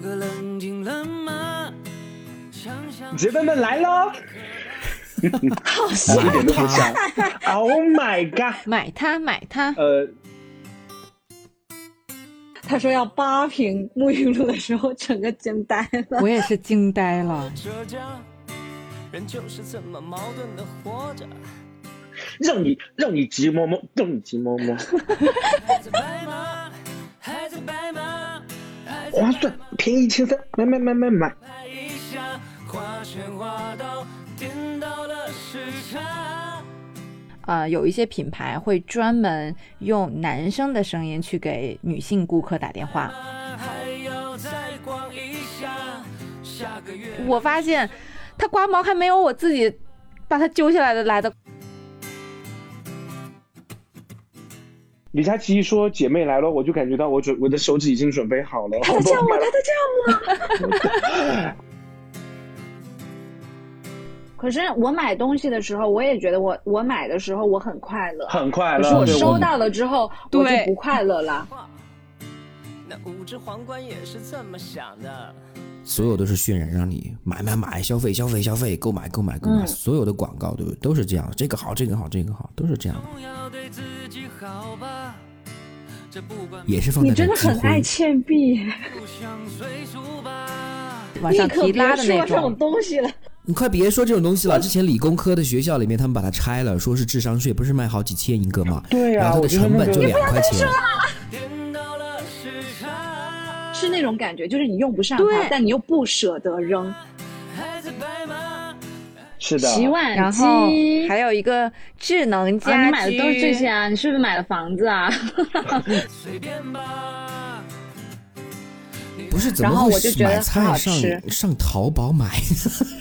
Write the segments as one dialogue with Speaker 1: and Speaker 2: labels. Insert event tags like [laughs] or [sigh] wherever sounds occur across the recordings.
Speaker 1: 个冷静了吗？
Speaker 2: 姐妹们来了，
Speaker 3: 好
Speaker 2: 我
Speaker 3: 香
Speaker 2: 一点都不像。Oh my god！
Speaker 4: 买它买它，
Speaker 2: 呃，
Speaker 3: 他说要八瓶沐浴露的时候，整个惊呆了。
Speaker 4: 我也是惊呆了。
Speaker 1: 浙江人就是这么矛盾的活着，
Speaker 2: 让你让你急摸摸，让你急摸摸。
Speaker 1: 还在白马，还在白马，还在
Speaker 2: 划算，便宜一千三，买买买买买。
Speaker 1: 拍一下，花拳花到颠倒了时差。
Speaker 4: 呃，有一些品牌会专门用男生的声音去给女性顾客打电话。
Speaker 1: 还要再逛一下，下个月
Speaker 4: 我发现它刮毛还没有我自己把它揪下来的来的。
Speaker 2: 李佳琦一说姐妹来了，我就感觉到我准我的手指已经准备好了。
Speaker 3: 他在叫我，他在叫我。可是我买东西的时候，我也觉得我我买的时候我很快乐，
Speaker 2: 很快
Speaker 3: 可
Speaker 2: 乐，
Speaker 3: 是我
Speaker 2: 对
Speaker 3: 收到了之后，我就
Speaker 4: 对
Speaker 3: 不快乐了。
Speaker 1: 那五只皇冠也是这么想的。
Speaker 5: 所有都是渲染，让你买买买，消费消费消费，购买购买购买，
Speaker 3: 嗯
Speaker 5: 所有的广告对不对？都是这样，这个好，这个好，这个好，都是这样的，
Speaker 1: 总要对自己好吧，这不管
Speaker 5: 也是放
Speaker 3: 你
Speaker 5: 在
Speaker 3: 真的
Speaker 5: 这
Speaker 3: 很爱倩碧，
Speaker 4: [laughs]
Speaker 1: 不想随俗吧。
Speaker 4: 往
Speaker 3: [laughs] 你
Speaker 4: 上
Speaker 3: 可
Speaker 4: 提
Speaker 3: 别
Speaker 4: 拉的那
Speaker 3: 说这种
Speaker 4: 种，
Speaker 3: 东西了。
Speaker 5: 你快别说这种东西了。之前理工科的学校里面，他们把它拆了，说是智商税，不是卖好几千一个嘛？
Speaker 2: 对啊
Speaker 5: 然后它的成本就
Speaker 2: 我觉得那个
Speaker 5: 两块钱。
Speaker 1: 颠倒了时差，
Speaker 3: 是那种感觉，就是你用不上它
Speaker 4: 对，
Speaker 3: 但你又不舍得扔。
Speaker 1: 还在白马，
Speaker 2: 是的，
Speaker 3: 洗碗
Speaker 4: 然
Speaker 3: 机，
Speaker 4: 后还有一个智能家居，
Speaker 3: 啊，你买的都是这些啊？你是不是买了房子啊？
Speaker 1: 随便吧。
Speaker 5: 不是怎
Speaker 3: 然
Speaker 5: 么
Speaker 3: 后
Speaker 5: 会
Speaker 3: 我就觉得
Speaker 5: 买
Speaker 3: 很好
Speaker 5: 菜上
Speaker 3: 吃
Speaker 5: 上淘宝买？ [laughs]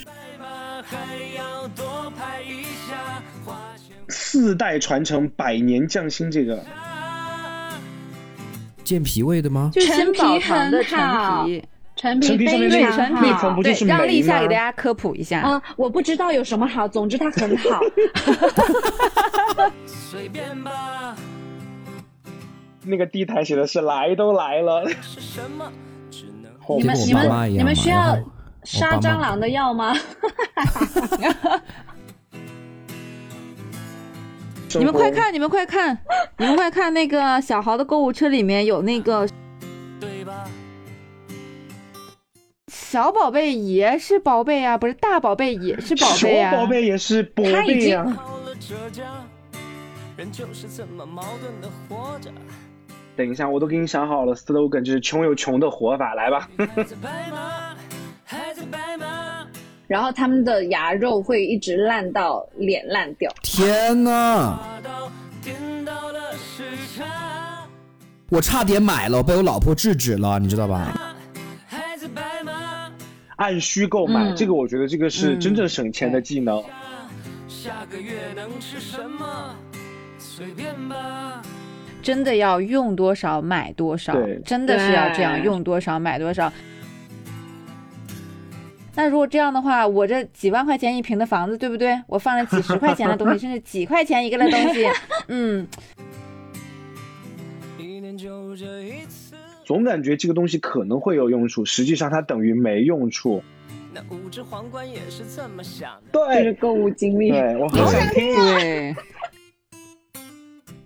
Speaker 1: 白马还要多拍一下，花钱
Speaker 2: 四代传承，百年匠心，这个
Speaker 1: 吧。
Speaker 5: 健脾胃的吗？
Speaker 4: 就是
Speaker 3: 陈
Speaker 4: 新
Speaker 3: 皮
Speaker 4: 宝堂的
Speaker 3: 很好
Speaker 4: 陈皮，
Speaker 3: 陈
Speaker 2: 陈皮上面
Speaker 3: 非
Speaker 2: 那
Speaker 3: 常
Speaker 4: 陈
Speaker 3: 好
Speaker 4: 皮
Speaker 2: 那层不就是
Speaker 4: 对，让
Speaker 2: 酶
Speaker 4: 立夏
Speaker 2: 吗
Speaker 4: 给大家科普一下。
Speaker 3: 啊，我不知道有什么好，总之它很好。
Speaker 2: [laughs]
Speaker 1: 随便吧，
Speaker 2: 那个地台写的是来都来了，
Speaker 1: 是什么？只能
Speaker 2: 后
Speaker 3: 你
Speaker 5: 就
Speaker 3: 们
Speaker 5: 跟
Speaker 3: 你
Speaker 5: 我爸妈
Speaker 3: 们
Speaker 5: 一样嘛
Speaker 3: 你们需
Speaker 5: 然
Speaker 3: 要
Speaker 5: 后
Speaker 3: 杀蟑螂的药吗？ [laughs]
Speaker 4: 你们快看，你们快看，你们快看，那个小豪的购物车里面有那个
Speaker 1: 对吧？
Speaker 4: 小宝贝也是宝贝啊，不是大宝贝也是宝
Speaker 2: 小
Speaker 4: 贝啊，
Speaker 2: 宝贝也是宝
Speaker 3: 他已
Speaker 2: 贝
Speaker 3: 经
Speaker 2: 呀、
Speaker 1: 到了浙江，人就是这么矛盾的活着。
Speaker 2: 等一下，我都给你想好了 slogan，就是穷有穷的活法，来吧。
Speaker 1: 还在白马，还在白马，
Speaker 3: 然后他们的牙肉会一直烂到脸烂掉。
Speaker 5: 天哪！
Speaker 1: 滑到颠倒了时差。
Speaker 5: 我差点买了，被我老婆制止了，你知道吧？
Speaker 3: [laughs]
Speaker 1: 还在白马，
Speaker 2: 按需购买，
Speaker 3: 嗯
Speaker 2: 这个我觉得这个是真正省钱的技能。
Speaker 1: 下个月能吃什么？随便吧。
Speaker 4: 真的要用多少买多少
Speaker 2: 对，
Speaker 4: 真的是要这样
Speaker 3: 对
Speaker 4: 用多少买多少。那如果这样的话，我这几万块钱一平的房子，对不对？我放了几十块钱的东西，甚至几块钱一个的
Speaker 2: [laughs]
Speaker 4: 东西，嗯，
Speaker 1: 一年就这一次，
Speaker 2: 总感觉这个东西可能会有用处，实际上它等于没用处。
Speaker 1: 那五只皇冠也是这么想的。
Speaker 3: 这是
Speaker 2: 对，
Speaker 3: 购物经历。
Speaker 2: 对我很想听。
Speaker 4: 对，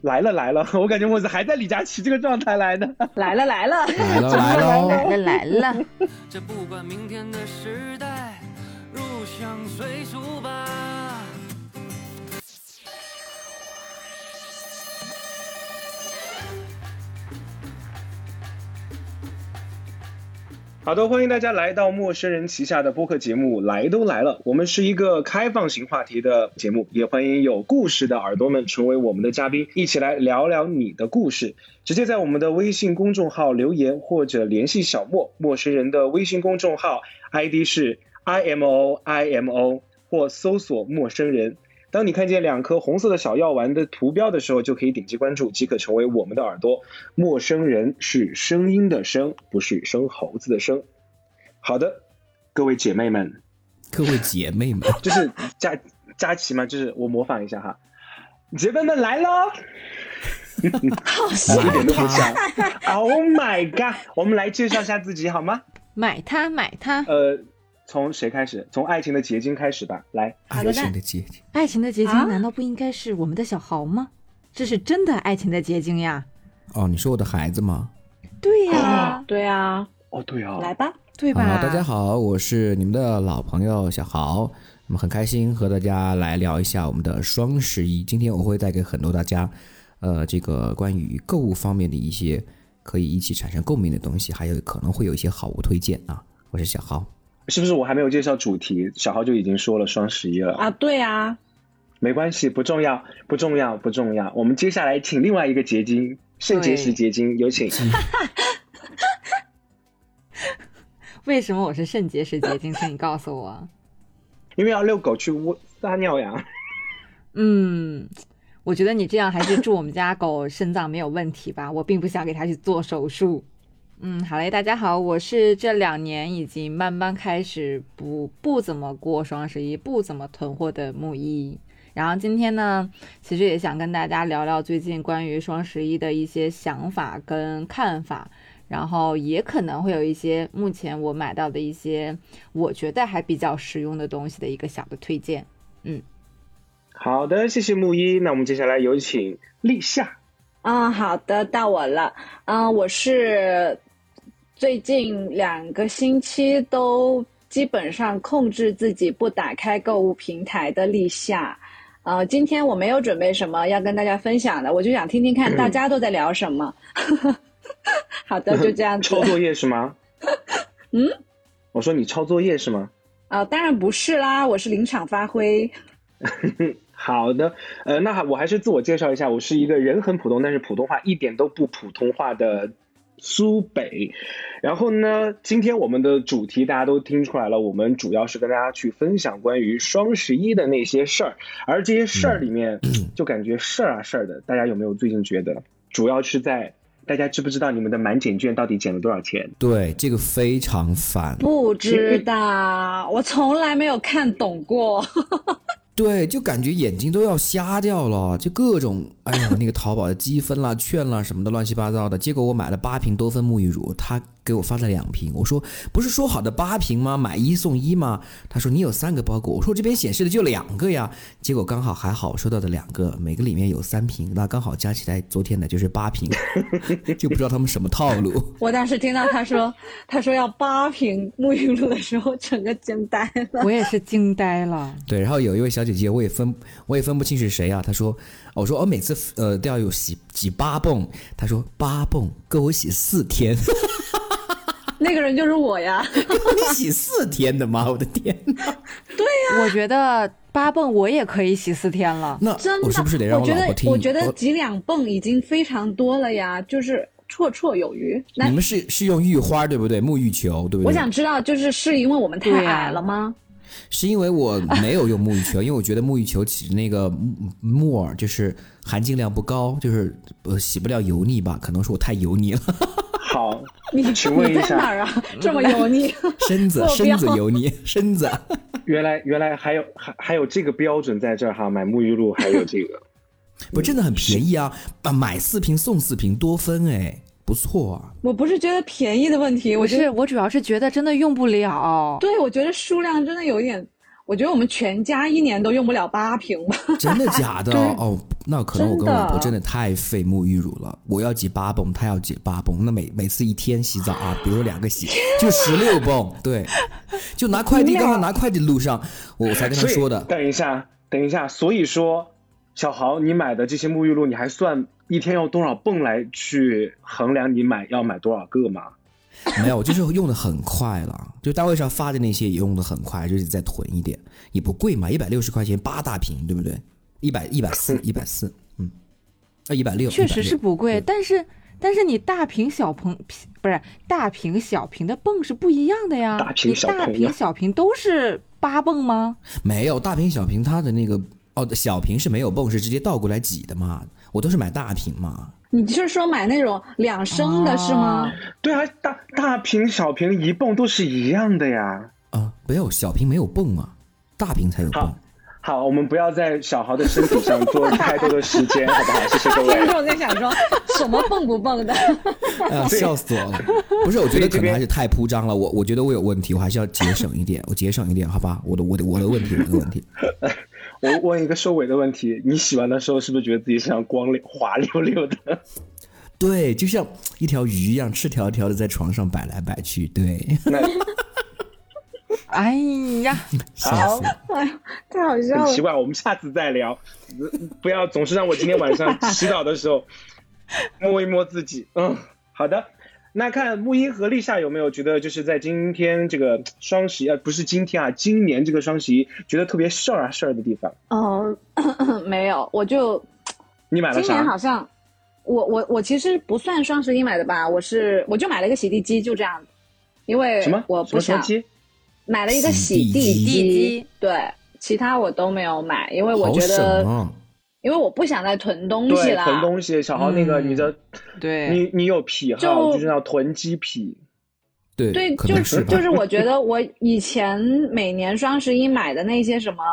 Speaker 2: 来了来了， [laughs] 我感觉我是还在李佳琦这个状态来的。
Speaker 3: 来了来了，
Speaker 5: 来了哦来
Speaker 4: 来
Speaker 5: 了，
Speaker 4: 了来了，
Speaker 1: 这不管明天的时代，入乡随俗吧。
Speaker 2: 好的，欢迎大家来到陌生人旗下的播客节目《来都来了》，我们是一个开放型话题的节目，也欢迎有故事的耳朵们成为我们的嘉宾，一起来聊聊你的故事。直接在我们的微信公众号留言或者联系小莫，陌生人的微信公众号 ID 是 I M O I M O，或搜索陌生人。当你看见两颗红色的小药丸的图标的时候，就可以点击关注，即可成为我们的耳朵。陌生人是声音的声，不是生猴子的生。好的，各位姐妹们，
Speaker 5: 各位姐妹们，
Speaker 2: 就是佳佳琪嘛，就是我模仿一下哈，姐妹们来喽！
Speaker 3: 好
Speaker 2: 我一
Speaker 3: 香！
Speaker 2: 点都不像。Oh my god！我们来介绍一下自己好吗？
Speaker 4: 买它买它，
Speaker 2: 呃，从谁开始？从爱情的结晶开始吧。来，
Speaker 5: 爱
Speaker 4: 的
Speaker 5: 情的结晶。
Speaker 4: 爱情的结晶
Speaker 6: 啊
Speaker 4: 难道不应该是我们的小豪吗？这是真的爱情的结晶呀！
Speaker 5: 哦，你说我的孩子吗？
Speaker 4: 对呀、
Speaker 6: 对啊，
Speaker 2: 哦，对啊，
Speaker 6: 来吧，
Speaker 4: 对吧、
Speaker 5: 啊，大家好，我是你们的老朋友小豪，那么很开心和大家来聊一下我们的双十一。今天我会带给很多大家，呃，这个关于购物方面的一些可以一起产生共鸣的东西，还有可能会有一些好物推荐啊。我是小豪，
Speaker 2: 是不是我还没有介绍主题，小豪就已经说了双十一了？
Speaker 6: 啊，对啊，
Speaker 2: 没关系，不重要，不重要，不重要。我们接下来请另外一个结晶，肾结石结晶，有请。
Speaker 4: 为什么我是肾结石结晶？请你告诉我。
Speaker 2: 因为要遛狗去窝撒尿呀。
Speaker 4: 嗯，我觉得你这样还是祝我们家狗肾脏没有问题吧。我并不想给它去做手术。嗯，好嘞，大家好，我是这两年已经慢慢开始不不怎么过双十一，不怎么囤货的木一。然后今天呢，其实也想跟大家聊聊最近关于双十一的一些想法跟看法，然后也可能会有一些目前我买到的一些我觉得还比较实用的东西的一个小的推荐。
Speaker 2: 好的，谢谢木一。那我们接下来有请立夏。
Speaker 6: 嗯，好的，到我了。嗯，我是最近两个星期都基本上控制自己不打开购物平台的立夏。呃，今天我没有准备什么要跟大家分享的，我就想听听看大家都在聊什么。 [laughs] 好的，就这样
Speaker 2: [laughs]
Speaker 6: 子
Speaker 2: 抄。作业是吗？
Speaker 6: 嗯，
Speaker 2: 我说你抄作业是吗？
Speaker 6: 啊、当然不是啦，我是临场发挥。
Speaker 2: 好的，呃，那我还是自我介绍一下，我是一个人很普通，但是普通话一点都不普通话的苏北。然后呢，今天我们的主题大家都听出来了，我们主要是跟大家去分享关于双十一的那些事儿，而这些事儿里面，
Speaker 6: 嗯
Speaker 2: 就感觉事儿啊事儿的，大家有没有最近觉得，主要是在大家知不知道你们的满减券到底减了多少钱？
Speaker 5: 对这个非常烦，
Speaker 6: 不知道，我从来没有看懂过。
Speaker 5: 对，就感觉眼睛都要瞎掉了，就各种哎呀，那个淘宝的积分啦、券啦什么的乱七八糟的。结果我买了八瓶多芬沐浴乳，他给我发了两瓶。我说不是说好的八瓶吗？买一送一吗？他说你有三个包裹，我说这边显示的就两个呀。结果刚好还好收到的两个，每个里面有三瓶，那刚好加起来昨天的就是八瓶， [laughs] 就不知道他们什么套路。
Speaker 6: 我当时听到他说他说要八瓶沐浴露的时候，整个惊呆了。
Speaker 4: 我也是惊呆了。
Speaker 5: 对，然后有一位小姐姐，我也分我也分不清是谁啊。她说，哦我说哦，每次呃都要有洗洗八泵，她说八泵够我洗四天， [laughs]
Speaker 6: 那个人就是我呀，
Speaker 5: 你洗四天的吗？我的天，
Speaker 4: [laughs] 我觉得八泵我也可以洗四天了。
Speaker 5: 那
Speaker 6: 真的。
Speaker 5: 我是不是得让
Speaker 6: 我觉
Speaker 5: 老婆
Speaker 6: 得
Speaker 5: 听？
Speaker 6: 我觉得几两泵已经非常多了呀，就是绰绰有余。那
Speaker 5: 你们是是用浴花对不对？沐浴球嗯对不对？
Speaker 6: 我想知道，就是是因为我们太
Speaker 4: 对呀
Speaker 6: 矮了吗？
Speaker 5: 是因为我没有用沐浴球，因为我觉得沐浴球起那个木木耳就是含金量不高，就是呃洗不了油腻吧？可能是我太油腻了， [laughs]
Speaker 2: 好，
Speaker 6: 你
Speaker 2: 请问一
Speaker 6: 你在
Speaker 2: 下
Speaker 6: 哪儿啊？这么油腻？ [laughs]
Speaker 5: 身子
Speaker 6: 坐
Speaker 5: 身
Speaker 6: 标
Speaker 5: 子油腻，身子。
Speaker 2: 原来原来还有还还有这个标准在这儿哈，买沐浴露还有这个。
Speaker 5: 不，真的很便宜啊！啊，买四瓶送四瓶，多分哎，不错啊。
Speaker 6: 我不是觉得便宜的问题，
Speaker 4: 不
Speaker 6: 我觉得
Speaker 4: 是，我主要是觉得真的用不了。
Speaker 6: 对我觉得数量真的有一点，我觉得我们全家一年都用不了八瓶吧。 [laughs]
Speaker 5: 真的
Speaker 4: [laughs]
Speaker 5: 假的？哦，那可能我
Speaker 6: 真
Speaker 5: 跟我
Speaker 6: 的
Speaker 5: 老婆真的太费沐浴乳了。我要挤八泵，她要挤八泵，那每每次一天洗澡啊，比如两个洗就十六泵，
Speaker 4: [laughs]
Speaker 5: 对，就拿快递，刚好拿快递路上，我我才跟她
Speaker 2: 所以
Speaker 5: 说的。
Speaker 2: 等一下，等一下，所以说，小豪，你买的这些沐浴露，你还算一天要多少泵来去衡量你买要买多少个吗？
Speaker 5: 没有，就是用的很快了，就单位上发的那些也用的很快，就是再囤一点，也不贵嘛，一百六十块钱八大瓶，对不对？一百一百四，一百四，嗯，啊一百六，
Speaker 4: 确实
Speaker 5: 160
Speaker 4: 是不贵，
Speaker 5: 嗯
Speaker 4: 但是但是你大瓶小瓶瓶不是大瓶小瓶的泵是不一样的呀。
Speaker 2: 大瓶小
Speaker 4: 你大
Speaker 2: 瓶呀
Speaker 4: 瓶小瓶都是八泵吗？
Speaker 5: 没有大瓶小瓶，它的那个哦，小瓶是没有泵，是直接倒过来挤的嘛。我都是买大瓶嘛，
Speaker 6: 你就是说买那种两升的是吗？ [laughs]
Speaker 2: 对啊，大大瓶小瓶一泵都是一样的呀。
Speaker 5: 啊，没有小瓶没有泵啊，大瓶才有泵
Speaker 2: 好。好，我们不要在小豪的身体上做太多的时间，好不好？谢谢各位
Speaker 7: 听。众在想说什么蹦不蹦的，
Speaker 6: [laughs]
Speaker 5: 哎呀，笑死我了！不是，我觉得可能还是太铺张了。我我觉得我有问题，我还是要节省一点，我节省一点，好吧？我的我的我的问题，我的问题。
Speaker 2: 我问一个收尾的问题，你洗完的时候是不是觉得自己身上光溜滑溜溜的？
Speaker 5: 对，就像一条鱼一样，赤条条的在床上摆来摆去。对，
Speaker 2: 那
Speaker 4: 哎呀，
Speaker 5: 笑死我！
Speaker 6: 太好笑
Speaker 2: 很
Speaker 6: 了
Speaker 2: 奇。怪，我们下次再聊，不要总是让我今天晚上洗澡的时候摸一摸自己。嗯，好的。那看木一和立夏有没有觉得，就是在今天这个双十一，呃，不是今天啊，今年这个双十一，觉得特别事儿啊事儿的地方？
Speaker 6: 哦、没有，我就
Speaker 2: 你买了
Speaker 6: 今年好
Speaker 2: 啥？
Speaker 6: 像，我我我其实不算双十一买的吧，我是我就买了一个洗地机，就这样，因为
Speaker 2: 什么？
Speaker 6: 我
Speaker 2: 什
Speaker 6: 不
Speaker 2: 么什么
Speaker 6: 想
Speaker 2: 机？
Speaker 6: 买了一个洗地
Speaker 5: 洗
Speaker 4: 地机
Speaker 6: 对，其他我都没有买，因为我
Speaker 5: 好
Speaker 6: 觉
Speaker 5: 省
Speaker 6: 得，
Speaker 5: 啊！
Speaker 6: 因为我不想再囤东西
Speaker 2: 对，
Speaker 6: 了，
Speaker 2: 囤东西。小豪那个，
Speaker 4: 嗯
Speaker 2: 你的，
Speaker 4: 对，
Speaker 2: 你你有癖好，
Speaker 6: 就
Speaker 2: 就是要囤积癖。
Speaker 5: 对，
Speaker 6: 对，
Speaker 5: 可
Speaker 6: 就
Speaker 5: 能是吧。
Speaker 6: 就是我觉
Speaker 5: [laughs]
Speaker 6: 得我以前每年双十一买的那些什么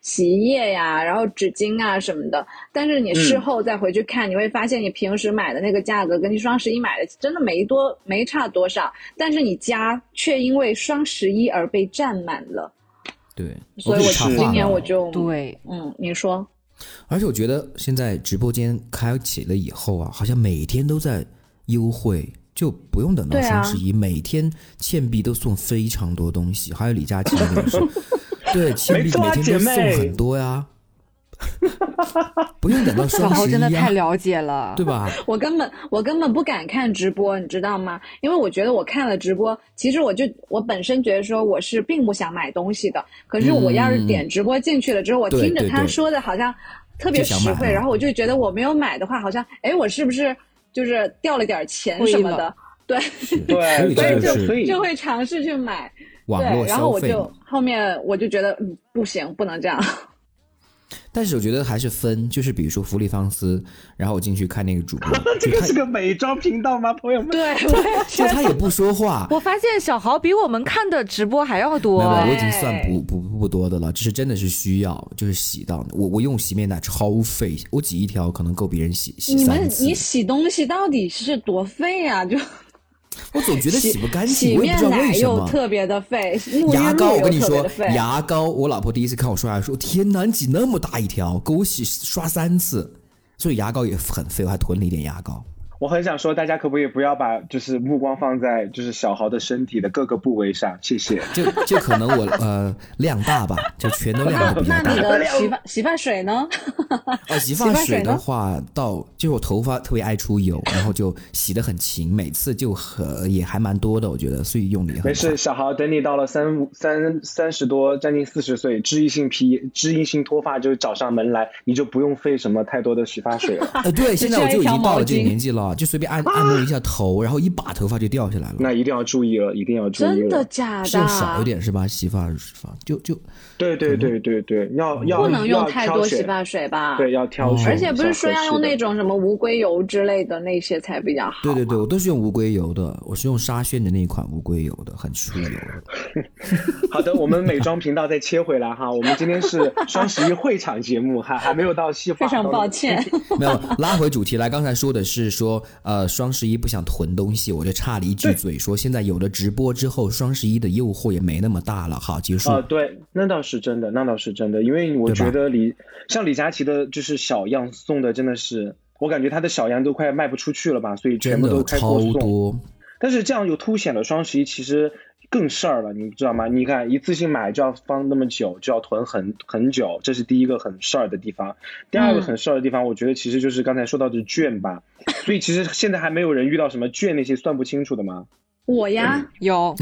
Speaker 6: 洗衣液呀，然后纸巾啊什么的，但是你
Speaker 5: 嗯
Speaker 6: 事后再回去看，你会发现你平时买的那个价格跟你双十一买的真的没多没差多少，但是你家却因为双十一而被占满了，
Speaker 5: 对，
Speaker 6: 所以
Speaker 5: 给
Speaker 6: 我
Speaker 5: 你哦插
Speaker 2: 是
Speaker 5: 话
Speaker 6: 今年
Speaker 5: 了
Speaker 6: 我就，
Speaker 4: 对，
Speaker 6: 嗯，你说
Speaker 5: 而且我觉得现在直播间开启了以后啊，好像每天都在优惠，就不用等到
Speaker 6: 对啊
Speaker 5: 双十一，每天倩碧都送非常多东西，还有李佳琦也
Speaker 6: [laughs]
Speaker 5: 是，对，倩
Speaker 2: 没
Speaker 5: 碧
Speaker 2: 错啊
Speaker 5: 每天都
Speaker 2: 姐妹
Speaker 5: 送很多呀，不用等到
Speaker 4: 小
Speaker 5: 双
Speaker 4: 豪
Speaker 5: 十一
Speaker 4: 真的太
Speaker 5: 呀，
Speaker 4: 了解了，
Speaker 5: 对吧？
Speaker 6: 我根本我根本不敢看直播，你知道吗？因为我觉得我看了直播，其实我就我本身觉得说我是并不想买东西的，可是我要是点直播进去了之后，我
Speaker 5: 嗯对
Speaker 6: 听着
Speaker 5: 对
Speaker 6: 他
Speaker 5: 对
Speaker 6: 说的好像特别
Speaker 5: 就想
Speaker 6: 实
Speaker 5: 买
Speaker 6: 惠，
Speaker 5: 了
Speaker 6: 然后我就觉得我没有买的话，好像哎，我是不是就是掉了点钱
Speaker 4: 亏
Speaker 6: 什么
Speaker 4: 了
Speaker 6: 的？对，
Speaker 5: 所
Speaker 2: 对，
Speaker 5: 以
Speaker 2: 对，
Speaker 5: 这就
Speaker 2: 就可
Speaker 5: 是
Speaker 2: 以
Speaker 6: 就会尝试去买。
Speaker 5: 网
Speaker 6: 对，
Speaker 5: 络
Speaker 6: 然后
Speaker 5: 消
Speaker 6: 我
Speaker 5: 费
Speaker 6: 就。后面我就觉得嗯不行，不能这样。
Speaker 5: 但是我觉得还是分，就是比如说福利方思，然后我进去看那个
Speaker 2: [laughs]
Speaker 5: 主播，
Speaker 2: 这
Speaker 5: 就
Speaker 2: 个
Speaker 5: 他
Speaker 2: 是个美妆频道吗，朋友们？
Speaker 6: 对，我也觉
Speaker 5: 就
Speaker 6: 得
Speaker 5: 他也不
Speaker 2: [laughs]
Speaker 5: 说话，
Speaker 4: 我发现小豪比我们看的直播还要多
Speaker 5: 没有，没有我
Speaker 4: 哎
Speaker 5: 已经算不不不不多的了，这是真的是需要，就是洗到我我用洗面奶超费，我挤一条可能够别人洗洗
Speaker 6: 你们
Speaker 5: 三次
Speaker 6: 你，洗东西到底是多费啊？就。
Speaker 5: 我总觉得洗不干
Speaker 6: 洗
Speaker 5: 净，我也
Speaker 6: 面
Speaker 5: 不知道
Speaker 6: 奶
Speaker 5: 为什
Speaker 6: 又
Speaker 5: 么。
Speaker 6: 特别的费，沐浴
Speaker 5: [laughs] 牙膏，
Speaker 6: 露
Speaker 5: 我
Speaker 6: 又
Speaker 5: 跟你
Speaker 6: 特别
Speaker 5: 说
Speaker 6: 的费，
Speaker 5: 牙膏，我老婆第一次看我刷牙说：“天哪，你挤那么大一条，给我洗刷三次。”所以牙膏也很费，我还囤了一点牙膏。
Speaker 2: 我很想说，大家可不可以不要把就是目光放在就是小豪的身体的各个部位上？谢谢。
Speaker 5: 就就可能我呃量大吧，就全都量
Speaker 6: 那
Speaker 5: 都比较
Speaker 6: 那
Speaker 5: 大
Speaker 6: 你。的洗发洗发
Speaker 2: [laughs]
Speaker 6: 水呢？
Speaker 5: 啊，洗
Speaker 6: 洗
Speaker 5: 发
Speaker 6: 发水
Speaker 5: 水的
Speaker 6: 呢
Speaker 5: 话，到就是我头发特别爱出油，然后就洗得很勤，每次就很也还蛮多的，我觉得，所以用的也很
Speaker 2: 没事，
Speaker 5: 快。
Speaker 2: 小豪，等你到了三五三三十多，将近四十岁，脂溢性皮脂溢性脱发就找上门来，你就不用费什么太多的洗发水了
Speaker 6: [laughs]
Speaker 5: 呃，对，现在
Speaker 6: 需
Speaker 5: 我
Speaker 6: 要
Speaker 5: 就
Speaker 6: 一
Speaker 5: 已
Speaker 6: 条
Speaker 5: 经到了这个
Speaker 6: 毛巾
Speaker 5: 年纪了，就随便按按摩一下头，然后一把头发就掉下来了。
Speaker 2: 那一定要注意了，一定要注意
Speaker 6: 真的
Speaker 2: 了。
Speaker 6: 假
Speaker 5: 是
Speaker 6: 的
Speaker 5: 要
Speaker 6: 啊？
Speaker 5: 少一点是吧？洗发发就就
Speaker 2: 对对对对对，要要
Speaker 6: 不能用太多洗，
Speaker 2: 要挑
Speaker 6: 发水吧？
Speaker 2: 选对，。要挑选。
Speaker 6: 而且不是说要用那
Speaker 2: 种。
Speaker 6: 种什么无硅油之类的那些才比较好。
Speaker 5: 对对
Speaker 2: 啊
Speaker 5: 对，我都是用无硅油的，我是用沙宣的那一款无硅油的，很出油的。
Speaker 2: 好的，我们美妆频道再切回来哈，我们今天是双十一会场节目，还还没有到细化。
Speaker 6: 非常抱。
Speaker 2: 啊
Speaker 6: 歉，
Speaker 5: 没有拉回主题来，刚才说的是说，呃，双十一不想囤东西，我就差了一句嘴，说现在有了直播之后，双十一的诱惑也没那么大了。好，结束。
Speaker 2: 啊、对，那倒是真的，那倒是真的，因为我
Speaker 5: 对吧
Speaker 2: 觉得李像李佳琦的，就是小样送的真的是，我感觉他的小样都快卖不出去了吧，所以全
Speaker 5: 真
Speaker 2: 部都
Speaker 5: 的
Speaker 2: 开过
Speaker 5: 超
Speaker 2: 送。
Speaker 5: 多，
Speaker 2: 但是这样又凸显了双十一其实更事儿了，你知道吗？你看一次性买就要放那么久，就要囤很很久，这是第一个很事儿的地方。第二个
Speaker 6: 嗯
Speaker 2: 很事儿的地方，我觉得其实就是刚才说到的券吧，所以其实现在还没有人遇到什么券那些算不清楚的吗？
Speaker 6: 我呀，
Speaker 5: 嗯
Speaker 4: 有，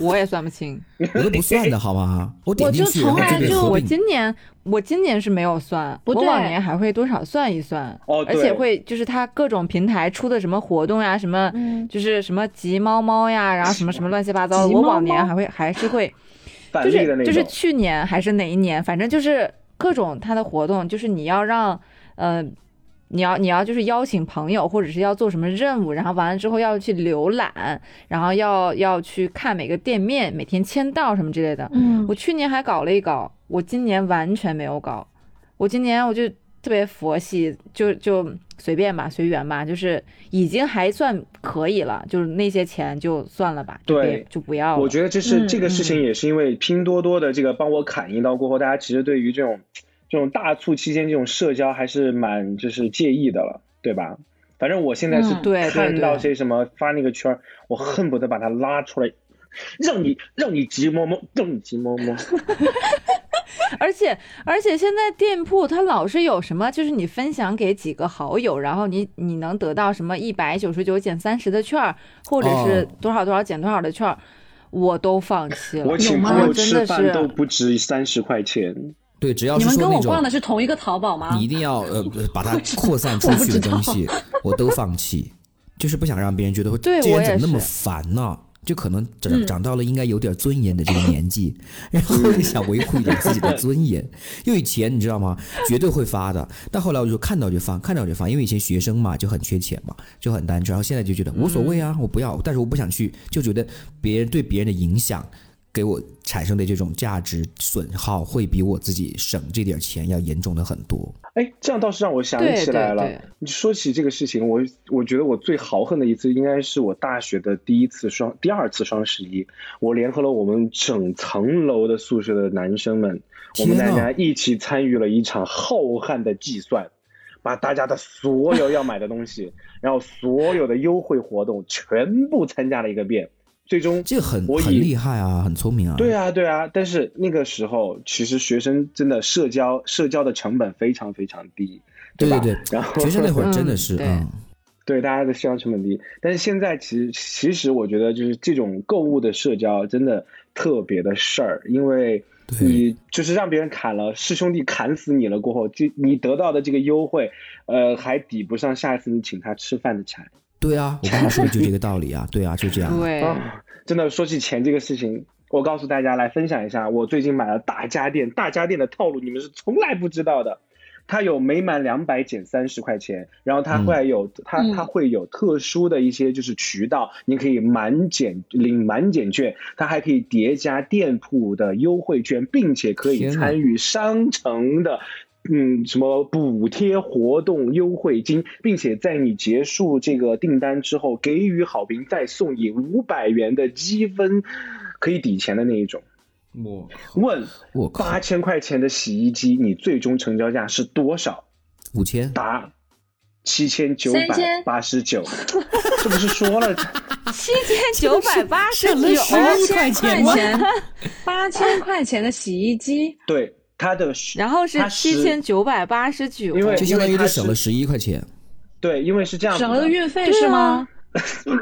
Speaker 4: 我也算不清。
Speaker 5: 我都不
Speaker 2: [laughs]
Speaker 5: 算的好吗？我点进去
Speaker 6: 我就从
Speaker 5: 然后
Speaker 6: 来
Speaker 5: 就被
Speaker 6: 就
Speaker 5: 合
Speaker 4: 我
Speaker 5: 并。
Speaker 4: 今年我今年是没有算，
Speaker 6: 不
Speaker 4: 我
Speaker 6: 对
Speaker 4: 往年还会多少算一算，
Speaker 2: 哦
Speaker 4: 而
Speaker 2: 对
Speaker 4: 且会就是它各种平台出的什么活动呀，什么
Speaker 6: 嗯
Speaker 4: 就是什么集猫猫呀，然后什么什么乱七八糟的，
Speaker 6: 集
Speaker 4: 我
Speaker 6: 猫
Speaker 4: 往年
Speaker 6: 猫
Speaker 4: 还会还是会，
Speaker 2: 返
Speaker 4: 就
Speaker 2: 利的
Speaker 4: 是
Speaker 2: 那种。
Speaker 4: 就是去年还是哪一年，反正就是各种它的活动，就是你要让呃。你要你要就是邀请朋友，或者是要做什么任务，然后完了之后要去浏览，然后要要去看每个店面，每天签到什么之类的。
Speaker 6: 嗯
Speaker 4: 我去年还搞了一搞，我今年完全没有搞。我今年我就特别佛系，就就随便吧，随缘吧，就是已经还算可以了，就是那些钱就算了吧，就
Speaker 2: 对
Speaker 4: 别就不要了。
Speaker 2: 我觉得这是
Speaker 6: 嗯
Speaker 2: 这个事情，也是因为拼多多的这个帮我砍一刀过后，大家其实对于这种这种大促期间这种社交还是蛮就是介意的了，对吧？反正我现在是
Speaker 6: 嗯
Speaker 4: 对对
Speaker 2: 看
Speaker 4: 对
Speaker 2: 到谁什么发那个圈儿，我恨不得把他拉出来，让你让你急摸摸，让你急摸摸。
Speaker 4: 而且而且现在店铺它老是有什么，就是你分享给几个好友，然后你你能得到什么一百九十九减三十的券儿，或者是
Speaker 5: 哦
Speaker 4: 多少多少减多少的券儿，我都放弃了。
Speaker 2: 我请朋
Speaker 4: 我
Speaker 2: 友
Speaker 4: 真
Speaker 2: 吃
Speaker 4: 的
Speaker 2: 饭
Speaker 4: 是
Speaker 2: 都不值三十块钱，
Speaker 5: 对，只要
Speaker 6: 你
Speaker 5: 是
Speaker 6: 们
Speaker 5: 说
Speaker 6: 跟
Speaker 5: 那
Speaker 6: 我
Speaker 5: 种
Speaker 6: 逛的是同一个淘宝吗
Speaker 5: 你一？定要呃把它扩
Speaker 4: [laughs]
Speaker 5: 散出去的东西，我都放弃，就是不想让别人觉得会
Speaker 4: 对
Speaker 5: 这
Speaker 4: 我
Speaker 5: 人怎
Speaker 4: 也
Speaker 5: 么那么
Speaker 4: 是嗯
Speaker 5: 烦呢、就可能长长到了应该有点尊严的这个
Speaker 4: [laughs]
Speaker 5: 年纪，然后就想维护一点自己的尊严。因为以前你知道吗，绝对会发的，但后来我就看到就放，看到就放，因为以前学生嘛就很缺钱嘛，就很单纯，然后现在就觉得
Speaker 4: 嗯
Speaker 5: 无所谓啊，我不要，但是我不想去，就觉得别人对别人的影响给我产生的这种价值损耗，会比我自己省这点钱要严重的很多。
Speaker 2: 哎，这样倒是让我想
Speaker 4: 对
Speaker 2: 起来
Speaker 4: 对
Speaker 2: 了。
Speaker 4: 对
Speaker 2: 你说起这个事情，我我觉得我最豪横的一次，应该是我大学的第一次双第二次双十一，我联合了我们整层楼的宿舍的男生们，我们
Speaker 5: 天
Speaker 2: 大家
Speaker 5: 呐
Speaker 2: 一起参与了一场浩瀚的计算，把大家的所有要买的东西，然后所有的优惠活动全部参加了一个遍，最终
Speaker 5: 这个很
Speaker 2: 我
Speaker 5: 很
Speaker 2: 以
Speaker 5: 厉害啊，很聪明啊。
Speaker 2: 对啊，对啊，但是那个时候其实学生真的社交社交的成本非常非常低，
Speaker 5: 对
Speaker 2: 吧？
Speaker 5: 对
Speaker 2: 然后
Speaker 5: 学生
Speaker 2: [laughs]
Speaker 5: 那会儿真的
Speaker 4: 嗯
Speaker 5: 是，
Speaker 4: 对
Speaker 5: 嗯，
Speaker 2: 对大家的社交成本低，但是现在其实其实我觉得就是这种购物的社交真的特别的事儿，因为
Speaker 5: 对
Speaker 2: 你就是让别人砍了，师兄弟砍死你了过后，这你得到的这个优惠，呃，还抵不上下一次你请他吃饭的钱。
Speaker 5: 对啊，我刚刚说的就这个道
Speaker 2: [laughs]
Speaker 5: 理啊，对啊，就这样啊。
Speaker 4: 对，
Speaker 2: 啊，真的说起钱这个事情，我告诉大家来分享一下，我最近买了大家电，大家电的套路你们是从来不知道的。它有每满两百减三十块钱，然后它会有、它
Speaker 6: 嗯
Speaker 2: 它会有特殊的一些就是渠道，你可以满减领满减券，它还可以叠加店铺的优惠券，并且可以
Speaker 5: 天哪
Speaker 2: 参与商城的嗯，什么补贴活动优惠金，并且在你结束这个订单之后给予好评，再送你五百元的积分，可以抵钱的那一种。
Speaker 5: 我
Speaker 2: 问
Speaker 5: 我靠
Speaker 2: 八，千块钱的洗衣机，你最终成交价是多少？
Speaker 5: 五千，
Speaker 2: 答：七千九
Speaker 6: 三
Speaker 2: 百
Speaker 6: 千
Speaker 2: 八十九。这 [laughs] 不是说了，
Speaker 4: 七千九
Speaker 6: [laughs]
Speaker 4: 百八十九，
Speaker 6: 八千
Speaker 4: [laughs]
Speaker 6: 块
Speaker 5: [laughs]
Speaker 6: 钱，八千块钱的洗衣机，
Speaker 2: 对它的，
Speaker 4: 然后是
Speaker 2: 它十
Speaker 4: 七千九百八十九，
Speaker 2: 因为
Speaker 5: 就相当于
Speaker 2: 它
Speaker 5: 就是省了十一块钱。
Speaker 2: 对，因为是这样子的，
Speaker 6: 省了个运费是吗？
Speaker 4: 运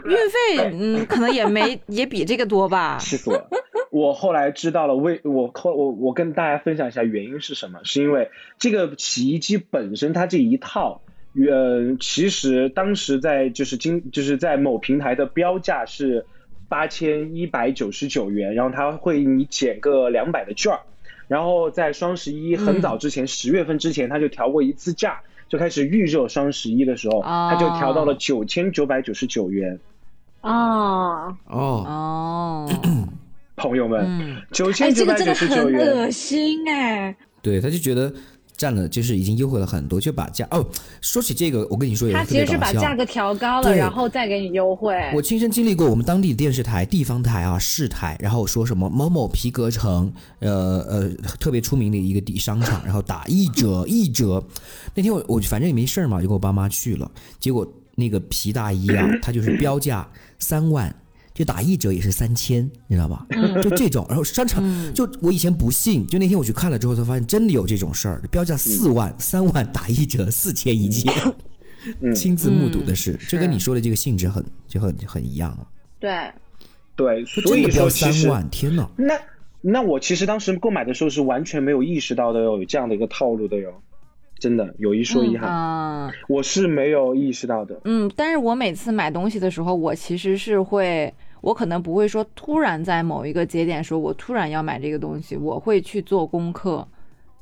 Speaker 4: 费嗯可能也没也比这个
Speaker 2: [laughs]
Speaker 4: 多吧。
Speaker 2: 气死我了！我后来知道了为我后我我跟大家分享一下原因是什么，是因为这个洗衣机本身它这一套，呃，其实当时在就是今就是在某平台的标价是八千一百九十九元，然后它会你减个两百的券儿，然后在双十一很
Speaker 6: 嗯
Speaker 2: 早之前，十、月份之前它就调过一次价，就开始预热双十一的时候，
Speaker 4: 哦
Speaker 2: 它就调到了九千九百九十九元，
Speaker 5: 啊
Speaker 6: 哦，
Speaker 5: 哦，
Speaker 4: 哦，
Speaker 2: 朋友们。
Speaker 4: 嗯，
Speaker 2: 九
Speaker 6: 哎，
Speaker 2: 千
Speaker 6: 这
Speaker 2: 九
Speaker 6: 个
Speaker 2: 百
Speaker 6: 真
Speaker 2: 九
Speaker 6: 的
Speaker 2: 十
Speaker 6: 很
Speaker 2: 九元，
Speaker 6: 恶心哎！
Speaker 5: 对，他就觉得占了，就是已经优惠了很多，就把价哦。说起这个，我跟你说有
Speaker 6: 他
Speaker 5: 个特
Speaker 6: 其
Speaker 5: 别
Speaker 6: 实是
Speaker 5: 搞
Speaker 6: 把价
Speaker 5: 笑。啊
Speaker 6: 格调高了，
Speaker 5: 对
Speaker 6: 然后再给你优惠。
Speaker 5: 我亲身经历过我们当地电视台、地方台啊、市台，然后说什么某某皮革城，呃呃，特别出名的一个地商场，然后打一折一折。那天我我反正也没事儿嘛，就跟我爸妈去了，结果那个皮大衣啊，它就是标价三万。就打一折也是三千，你知道吧？就这种，然后商场就我以前不信，就那天我去看了之后，才发现真的有这种事儿，标价四万、三万打一折，四千一件，亲自目睹的事，这跟你说的这个性质很就很很一样啊。
Speaker 6: 对，
Speaker 2: 对，
Speaker 5: 就
Speaker 2: 所
Speaker 5: 真
Speaker 2: 以
Speaker 5: 的
Speaker 2: 说
Speaker 5: 标
Speaker 2: 其
Speaker 5: 三
Speaker 2: 实
Speaker 5: 万，天哪！
Speaker 2: 那那我其实当时购买的时候是完全没有意识到的哟，有这样的一个套路的哟，真的有一说一哈，
Speaker 4: 啊，
Speaker 2: 我是没有意识到的。
Speaker 4: 嗯，但是我每次买东西的时候，我其实是会，我可能不会说突然在某一个节点说我突然要买这个东西，我会去做功课。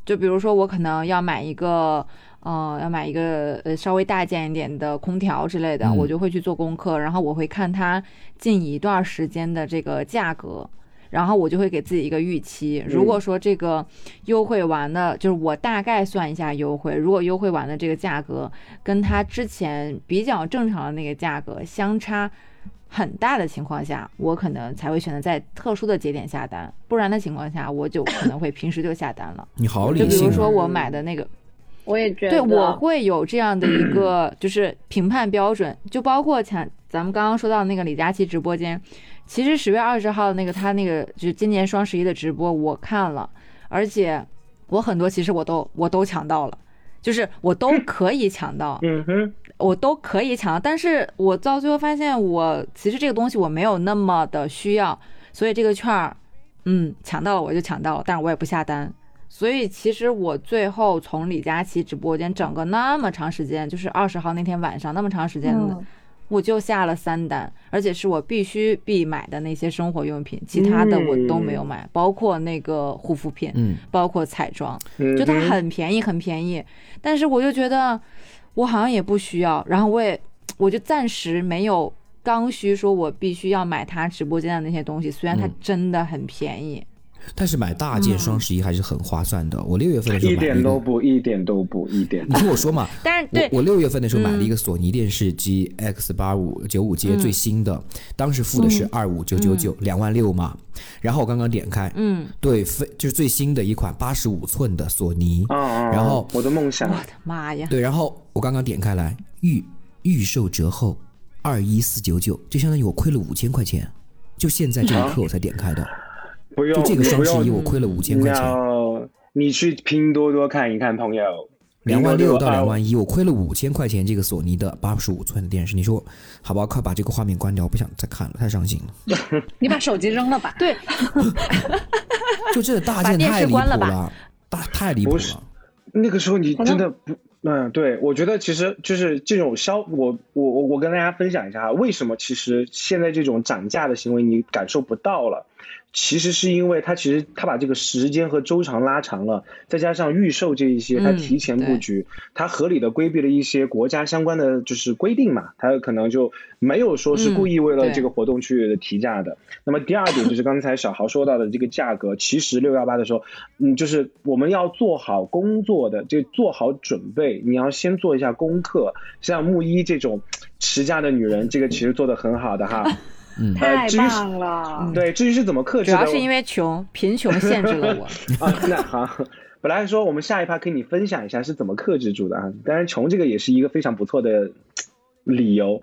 Speaker 4: 就比如说，我可能要买一个嗯、要买一个呃稍微大件一点的空调之类的，
Speaker 5: 嗯
Speaker 4: 我就会去做功课，然后我会看它近一段时间的这个价格。然后我就会给自己一个预期，如果说这个优惠完的，就是我大概算一下优惠，如果优惠完的这个价格跟它之前比较正常的那个价格相差很大的情况下，我可能才会选择在特殊的节点下单，不然的情况下，我就可能会平时就下单了。
Speaker 5: 你好
Speaker 4: 就
Speaker 5: 理
Speaker 4: 比
Speaker 5: 性
Speaker 4: 如
Speaker 5: 啊。
Speaker 4: 说我买的那个，
Speaker 3: 我也觉得，
Speaker 4: 对我会有这样的一个 [coughs] 就是评判标准，就包括前咱们刚刚说到那个李佳琦直播间，其实十月二十号的那个他那个就是今年双十一的直播我看了，而且我很多其实我都我都抢到了，就是我都可以抢到，
Speaker 2: 嗯哼，
Speaker 4: 我都可以抢，但是我到最后发现我其实这个东西我没有那么的需要，所以这个券儿，嗯，抢到了我就抢到了，但是我也不下单。所以其实我最后从李佳琦直播间整个那么长时间，就是二十号那天晚上那么长时间，
Speaker 6: 嗯
Speaker 4: 我就下了三单，而且是我必须必买的那些生活用品，其他的我都没有买，包括那个护肤品，
Speaker 5: 嗯，
Speaker 4: 包括彩妆。
Speaker 2: 嗯哼
Speaker 4: 就它很便宜，很便宜。但是我就觉得我好像也不需要，然后我也我就暂时没有刚需，说我必须要买它直播间的那些东西，虽然它
Speaker 5: 嗯
Speaker 4: 真的很便宜。
Speaker 5: 但是买大件双十一还是很划算的。我六月份的时候
Speaker 2: 一
Speaker 5: 买了
Speaker 2: 点
Speaker 5: 一
Speaker 2: 都
Speaker 5: 个，
Speaker 2: 不，一点都不，一
Speaker 5: [laughs]
Speaker 2: 点
Speaker 5: 你听我说嘛，
Speaker 2: [laughs]
Speaker 4: 但是
Speaker 5: 我
Speaker 4: 对，
Speaker 5: 我六月份的时候买了
Speaker 2: 嗯
Speaker 5: 一个索尼电视机 X 八五九五 J 最新的，当时付的
Speaker 2: 嗯
Speaker 5: 是二五九九九，两万六嘛。然后我刚刚点开，
Speaker 4: 嗯，
Speaker 5: 对，非就是最新的一款八十五寸的索尼，
Speaker 2: 啊啊！啊
Speaker 5: 然后
Speaker 2: 我的梦想
Speaker 4: 我的妈呀！
Speaker 5: 对，然后我刚刚点开来，预预售折后二一四九九，就相当于我亏了五千块钱。就现在这一刻我才点开的，
Speaker 2: 嗯不用
Speaker 5: 就这个双十
Speaker 2: 不
Speaker 5: 一
Speaker 2: 用
Speaker 5: 我亏了五千块钱，
Speaker 2: No，你去拼多多看一看，朋友。
Speaker 5: 两万六到两
Speaker 2: 一，
Speaker 5: 万一，我亏了五千块钱。这个索尼的八十五寸的电视，你说好吧，快把这个画面关掉，我不想再看了，太伤心了。
Speaker 6: 你把手机扔了吧。
Speaker 4: 对，
Speaker 5: 就这大件
Speaker 4: 把电视
Speaker 5: 太离谱
Speaker 4: 关了吧
Speaker 5: 了，大太离谱
Speaker 2: 不是
Speaker 5: 了。
Speaker 2: 那个时候你真的不，嗯，对，我觉得其实就是这种消，我我我我跟大家分享一下啊，为什么其实现在这种涨价的行为你感受不到了，其实是因为它其实它把这个时间和周长拉长了，再加上预售这一些，它
Speaker 4: 嗯
Speaker 2: 提前布
Speaker 4: 对
Speaker 2: 局，它合理的规避了一些国家相关的就是规定嘛，它可能就没有说是故意为
Speaker 4: 嗯
Speaker 2: 了
Speaker 4: 对
Speaker 2: 这个活动去提价的。那么第二点就是刚才小豪说到的这个价格，其实六幺八的时候，嗯，就是我们要做好工作的，就做好准备，你要先做一下功课。像木一这种持家的女人，这个其实做的很好的哈。呃
Speaker 5: 嗯，
Speaker 6: 太
Speaker 2: 至于是
Speaker 6: 棒了！
Speaker 2: 对，至于是怎么克
Speaker 4: 主
Speaker 2: 制的，
Speaker 4: 要
Speaker 2: 我
Speaker 4: 是因为穷，贫穷限制了我。
Speaker 2: [laughs] 啊，那好，本来说我们下一趴跟你分享一下是怎么克制住的啊，当然穷这个也是一个非常不错的理由。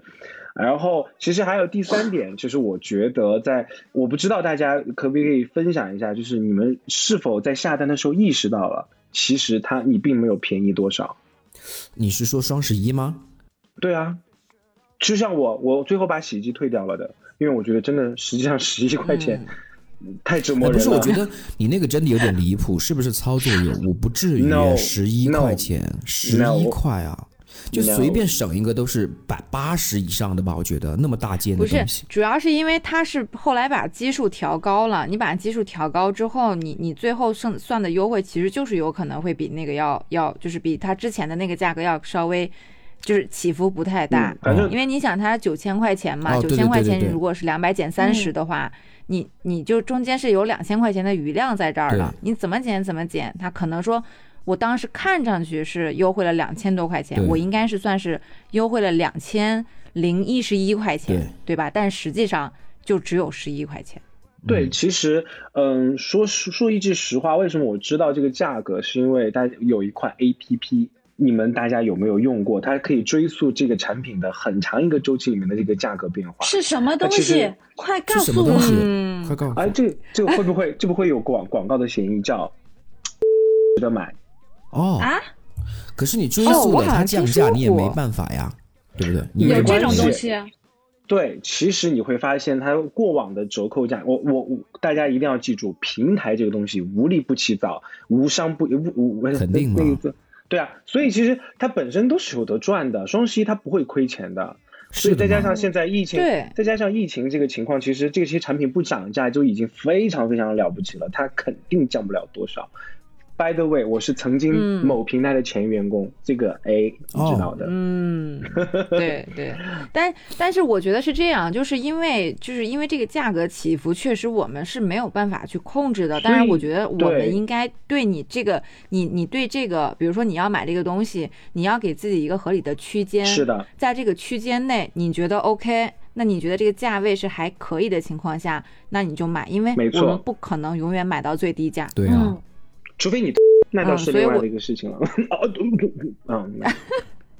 Speaker 2: 然后其实还有第三点，就是我觉得在我不知道大家可不可以分享一下，就是你们是否在下单的时候意识到了，其实它你并没有便宜多少。
Speaker 5: 你是说双十一吗？
Speaker 2: 对啊，就像我，我最后把洗衣机退掉了的，因为我觉得真的实际上十一块钱、太折磨
Speaker 5: 哎
Speaker 2: 人了。
Speaker 5: 不是，我觉得你那个真的有点离
Speaker 2: [laughs]
Speaker 5: 谱，是不是操作有误？不至于啊
Speaker 2: No，
Speaker 5: 十一
Speaker 2: no，
Speaker 5: 块钱，十
Speaker 2: no
Speaker 5: 一块啊，就随便省一个都是百八十以上的吧？我觉得那么大件
Speaker 4: 不
Speaker 5: 的
Speaker 4: 是
Speaker 5: 东西，，
Speaker 4: 主要是因为它是后来把基数调高了。你把基数调高之后，你你最后算算的优惠，其实就是有可能会比那个要要，就是比它之前的那个价格要稍微，就是起伏不太大。
Speaker 2: 嗯反正
Speaker 4: 因为你想，它是九千块钱嘛，
Speaker 5: 哦
Speaker 4: 九
Speaker 5: 对对
Speaker 4: 千、
Speaker 5: 对
Speaker 4: 块钱
Speaker 5: 对对
Speaker 4: 如果是两百减三十的话，你你就中间是有两千块钱的余量在这儿了
Speaker 5: 对，
Speaker 4: 你怎么减怎么减，它可能说。我当时看上去是优惠了两千多块钱
Speaker 5: 对，
Speaker 4: 我应该是算是优惠了两千零一十一块钱，
Speaker 5: 对
Speaker 4: 吧？但实际上就只有十一块钱。
Speaker 2: 对，
Speaker 5: 嗯
Speaker 2: 其实，嗯，说说说一句实话，为什么我知道这个价格，是因为大家有一款 A P P，你们大家有没有用过？它可以追溯这个产品的很长一个周期里面的这个价格变化。
Speaker 6: 是什么东
Speaker 2: 哎其
Speaker 6: 西
Speaker 2: 实？
Speaker 6: 快告
Speaker 5: 是什么
Speaker 6: 诉
Speaker 5: 东西
Speaker 6: 我！？
Speaker 5: 快告诉
Speaker 2: 哎，
Speaker 5: 我！
Speaker 2: 这这个会不会这不会有广广告的嫌疑？叫 [laughs] 值得买？
Speaker 5: 哦
Speaker 6: 啊，
Speaker 5: 可是你追
Speaker 4: 哦
Speaker 5: 溯
Speaker 4: 我
Speaker 5: 了，
Speaker 4: 好
Speaker 5: 它
Speaker 4: 像
Speaker 5: 降
Speaker 4: 听
Speaker 5: 价
Speaker 4: 说
Speaker 5: 你也没
Speaker 4: 过
Speaker 5: 办法呀，对不对？你
Speaker 6: 有
Speaker 5: 也
Speaker 6: 这种
Speaker 2: 关系
Speaker 6: 东西啊？
Speaker 2: 对，其实你会发现它过往的折扣价，我我我，大家一定要记住，平台这个东西无利不起早，无商不无无无
Speaker 5: 肯定嘛
Speaker 2: 那个字对啊，所以其实它本身都是有得赚的，双十一它不会亏钱的。所
Speaker 5: 是
Speaker 2: 以再
Speaker 5: 的
Speaker 2: 加
Speaker 5: 嘛。
Speaker 2: 上现在疫情，
Speaker 4: 对
Speaker 2: 再加上疫情这个情况，其实这些产品不涨价就已经非常非常了不起了，它肯定降不了多少。 By the way，我是曾经
Speaker 4: 嗯
Speaker 2: 某平台的前员工，这个 A 你知道的。
Speaker 4: 嗯，
Speaker 2: [laughs]
Speaker 4: 对对，但但是我觉得是这样，就是因为就是因为这个价格起伏，确实我们是没有办法去控制的。当然，
Speaker 2: 所以
Speaker 4: 我觉得我
Speaker 2: 对
Speaker 4: 们应该对你这个，你你对这个，比如说你要买这个东西，你要给自己一个合理的区间。
Speaker 2: 是的，
Speaker 4: 在这个区间内，你觉得 OK，那你觉得这个价位是还可以的情况下，那你就买，因为
Speaker 2: 没错
Speaker 4: 我们不可能永远买到最低价。
Speaker 5: 对
Speaker 6: 嗯
Speaker 5: 啊，
Speaker 2: 除非你，那倒是
Speaker 4: 嗯所以
Speaker 2: 另外
Speaker 4: 我
Speaker 2: 的一个事情了。 [laughs] 哦，对对
Speaker 4: [laughs]
Speaker 2: 对嗯。 [laughs]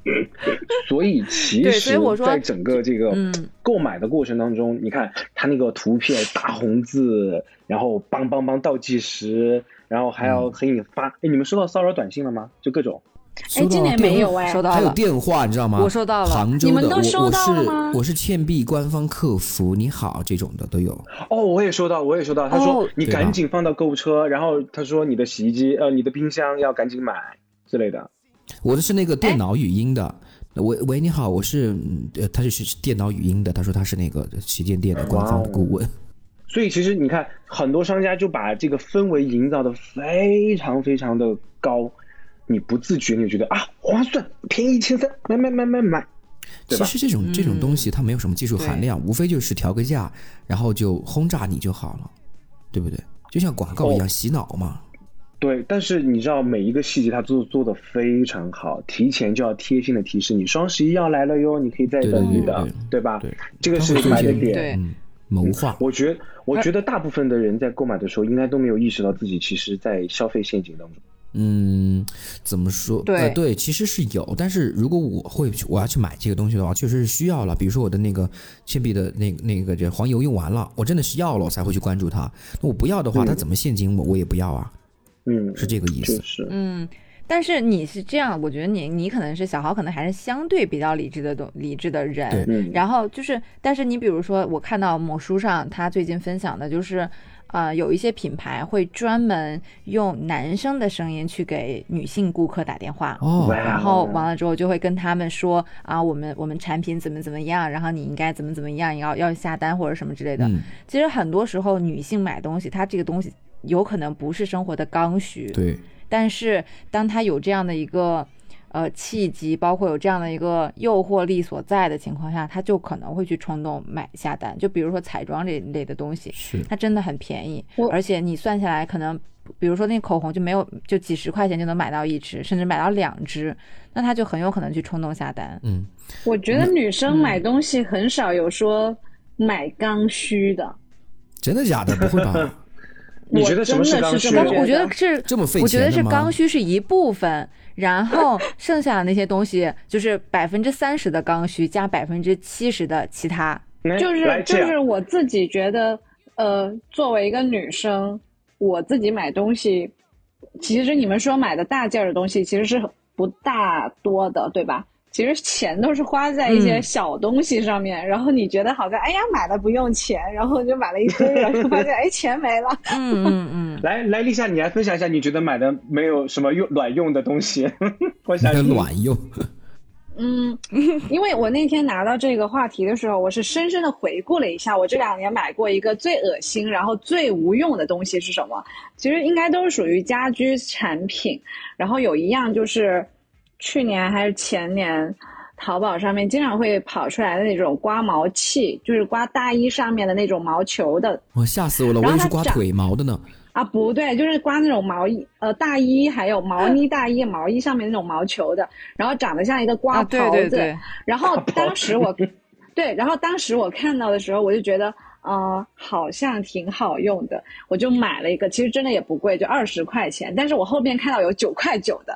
Speaker 2: 所以其
Speaker 4: 对所以
Speaker 2: 实
Speaker 4: 我，说
Speaker 2: 在整个这个
Speaker 4: 嗯
Speaker 2: 购买的过程当中，你看它那个图片大红字，然后梆梆梆倒计时，然后还要给你发。哎，你们收到骚扰短信了吗？就各种。
Speaker 5: 收到
Speaker 6: 今年
Speaker 5: 电
Speaker 6: 没有哎
Speaker 4: 收到
Speaker 5: 还有
Speaker 4: 了，
Speaker 5: 电话，你知道吗？
Speaker 4: 我收到了
Speaker 5: 杭州
Speaker 6: 你
Speaker 5: 的，
Speaker 6: 们都收到了吗
Speaker 5: 我我是我是倩碧官方客服，你好这种的都有。
Speaker 2: 哦，我也收到，我也收到。他说、
Speaker 4: 哦
Speaker 2: 你
Speaker 5: 对吧
Speaker 2: 赶紧放到购物车，然后他说你的洗衣机呃你的冰箱要赶紧买之类的。
Speaker 5: 我的是那个
Speaker 2: 哎
Speaker 5: 电脑语音的。喂喂，你好，我是嗯呃，他是是电脑语音的，他说他是那个呃旗舰店的官方的顾
Speaker 2: 哦
Speaker 5: 问，
Speaker 2: 所以其实你看，很多商家就把这个氛围营造的非常非常的高，你不自觉你就觉得啊划算，便宜一千三，买买买买买，对
Speaker 5: 其
Speaker 2: 吧？嗯
Speaker 5: 实这种这种东西它没有什么技术含量，无非就是调个价，然后就轰炸你就好了，对不对？就像广告一
Speaker 2: 哦
Speaker 5: 样洗脑嘛。
Speaker 2: 对，但是你知道每一个细节它做做的非常好，提前就要贴心的提示你双十一要来了哟，你可以再
Speaker 5: 对
Speaker 2: 等
Speaker 5: 对
Speaker 2: 你的
Speaker 5: 对，
Speaker 2: 对吧？
Speaker 5: 对
Speaker 2: 这个是
Speaker 5: 它会
Speaker 2: 买的
Speaker 5: 出现
Speaker 2: 点。
Speaker 4: 对
Speaker 5: 嗯，谋划。
Speaker 2: 我觉我觉得大部分的人在购买的时候，应该都没有意识到自己其实，在消费陷阱当中。
Speaker 5: 嗯，怎么说？呃，
Speaker 4: 对
Speaker 5: 对，其实是有，但是如果我会去，我要去买这个东西的话，确实是需要了。比如说我的那个倩碧的那那个这黄油用完了，我真的是要了，我才会去关注它。那我不要的话，
Speaker 2: 嗯
Speaker 5: 它怎么陷阱我，我也不要啊，
Speaker 2: 嗯，
Speaker 5: 是这个意
Speaker 2: 就
Speaker 5: 思。
Speaker 2: 是
Speaker 4: 嗯，但是你是这样，我觉得你你可能是小豪，可能还是相对比较理智的东理智的人。
Speaker 5: 对
Speaker 2: 嗯，
Speaker 4: 然后就是，但是你比如说，我看到某书上他最近分享的就是，呃，有一些品牌会专门用男生的声音去给女性顾客打电话。
Speaker 5: 哦，
Speaker 2: 哇
Speaker 4: 然后完了之后就会跟他们说啊，我们我们产品怎么怎么样，然后你应该怎么怎么样，要要下单或者什么之类的。
Speaker 5: 嗯，
Speaker 4: 其实很多时候女性买东西，她这个东西有可能不是生活的刚需，
Speaker 5: 对，
Speaker 4: 但是当他有这样的一个呃契机，包括有这样的一个诱惑力所在的情况下，他就可能会去冲动买下单。就比如说彩妆这一类的东西，
Speaker 5: 是
Speaker 4: 它真的很便宜
Speaker 6: 我，
Speaker 4: 而且你算下来可能。比如说那口红就没有，就几十块钱就能买到一支，甚至买到两支，那他就很有可能去冲动下单。
Speaker 5: 嗯，
Speaker 6: 我觉得女生买东西很少有说买刚需的，
Speaker 5: 真的假的？不会吧？
Speaker 2: 你觉得什么是刚需
Speaker 6: 我真
Speaker 4: 刚
Speaker 6: 的是这么
Speaker 4: 我觉得是
Speaker 5: 这么费
Speaker 4: 我觉得
Speaker 5: 钱的
Speaker 4: 是
Speaker 5: 吗
Speaker 4: 刚需是一部分，然后剩下的那些东西就是百分之三十的刚需加百分之七十的其他。
Speaker 2: 来
Speaker 6: 就是
Speaker 2: 哎来
Speaker 6: 就
Speaker 2: 这
Speaker 6: 是
Speaker 2: 样，
Speaker 6: 我自己觉得，呃，作为一个女生，我自己买东西，其实你们说买的大件儿的东西其实是不大多的，对吧？其实钱都是花在一些
Speaker 4: 嗯
Speaker 6: 小东西上面，然后你觉得好看，哎呀买了不用钱，然后就买了一堆，然后发现哎钱没了，
Speaker 4: 嗯嗯 [laughs] 嗯，
Speaker 2: 来来，丽夏，你来分享一下，你觉得买的没有什么用卵用的东西？ [laughs] 我想听
Speaker 5: 卵用，
Speaker 6: 嗯，因为我那天拿到这个话题的时候，我是深深的回顾了一下，我这两年买过一个最恶心，然后最无用的东西是什么？其实应该都是属于家居产品。然后有一样就是去年还是前年，淘宝上面经常会跑出来的那种刮毛器，就是刮大衣上面的那种毛球的
Speaker 5: 我吓死我了！我
Speaker 6: 然
Speaker 5: 以
Speaker 6: 后
Speaker 5: 为是
Speaker 6: 它
Speaker 5: 刮
Speaker 6: 长
Speaker 5: 腿毛的呢。
Speaker 6: 啊，不对，就是刮那种毛衣，呃，大衣还有毛呢大衣、毛衣上面那种毛球的，然后长得像一个刮
Speaker 4: 啊，对
Speaker 6: 袍子。
Speaker 4: 对
Speaker 6: [laughs]
Speaker 4: 对，
Speaker 6: 然后当时我， [laughs] 对，然后当时我看到的时候，我就觉得，呃，好像挺好用的，我就买了一个。其实真的也不贵，就二十块钱。但是我后面看到有九块九的，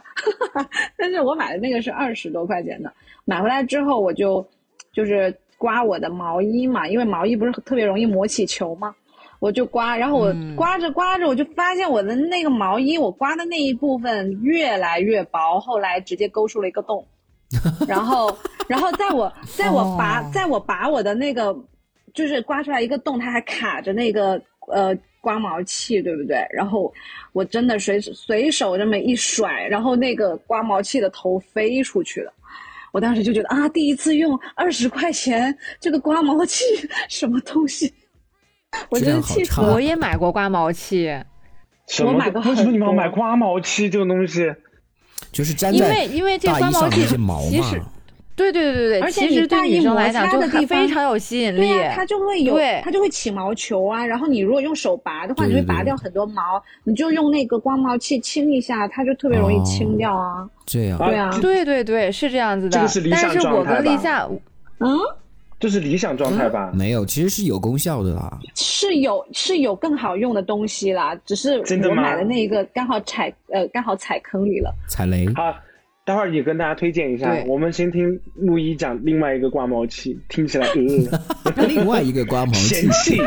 Speaker 6: [laughs] 但是我买的那个是二十多块钱的。买回来之后，我就就是刮我的毛衣嘛，因为毛衣不是特别容易磨起球吗？我就刮，然后我
Speaker 4: 嗯
Speaker 6: 刮着刮着，我就发现我的那个毛衣，我刮的那一部分越来越薄，后来直接勾出了一个洞。然后，然后在我在我拔
Speaker 4: 哦
Speaker 6: 在我拔我的那个，就是刮出来一个洞，它还卡着那个呃刮毛器，对不对？然后我真的随随手这么一甩，然后那个刮毛器的头飞出去了。我当时就觉得啊，第一次用二十块钱这个刮毛器什么东西，我 [laughs]
Speaker 5: 质
Speaker 6: 真
Speaker 5: 量
Speaker 6: 是
Speaker 5: 好
Speaker 6: 气死
Speaker 5: 差
Speaker 6: 了。
Speaker 4: 我也买过刮毛器，
Speaker 2: 什么
Speaker 6: 我买
Speaker 2: 的？
Speaker 6: 过
Speaker 2: 为什么你们要
Speaker 6: 很多
Speaker 2: 买刮毛器这种东西？
Speaker 5: 就是粘
Speaker 4: 因
Speaker 5: 在
Speaker 4: 为因为这个
Speaker 5: 大
Speaker 4: 刮
Speaker 5: 衣
Speaker 4: 毛
Speaker 5: 上的
Speaker 4: 器
Speaker 5: 那些毛
Speaker 4: 其
Speaker 5: 嘛。
Speaker 4: 实对对对对对，
Speaker 6: 而且
Speaker 4: 其
Speaker 6: 你
Speaker 4: 实
Speaker 6: 大
Speaker 4: 对
Speaker 6: 衣
Speaker 4: 女生
Speaker 6: 摩
Speaker 4: 来讲
Speaker 6: 擦
Speaker 4: 就
Speaker 6: 的
Speaker 4: 很
Speaker 6: 地
Speaker 4: 非
Speaker 6: 方
Speaker 4: 常有吸引
Speaker 6: 对
Speaker 4: 力，
Speaker 6: 呀、它就会有
Speaker 4: 对，
Speaker 6: 它就会起毛球啊。然后你如果用手拔的话，
Speaker 5: 对
Speaker 6: 你会
Speaker 5: 对
Speaker 6: 拔
Speaker 5: 对
Speaker 6: 掉很多毛，你就用那个刮毛器清一下，它就特别容易
Speaker 2: 哦
Speaker 6: 清掉啊。
Speaker 5: 这样，
Speaker 6: 对啊，
Speaker 4: 对对对，是这样子的。
Speaker 2: 这个是理想
Speaker 4: 但是
Speaker 2: 状
Speaker 4: 我
Speaker 2: 态
Speaker 4: 跟立
Speaker 2: 吧
Speaker 4: 夏，
Speaker 6: 嗯，
Speaker 2: 这是理想状态吧？
Speaker 5: 嗯没有，其实是有功效的啦。
Speaker 6: 是有是有更好用的东西啦，只是
Speaker 2: 真的
Speaker 6: 我
Speaker 2: 吗
Speaker 6: 买的那一个刚好踩呃刚好踩坑里了。
Speaker 5: 踩雷，
Speaker 2: 好，待会儿也跟大家推荐一下
Speaker 4: 对。
Speaker 2: 我们先听陆一讲另外一个刮毛器，听起来呃
Speaker 5: 另外一个刮 [laughs] 毛器
Speaker 2: [laughs] 嫌，弃。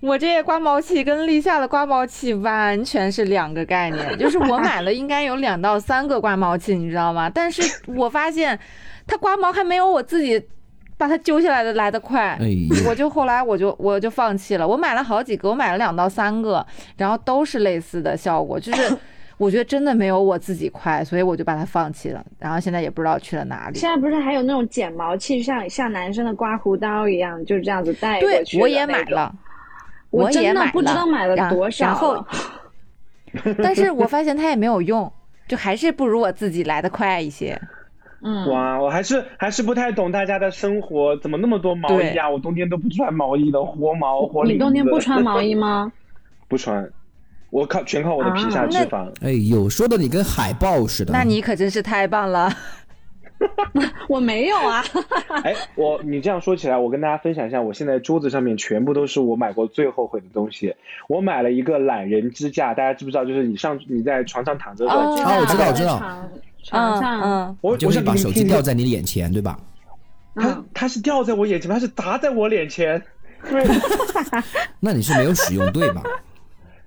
Speaker 4: 我这个刮毛器跟立夏的刮毛器完全是两个概念。就是我买了应该有两到三个刮毛器，你知道吗？但是我发现它刮毛还没有我自己把它揪下来的来得快。
Speaker 5: 哎呦，
Speaker 4: 我就后来我就我就放弃了，我买了好几个，我买了两到三个，然后都是类似的效果，就是 [coughs] 我觉得真的没有我自己快，所以我就把它放弃了，然后现在也不知道去了哪里。
Speaker 6: 现在不是还有那种剪毛器，像像男生的刮胡刀一样，就是这样子带过
Speaker 4: 对
Speaker 6: 去，的
Speaker 4: 我也
Speaker 6: 那
Speaker 4: 买
Speaker 6: 种。
Speaker 4: 了，
Speaker 6: 我
Speaker 4: 也
Speaker 6: 真的
Speaker 4: 买
Speaker 6: 不知
Speaker 4: [laughs]
Speaker 6: 道买了
Speaker 4: 然
Speaker 6: 多少
Speaker 4: 然后
Speaker 6: 了，
Speaker 4: 但是我发现它也没有用，就还是不如我自己来的快
Speaker 2: [laughs]
Speaker 4: 一些。
Speaker 6: 嗯，
Speaker 2: 哇，我还是还是不太懂大家的生活，怎么那么多毛衣啊？我冬天都不穿毛衣的，活毛活领
Speaker 6: 你
Speaker 2: 子。
Speaker 6: 冬天不穿毛
Speaker 2: [laughs]
Speaker 6: 衣吗？
Speaker 2: 不穿，我靠，全靠我的
Speaker 6: 啊
Speaker 2: 皮下脂肪。
Speaker 5: 哎呦，说的你跟海豹似的。
Speaker 4: 那你可真是太棒 [laughs] 了，
Speaker 6: 我没有啊，
Speaker 2: 哎，我你这样说起来，我跟大家分享一下，我现在桌子上面全部都是我买过最后悔的东西。我买了一个懒人支架，大家知不知道？就是你上你在床上躺着的时候，
Speaker 4: 哦
Speaker 5: 啊，我知道，我知
Speaker 6: 在
Speaker 5: 道，
Speaker 6: 床床
Speaker 4: 嗯
Speaker 6: 上，
Speaker 4: 嗯，
Speaker 2: 我
Speaker 5: 就
Speaker 2: 我
Speaker 5: 是
Speaker 2: 想给
Speaker 5: 把
Speaker 2: 你
Speaker 5: 手机
Speaker 2: 听听
Speaker 5: 吊在你的眼前，对吧？
Speaker 2: 它
Speaker 6: 嗯，
Speaker 2: 它是掉在我眼前，它是砸在我脸前。对
Speaker 5: 那你是没有使用对吧？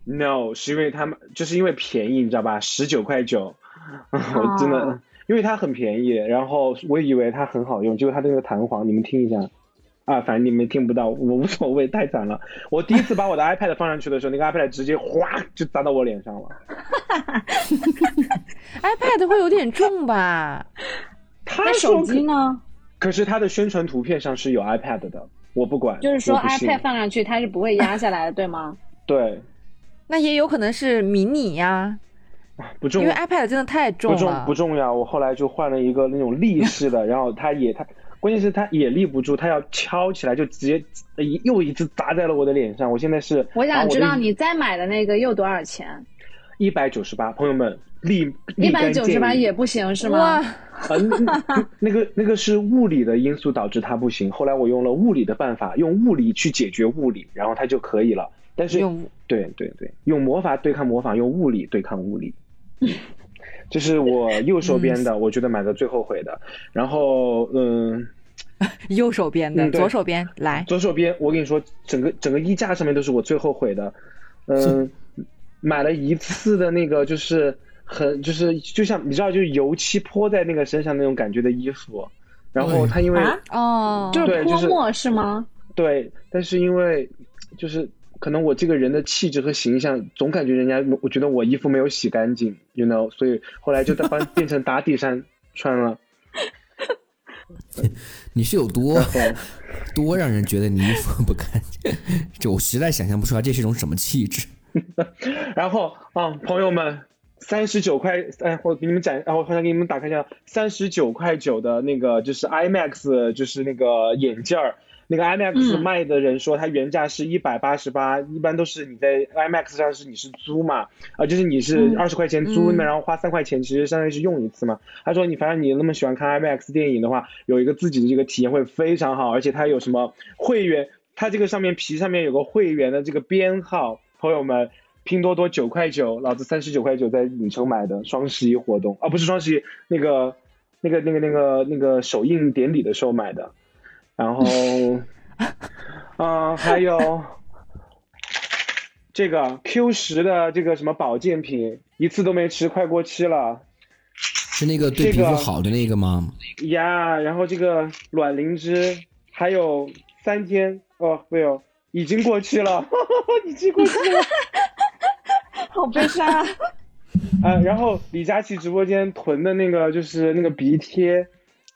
Speaker 2: ，no，是因为他们就是因为便宜，你知道吧？十九块九， [laughs] 我真的，
Speaker 6: 啊
Speaker 2: 因为它很便宜，然后我以为它很好用，结果它那个弹簧，你们听一下。啊，反正你们听不到，我无所谓，太惨了。我第一次把我的 iPad 放上去的时候，那个 iPad 直接哗就砸到我脸上了。
Speaker 4: iPad 会有点重吧？
Speaker 2: 他
Speaker 6: 那
Speaker 2: 说
Speaker 6: 手
Speaker 2: 可
Speaker 6: 机，呢？
Speaker 2: 可是它的宣传图片上是有 iPad 的，我不管，
Speaker 6: 就是说
Speaker 2: 我不信
Speaker 6: iPad 放上去它是不会
Speaker 2: [laughs]
Speaker 6: 压下来的，对吗？
Speaker 2: 对，
Speaker 4: 那也有可能是迷你呀、
Speaker 2: 不重
Speaker 4: 因为
Speaker 2: 要。
Speaker 4: iPad 真的太重
Speaker 2: 不
Speaker 4: 了。
Speaker 2: 重不重要，我后来就换了一个那种立式
Speaker 6: [laughs]
Speaker 2: 的，然后它也它关键是它也立不住，它要敲起来就直接呃一又一次砸在了我的脸啊上。我现在是
Speaker 6: 我想知道你再买的那个又多少钱？
Speaker 2: 一百九十八，朋友们立
Speaker 6: 一百九十八也
Speaker 2: 啊
Speaker 6: 不行是
Speaker 4: 哇
Speaker 6: 吗？，
Speaker 2: 呃那那那个那个是物理的因素导致它不行，后来我用了物理的办法，用物理去解决物理，然后它就可以了。但是
Speaker 4: 用
Speaker 2: 对对对，用魔法对抗魔法，用物理对抗物理。嗯这是我右手边的，我觉得买的最后悔的。然后，嗯，
Speaker 4: 右手边的，
Speaker 2: 嗯对
Speaker 4: 左手边来。
Speaker 2: 左手边，我跟你说，整个整个衣架上面都是我最后悔的。嗯，买了一次的那个，就是很就是就像你知道，就是油漆泼在那个身上那种感觉的衣服。然后
Speaker 5: 哎
Speaker 2: 它因为、
Speaker 6: 啊
Speaker 4: 哦，
Speaker 6: 就是
Speaker 2: 对就
Speaker 6: 泼
Speaker 2: 是
Speaker 6: 墨是吗？
Speaker 2: 对，但是因为就是可能我这个人的气质和形象，总感觉人家我觉得我衣服没有洗干净，you know，所以后来就当 [laughs] 变成打底衫穿了。
Speaker 5: 你是有
Speaker 2: [laughs]
Speaker 5: 多多让人觉得你衣服不干净？ [laughs] 这我实在想象不出来，这是一种什么气质？
Speaker 2: 然后啊、朋友们，三十九块，哎，我给你们讲，啊，我好想给你们打开一下，三十九块九的那个就是 IMAX，就是那个眼镜儿。那个 IMAX
Speaker 6: 嗯
Speaker 2: 卖的人说，它原价是一百八十八，一般都是你在 IMAX 上是你是租嘛，啊、就是你是二十块钱租嘛，然后花三块钱，其实相当于是用一次嘛。他说你反正你那么喜欢看 IMAX 电影的话，有一个自己的这个体验会非常好，而且它有什么会员，它这个上面皮上面有个会员的这个编号，朋友们。拼多多九块九，老子三十九块九在影城买的双十一活动啊，不是双十一，那个 [laughs] 那个那个那个那个首映典礼的时候买的，然后，啊、还有这个 Q 十的这个什么保健品，一次都没吃，快过期了
Speaker 5: 是那个对皮肤好的那个吗？
Speaker 2: 呀。然后这个卵磷脂还有三天哦，没有，已经过期了， [laughs] 已经过期了。
Speaker 6: 好悲伤 [laughs] 啊！
Speaker 2: 啊，然后李佳琦直播间囤的那个就是那个鼻贴，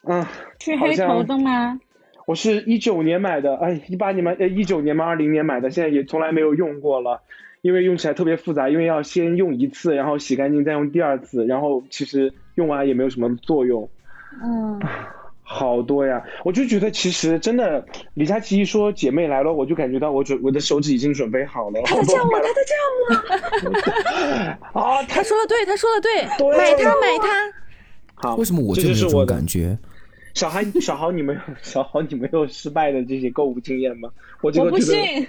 Speaker 2: 嗯，
Speaker 6: 去
Speaker 2: 好
Speaker 6: 黑
Speaker 2: 像
Speaker 6: 头的吗？
Speaker 2: 我是一九年买的，哎，一八年买，呃，一九年嘛，二零年买的，现在也从来没有用过了。因为用起来特别复杂，因为要先用一次，然后洗干净再用第二次，然后其实用完也没有什么作用。
Speaker 6: 嗯，
Speaker 2: 好多呀！我就觉得其实真的，李佳琦一说姐妹来了，我就感觉到我准我的手指已经准备好了。
Speaker 6: 他在叫
Speaker 2: [laughs]
Speaker 6: 我，他在叫我。
Speaker 2: 啊，他
Speaker 8: 他说的对，他说的对，
Speaker 2: 对
Speaker 8: 买它买它。
Speaker 2: 好，
Speaker 5: [laughs] 为什么我
Speaker 2: 啊这
Speaker 5: 就
Speaker 2: 就
Speaker 5: 没有
Speaker 2: 是
Speaker 5: 这
Speaker 2: 我
Speaker 5: 种
Speaker 2: 的
Speaker 5: 感觉？
Speaker 2: 小孩，小豪，你没有 [laughs] 小豪，你没有失败的这些购物经验吗？我这
Speaker 6: 我
Speaker 2: 个
Speaker 6: 不
Speaker 2: 觉得
Speaker 6: 信，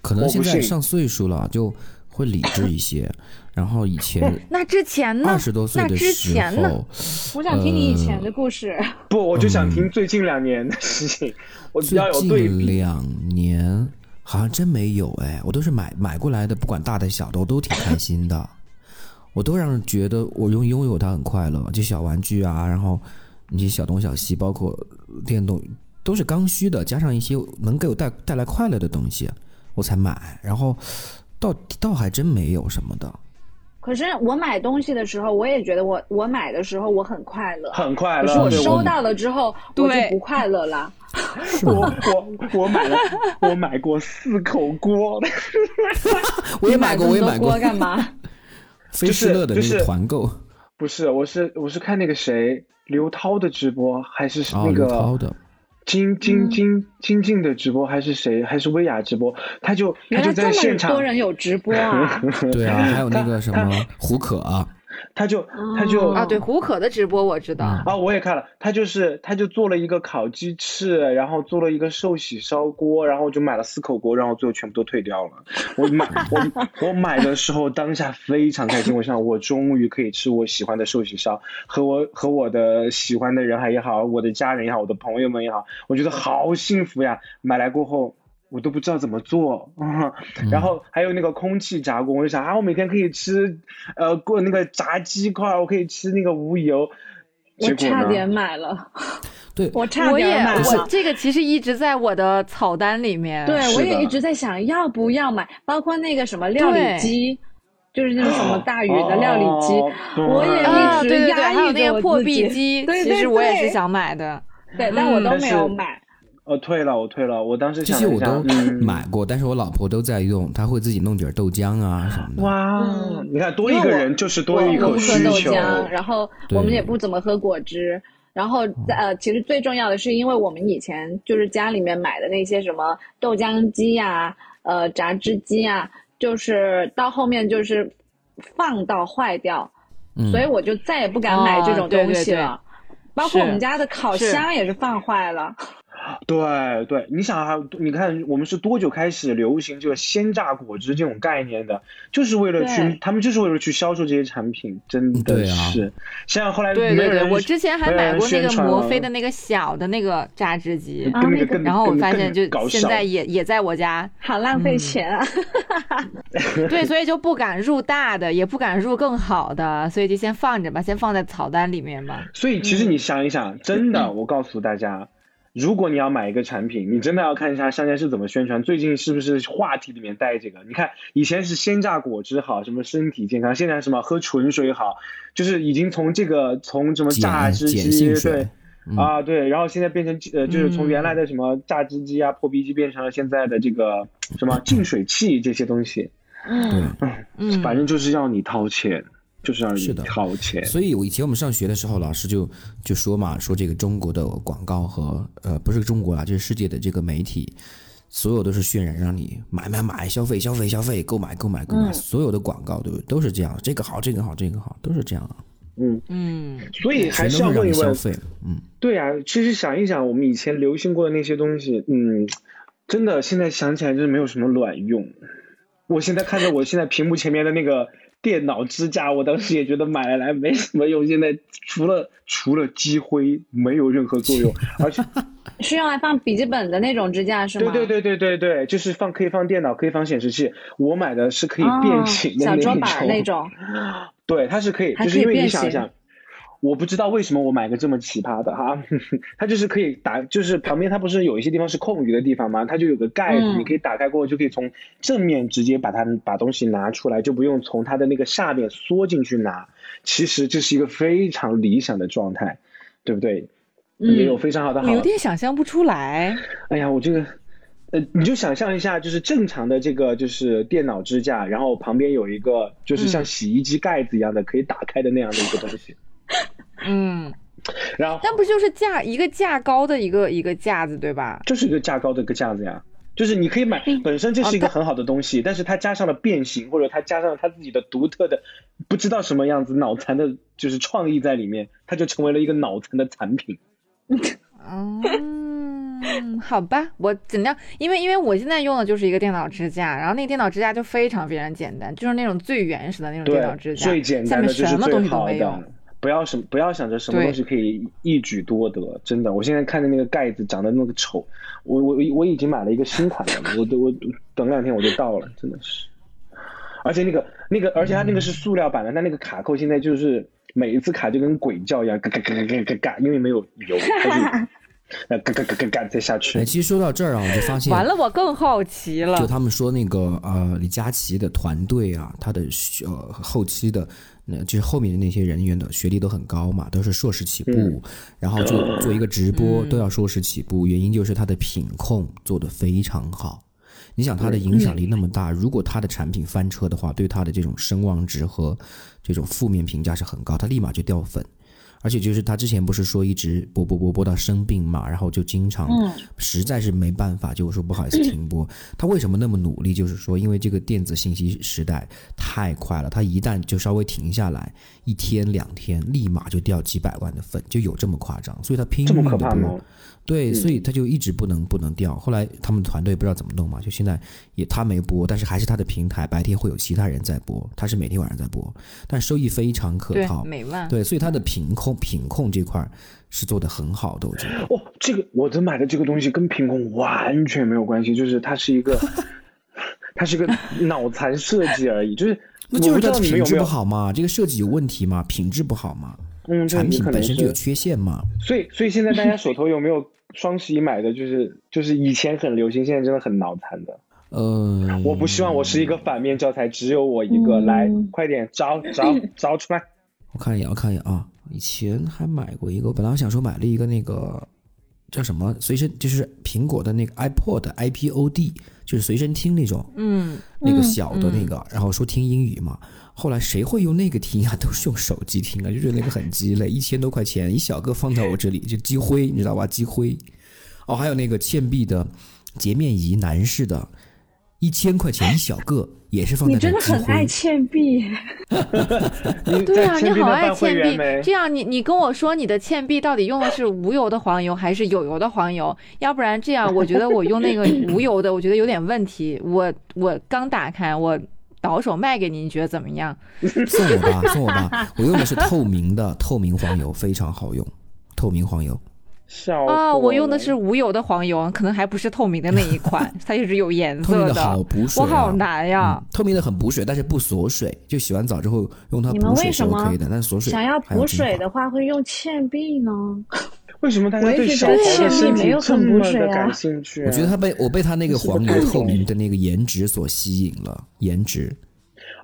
Speaker 5: 可能
Speaker 2: 我不
Speaker 5: 现在
Speaker 2: 信
Speaker 5: 上岁数了，就会理智一些。然后以前
Speaker 8: 那之前呢？
Speaker 5: 二十多岁
Speaker 8: 那
Speaker 5: 的
Speaker 8: 之
Speaker 5: 时
Speaker 8: 前呢？
Speaker 5: 候，
Speaker 6: 我想听你以前的故事。
Speaker 2: 不，我就想听最近两年的事
Speaker 5: [laughs]
Speaker 2: 情，我比
Speaker 5: 嗯最
Speaker 2: 较有对
Speaker 5: 近
Speaker 2: 比。
Speaker 5: 两年好像真没有哎，我都是买买过来的，不管大的小的，我都挺开心的，我都让人觉得我拥拥有它很快乐。就小玩具啊，然后那些小东小西，包括电动，都是刚需的，加上一些能给我带带来快乐的东西，我才买。然后倒倒还真没有什么的。
Speaker 6: 可是我买东西的时候，我也觉得我我买的时候我很快乐，
Speaker 2: 很快
Speaker 6: 可
Speaker 2: 乐，
Speaker 6: 是我
Speaker 2: 对
Speaker 6: 收到了之后我就
Speaker 8: 对
Speaker 6: 不快乐了。
Speaker 2: 我我我 [laughs] 买了，我买过四口锅，
Speaker 5: 我也买过，我也
Speaker 6: 你
Speaker 5: 买
Speaker 6: 这么多
Speaker 5: 过
Speaker 6: 锅，
Speaker 5: [laughs]
Speaker 6: 干 [laughs] 嘛？
Speaker 5: 菲士乐
Speaker 2: 就
Speaker 5: 的那
Speaker 2: 是
Speaker 5: 个团购，
Speaker 2: 不是，我是我是看那个谁刘涛的直播，还是是
Speaker 5: 哦，
Speaker 2: 那
Speaker 5: 刘涛
Speaker 2: 个
Speaker 5: 的，
Speaker 2: 金金
Speaker 6: 嗯
Speaker 2: 金金靖的直播，还是谁，还是薇娅直播，他就他
Speaker 6: 原来
Speaker 2: 就
Speaker 6: 这
Speaker 2: 在现
Speaker 6: 么
Speaker 2: 场
Speaker 6: 多，人有直播
Speaker 2: [laughs]
Speaker 6: 啊！
Speaker 5: 对啊，
Speaker 2: 嗯
Speaker 5: 还有那个什么胡可啊，
Speaker 2: 他就他
Speaker 6: 哦
Speaker 2: 就
Speaker 4: 啊，对，胡可的直播我知道，
Speaker 6: 嗯
Speaker 2: 啊，我也看了，他就是他就做了一个烤鸡翅，然后做了一个寿喜烧锅，然后就买了四口锅，然后最后全部都退掉了。我买我我买的时候当下非常开心，我想我终于可以吃我喜欢的寿喜烧，和我和我的喜欢的人还也好，我的家人也好，我的朋友们也好，我觉得好幸福呀！买来过后。我都不知道怎么做， [laughs] 然后还有那个空气炸锅，我就想啊，我每天可以吃，呃，过那个炸鸡块，我可以吃那个无油，
Speaker 6: 我
Speaker 2: 结果
Speaker 6: 差
Speaker 2: 呢
Speaker 6: 点买了，
Speaker 5: 对，
Speaker 6: 我差
Speaker 4: 我
Speaker 6: 点
Speaker 4: 也
Speaker 6: 买
Speaker 4: 我
Speaker 6: 了。
Speaker 4: 这个其实一直在我的草单里面。
Speaker 6: 对，
Speaker 2: 是
Speaker 6: 我
Speaker 2: 的
Speaker 6: 也一直在想要不要买，包括那个什么料理
Speaker 4: 对
Speaker 6: 机，就是那种什么大宇的料理机，
Speaker 2: 哦
Speaker 6: 我也
Speaker 4: 啊，
Speaker 6: 一
Speaker 4: 对
Speaker 6: 直
Speaker 4: 对对，
Speaker 6: 压抑
Speaker 4: 还有那
Speaker 6: 着
Speaker 4: 个
Speaker 6: 我
Speaker 4: 破
Speaker 6: 自己
Speaker 4: 壁机，
Speaker 6: 对
Speaker 4: 其
Speaker 6: 对
Speaker 4: 实我也
Speaker 6: 对嗯
Speaker 4: 是想买的。
Speaker 6: 对，但我都
Speaker 2: 但
Speaker 6: 没有
Speaker 2: 是
Speaker 6: 买。
Speaker 2: 呃，退了，我退了，我当时
Speaker 5: 这
Speaker 2: 想
Speaker 5: 些
Speaker 2: 了
Speaker 5: 我
Speaker 2: 一下
Speaker 5: 都
Speaker 2: 嗯
Speaker 5: 买过，但是我老婆都在用，她会自己弄点豆浆啊什么的。
Speaker 2: 哇，
Speaker 4: 嗯
Speaker 2: 你看多一
Speaker 6: 因
Speaker 2: 个
Speaker 6: 为我
Speaker 2: 人就是多一
Speaker 6: 我我
Speaker 2: 个
Speaker 6: 不喝
Speaker 2: 需
Speaker 6: 豆
Speaker 2: 求，
Speaker 6: 浆，然后
Speaker 5: 对
Speaker 6: 我们也不怎么喝果汁。然后在呃，其实最重要的是，因为我们以前就是家里面买的那些什么豆浆机呀、呃榨汁机啊，就是到后面就是放到坏掉，
Speaker 5: 嗯
Speaker 6: 所以我就再也不敢买这种
Speaker 4: 哦对
Speaker 6: 东西
Speaker 4: 对对
Speaker 6: 了。包括我
Speaker 4: 是
Speaker 6: 们家的烤
Speaker 4: 是
Speaker 6: 箱也是放坏了，
Speaker 2: 对对，你想啊，你看我们是多久开始流行这个鲜榨果汁这种概念的，就是为了去
Speaker 6: 对，
Speaker 2: 他们就是为了去销售这些产品，真的
Speaker 5: 对啊
Speaker 2: 是，想想后来
Speaker 4: 对
Speaker 2: 没
Speaker 4: 对
Speaker 2: 有
Speaker 4: 对，
Speaker 2: 人
Speaker 4: 我之前还
Speaker 2: 没有
Speaker 4: 买
Speaker 2: 人
Speaker 4: 过那
Speaker 2: 宣
Speaker 4: 个
Speaker 2: 传
Speaker 4: 摩
Speaker 2: 了
Speaker 4: 飞的那个小的那个榨汁机，
Speaker 6: 嗯
Speaker 2: 跟那个更
Speaker 4: 然后我
Speaker 2: 更
Speaker 4: 发现就
Speaker 2: 更搞
Speaker 4: 现
Speaker 2: 笑
Speaker 4: 在也也在我家，
Speaker 6: 好浪费钱啊！
Speaker 4: [laughs] 对，所以就不敢入大的，也不敢入更好的，所以就先放着吧，先放在草单里面吧。
Speaker 2: 所以其
Speaker 5: 嗯
Speaker 2: 实你想一想，真的，我告诉大家，如果你要买一个产品，你真的要看一下商家是怎么宣传，最近是不是话题里面带这个？你看以前是鲜榨果汁好，什么身体健康，现在什么喝纯水好，就是已经从这个从什么榨
Speaker 5: 碱
Speaker 2: 汁
Speaker 5: 碱
Speaker 2: 机
Speaker 5: 性
Speaker 2: 对
Speaker 5: 水。，嗯
Speaker 2: 啊，对，然后现在变成呃，就是从原来的什么榨汁机啊、破壁机变成了现在的这个什么净水器这些东西，
Speaker 5: 对，
Speaker 4: 嗯，
Speaker 2: 反正就是要你掏钱，就是让你
Speaker 5: 是的
Speaker 2: 掏钱。
Speaker 5: 所以我以前我们上学的时候，老师就就说嘛，说这个中国的广告和呃不是中国啦，就是世界的这个媒体，所有都是渲染让你买买买，消费消费消费，购买购买购买，所有的广告对不对？都是这样，这个好这个好这个好，都是这样啊，
Speaker 4: 嗯，
Speaker 2: 所以还
Speaker 5: 全
Speaker 2: 是
Speaker 5: 都
Speaker 2: 要
Speaker 5: 会让
Speaker 2: 问一
Speaker 5: 你消
Speaker 2: 问，
Speaker 5: 费，嗯，
Speaker 2: 对呀、其实想一想，我们以前流行过的那些东西，嗯，真的现在想起来真的没有什么卵用。我现在看着我现在屏幕前面的那个电脑支架，我当时也觉得买来没什么用，现在除了除了积灰没有任何作
Speaker 6: [laughs]
Speaker 2: 用，而且
Speaker 6: 是用来放笔记本的那种支架是
Speaker 2: 对
Speaker 6: 吗？
Speaker 2: 对对对对对，就是放可以放电脑，可以放显示器，我买的是可以变形的
Speaker 6: 哦、小
Speaker 2: 那
Speaker 6: 桌
Speaker 2: 种，
Speaker 6: 板儿那种，
Speaker 2: 对，它是可以，
Speaker 6: 还
Speaker 2: 就是
Speaker 6: 可以
Speaker 2: 因为你
Speaker 6: 变
Speaker 2: 想一
Speaker 6: 形
Speaker 2: 想，我不知道为什么我买个这么奇葩的哈， [laughs] 它就是可以打，就是旁边它不是有一些地方是空余的地方吗？它就有个盖子，你
Speaker 6: 嗯
Speaker 2: 可以打开过后就可以从正面直接把它把东西拿出来，就不用从它的那个下面缩进去拿。其实这是一个非常理想的状态，
Speaker 6: 嗯
Speaker 2: 对不对？也有非常好的
Speaker 4: 我
Speaker 2: 好。
Speaker 4: 有点想象不出来。
Speaker 2: 哎呀，我这个呃，你就想象一下，就是正常的这个就是电脑支架，然后旁边有一个就是像洗衣机盖子一样的、可以打开的那样的一个东西，
Speaker 4: 嗯，
Speaker 2: 然后
Speaker 4: 但不就是架一个架高的一个一个架子对吧？
Speaker 2: 就是一个架高的一个架子呀。就是你可以买，本身这是一个很好的东西，但是它加上了变形，或者它加上了它自己的独特的，不知道什么样子脑残的，就是创意在里面，它就成为了一个脑残的产品。
Speaker 4: 嗯，好吧，我尽量，因为因为我现在用的就是一个电脑支架，然后那个电脑支架就非常非常简单，就是那种最原始的那种电脑支
Speaker 2: 对，
Speaker 4: 架，
Speaker 2: 最简单的就
Speaker 4: 下面
Speaker 2: 是
Speaker 4: 什么东
Speaker 2: 最
Speaker 4: 西都
Speaker 2: 好
Speaker 4: 没有
Speaker 2: 的。。不要什么，不要想着什么
Speaker 4: 对
Speaker 2: 东西可以一举多得，真的。我现在看着那个盖子长得那个丑，我我我已经买了一个新款的了，我都我等两天我就到了，真的是。而且那个那个，而且它那个是塑料版的，它那个卡扣现在就是每一次卡就跟鬼叫一样，嘎嘎嘎嘎嘎嘎嘎，因为没有油，它就呃嘎嘎嘎嘎嘎再下
Speaker 5: 哎，
Speaker 2: 去。
Speaker 5: 其实说到这儿啊，我就发现
Speaker 4: 完了，我更好奇了
Speaker 5: 就。他们说那个呃，李佳琦的团队啊，他的学呃后期的，那就是后面的那些人员的学历都很高嘛，都是硕士起步，
Speaker 2: 嗯
Speaker 5: 然后就做一个直播、都要硕士起步，原因就是他的品控做得非常好。你想他的影响力那么大，如果他的产品翻车的话，对他的这种声望值和这种负面评价是很高，他立马就掉粉。而且就是他之前不是说一直播播播播到生病嘛，然后就经常实在是没办法，就说不好意思停播。他为什么那么努力？就是说，因为这个电子信息时代太快了，他一旦就稍微停下来一天两天，立马就掉几百万的粉，就有这么夸张。所以他拼
Speaker 2: 这
Speaker 5: 命
Speaker 2: 么
Speaker 5: 的
Speaker 2: 可怕
Speaker 5: 播
Speaker 2: 吗，？嗯
Speaker 5: 对，所以他就一直不能不能掉。后来他们团队不知道怎么弄嘛，就现在也他没播，但是还是他的平台白天会有其他人在播，他是每天晚上在播，但收益非常可
Speaker 4: 对
Speaker 5: 靠，。
Speaker 4: 美万，
Speaker 5: 对，所以它的品控品控这块儿是做的很好的，我觉得。
Speaker 2: 哦，这个我的买的这个东西跟品控完全没有关系，就是它是一个，它是一个脑残设计而已，就是
Speaker 5: 那就
Speaker 2: 我不
Speaker 5: 是
Speaker 2: 知
Speaker 5: 它
Speaker 2: 道
Speaker 5: 的
Speaker 2: 你们
Speaker 5: 品
Speaker 2: 有没
Speaker 5: 质不
Speaker 2: 有，
Speaker 5: 好嘛，这个设计有问题嘛，品质不好嘛，
Speaker 2: 嗯，对
Speaker 5: 产
Speaker 2: 也
Speaker 5: 品
Speaker 2: 可能
Speaker 5: 本身就有
Speaker 2: 是，
Speaker 5: 缺陷嘛。
Speaker 2: 所以所以现在大家手头有没有双十一买的，就是就是以前很流行，现在真的很脑残的。
Speaker 5: 呃，
Speaker 2: 我不希望我是一个反面教材，只有我一个，来快点招招招出来。
Speaker 5: 我看一眼，我看一眼啊，以前还买过一个，我本来想说买了一个那个叫什么随身，就是苹果的那个 iPod iPod，就是随身听那种，
Speaker 4: 嗯，
Speaker 5: 那个小的
Speaker 6: 嗯
Speaker 5: 那个，然后说听英语嘛。后来谁会用那个听啊？ [laughs] 都是用手机听啊，就觉得那个很鸡肋，一千多块钱一小个放到我这里就积灰，你知道吧？积灰。哦，还有那个倩碧的洁面仪，男士的，一千块钱一小个，也是放
Speaker 6: 你
Speaker 5: 在那
Speaker 6: 真的
Speaker 5: 积
Speaker 6: 很爱
Speaker 5: 灰。
Speaker 6: 倩碧，
Speaker 2: 你 [laughs]
Speaker 4: 对
Speaker 2: 在
Speaker 4: 啊，你
Speaker 2: 倩碧那
Speaker 4: 好爱
Speaker 2: 办会
Speaker 4: 倩
Speaker 2: 员
Speaker 4: 碧
Speaker 2: 没，？
Speaker 4: 这样你你跟我说你的倩碧到底用的是无油的黄油还是有油的黄油？要不然这样，我觉得我用
Speaker 2: [laughs]
Speaker 4: 那个无油的，我觉得有点问题。我我刚打开，我倒手卖给你，你觉得怎么样？
Speaker 5: 送我吧，
Speaker 6: [laughs]
Speaker 5: 送我吧，我用的是透明的透明黄油，非常好用，透明黄油。
Speaker 2: 笑
Speaker 4: 啊，
Speaker 2: 死
Speaker 4: 我用的
Speaker 2: 了
Speaker 4: 是无油的黄油，可能还不是透明的那一
Speaker 2: [laughs]
Speaker 4: 款，它就是有颜
Speaker 5: 透明
Speaker 4: 色
Speaker 5: 的好补水、
Speaker 4: 我
Speaker 5: 啊，
Speaker 4: 好难呀
Speaker 5: 嗯！透明的很补水，但是不锁水，就洗完澡之后用它
Speaker 6: 你们
Speaker 5: 补水
Speaker 6: 为
Speaker 5: 是
Speaker 6: 什么
Speaker 5: OK 的，但是锁水
Speaker 6: 想要
Speaker 5: 还有
Speaker 6: 补
Speaker 5: 精
Speaker 6: 水
Speaker 5: 华
Speaker 6: 的话会用倩碧呢？
Speaker 2: 为什么大家
Speaker 6: 我也
Speaker 2: 对
Speaker 6: 是
Speaker 2: 小
Speaker 6: 觉得
Speaker 2: 桃的
Speaker 6: 倩碧
Speaker 2: 身体
Speaker 6: 没有
Speaker 2: 这
Speaker 6: 很补
Speaker 2: 么
Speaker 6: 水
Speaker 2: 的
Speaker 6: 啊
Speaker 2: 感兴趣啊？
Speaker 5: 我觉得他被我被他那个
Speaker 2: 这是个
Speaker 5: 黄
Speaker 2: 太
Speaker 5: 油透
Speaker 2: 懂
Speaker 5: 明的那个颜值所吸引了，颜值。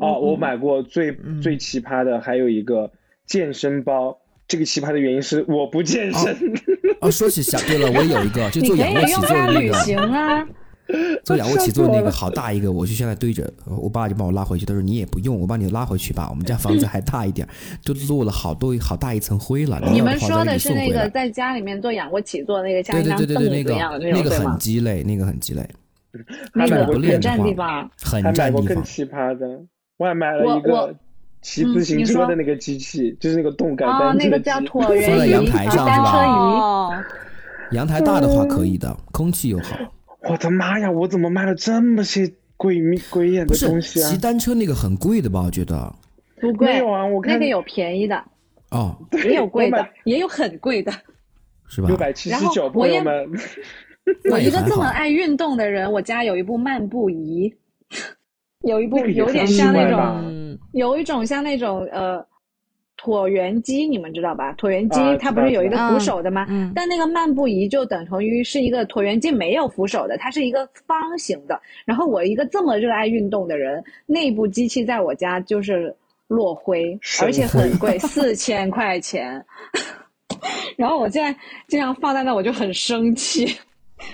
Speaker 2: 哦，
Speaker 5: 嗯
Speaker 2: 我买过最、最奇葩的还有一个健身包。这个奇葩的原因是我不健身，
Speaker 5: 哦，说起想对了，我有一个，就
Speaker 6: 你
Speaker 5: 做
Speaker 6: 可
Speaker 5: 仰
Speaker 6: 以
Speaker 5: 卧起
Speaker 6: 用
Speaker 5: 坐
Speaker 6: 它
Speaker 5: 的那
Speaker 6: 旅
Speaker 5: 个，
Speaker 6: 行啊，
Speaker 5: 做仰卧起坐的
Speaker 2: [laughs]
Speaker 5: 那个好大一个，我就现在堆着，我爸就把我拉回去，他说你也不用，我把你拉回去吧，我们家房子还大一点儿，都落了好多好大一层灰了。
Speaker 6: 你
Speaker 5: 要
Speaker 6: 们
Speaker 5: 的话
Speaker 6: 说
Speaker 5: 再给
Speaker 6: 的
Speaker 5: 你
Speaker 6: 是
Speaker 5: 送
Speaker 6: 那
Speaker 5: 回
Speaker 6: 个
Speaker 5: 来
Speaker 6: 在家里面做仰卧起坐那个，像
Speaker 5: 对
Speaker 6: 一
Speaker 5: 对
Speaker 6: 张
Speaker 5: 对对
Speaker 6: 凳
Speaker 5: 对，那
Speaker 6: 子一
Speaker 5: 个
Speaker 6: 样的
Speaker 5: 那
Speaker 6: 种，
Speaker 5: 个
Speaker 6: 对
Speaker 5: 很
Speaker 6: 吗？
Speaker 5: 鸡肋，那个很鸡肋，
Speaker 2: 还买
Speaker 6: 那个
Speaker 2: 过
Speaker 5: 站不
Speaker 2: 更
Speaker 5: 练
Speaker 6: 很
Speaker 5: 的
Speaker 6: 占地
Speaker 5: 话，
Speaker 6: 方。
Speaker 2: 还
Speaker 5: 很
Speaker 2: 买
Speaker 5: 占
Speaker 2: 过
Speaker 5: 地
Speaker 2: 更
Speaker 5: 方。
Speaker 2: 奇葩的，我还买了一
Speaker 6: 我
Speaker 2: 个
Speaker 6: 我
Speaker 2: 骑自行
Speaker 6: 嗯你
Speaker 2: 车
Speaker 6: 说
Speaker 2: 的那个机器，就是那个动感
Speaker 6: 哦，
Speaker 2: 单车
Speaker 6: 那
Speaker 2: 机。
Speaker 6: 个叫椭
Speaker 5: 放在
Speaker 6: 圆
Speaker 5: 阳
Speaker 6: 仪、
Speaker 5: 台
Speaker 6: 和
Speaker 5: 上
Speaker 6: 单
Speaker 5: 是
Speaker 6: 车
Speaker 4: 哦，
Speaker 5: 阳台大的话可以的，空气又
Speaker 2: 嗯
Speaker 5: 好。
Speaker 2: 我的妈呀！我怎么卖了这么些鬼迷鬼眼
Speaker 5: 不
Speaker 2: 的
Speaker 5: 是
Speaker 2: 东西啊
Speaker 5: 骑？单车那个很贵的吧？我觉得。
Speaker 6: 椅，不
Speaker 2: 没
Speaker 6: 贵
Speaker 2: 有，啊，我
Speaker 6: 那
Speaker 2: 看
Speaker 6: 个有便宜的，
Speaker 5: 哦，
Speaker 6: 也有贵
Speaker 2: 我
Speaker 6: 的
Speaker 2: 买，
Speaker 6: 也有很贵的。
Speaker 5: 是吧
Speaker 2: 六？百七
Speaker 6: 然
Speaker 2: 十
Speaker 6: 后
Speaker 2: 九，
Speaker 6: 我
Speaker 2: 朋友
Speaker 6: 也
Speaker 5: [laughs]
Speaker 2: 们，
Speaker 5: 那
Speaker 6: 我
Speaker 5: 也
Speaker 6: 一个
Speaker 5: 很
Speaker 6: 这么
Speaker 5: 好
Speaker 6: 爱运动的人，我家有一部漫步仪，有一部
Speaker 2: 那个也
Speaker 6: 有点
Speaker 2: 很
Speaker 6: 像
Speaker 2: 意
Speaker 6: 那
Speaker 2: 外吧
Speaker 6: 种，
Speaker 4: 嗯，
Speaker 6: 有一种像那种呃椭圆机，你们知道吧？椭圆机
Speaker 2: 啊
Speaker 6: 它
Speaker 2: 知
Speaker 6: 不
Speaker 2: 道
Speaker 6: 是有
Speaker 2: 知
Speaker 6: 一个
Speaker 4: 道
Speaker 6: 扶手的吗？
Speaker 4: 嗯
Speaker 6: 但那个漫步仪就等同于是一个椭圆机没有扶手的，它是一个方形的。然后我一个这么热爱运动的人，那部机器在我家就是落灰，
Speaker 2: 神
Speaker 6: 而且很贵，四千 [laughs] 块钱。然后我现在经常放在那，我就很生气。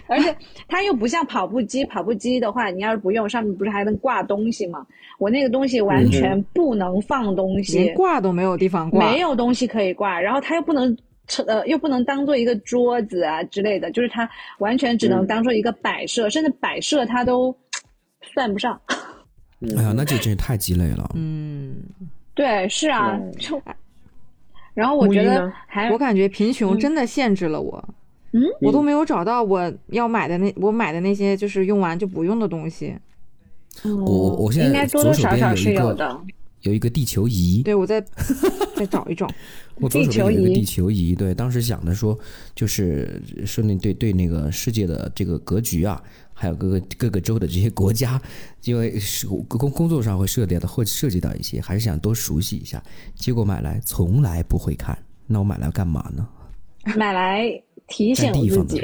Speaker 6: 而且它又不像跑步机，跑步机的话，你要是不用，上面不是还能挂东西吗？我那个东西完全不能放东西，
Speaker 4: 嗯连挂都没有地方挂，
Speaker 6: 没有东西可以挂，然后它又不能。呃，又不能当做一个桌子啊之类的，就是它完全只
Speaker 5: 嗯
Speaker 6: 能当做一个摆设，甚至摆设它都算不上。
Speaker 2: 嗯
Speaker 5: 哎呀，那这真是太鸡肋了。
Speaker 4: 嗯，
Speaker 6: 对，是啊，
Speaker 2: 对
Speaker 6: 就，然后我
Speaker 2: 木
Speaker 6: 觉
Speaker 2: 一
Speaker 6: 得
Speaker 2: 呢
Speaker 6: 还
Speaker 4: 我感觉贫穷真的限制了我。
Speaker 6: 嗯，
Speaker 4: 我都没有找到我要买的那我买的那些就是用完就不用的东西。
Speaker 5: 我我我现
Speaker 6: 嗯应
Speaker 5: 在
Speaker 6: 该多
Speaker 5: 左
Speaker 6: 多
Speaker 5: 手
Speaker 6: 少
Speaker 5: 边
Speaker 6: 少
Speaker 5: 有
Speaker 6: 是
Speaker 5: 一
Speaker 6: 有
Speaker 5: 个
Speaker 6: 的。
Speaker 5: 有一个地球仪，
Speaker 4: 对我
Speaker 6: [laughs]
Speaker 4: 再再找一找。
Speaker 5: 我左手边有一
Speaker 6: 地球仪
Speaker 5: 个地球仪，对，当时想着说，就是说那对对那个世界的这个格局啊，还有各个各个州的这些国家，因为是工工作上会涉猎的，会涉及到一些，还是想多熟悉一下。结果买来从来不会看，那我买来干嘛呢？
Speaker 6: 买来提醒
Speaker 5: 占地
Speaker 6: 自
Speaker 5: 方的
Speaker 6: 己。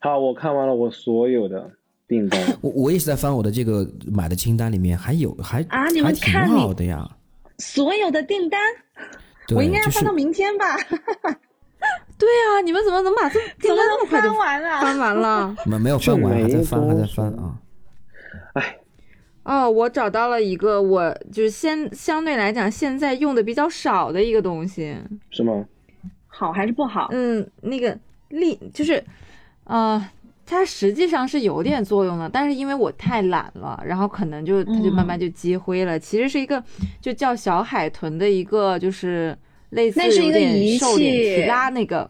Speaker 2: 好，我看完了我所有的订单，
Speaker 5: 我我也是在翻我的这个买的清单里面，还有还
Speaker 6: 啊你们
Speaker 5: 还挺
Speaker 6: 看你
Speaker 5: 好的呀。
Speaker 6: 所有的订单，
Speaker 5: 对，
Speaker 6: 我应该要
Speaker 5: 就是
Speaker 6: 翻到明天吧？
Speaker 4: 对啊，你们怎么能把这订
Speaker 6: 怎
Speaker 4: 单
Speaker 6: 么
Speaker 4: 那
Speaker 6: 能
Speaker 4: 么快就
Speaker 6: 翻完啊？
Speaker 4: 翻完
Speaker 6: [laughs]
Speaker 4: 了？
Speaker 5: 没没有翻完，
Speaker 2: 就
Speaker 5: 还在
Speaker 2: 没
Speaker 5: 翻，还在
Speaker 2: 多
Speaker 5: 翻
Speaker 2: 少
Speaker 5: 啊。
Speaker 2: 哎，
Speaker 4: 哦，我找到了一个，我就是先相对来讲现在用的比较少的一个东西。
Speaker 2: 是吗？
Speaker 6: 好还是不好？
Speaker 4: 嗯，那个力就是，呃，它实际上是有点作用的，但是因为我太懒了，然后可能就它
Speaker 6: 嗯
Speaker 4: 就慢慢就积灰了。其实是一个就叫小海豚的一个，就是类似
Speaker 6: 那是一
Speaker 4: 有
Speaker 6: 个
Speaker 4: 点
Speaker 6: 仪
Speaker 4: 瘦脸
Speaker 6: 器
Speaker 4: 皮拉那个，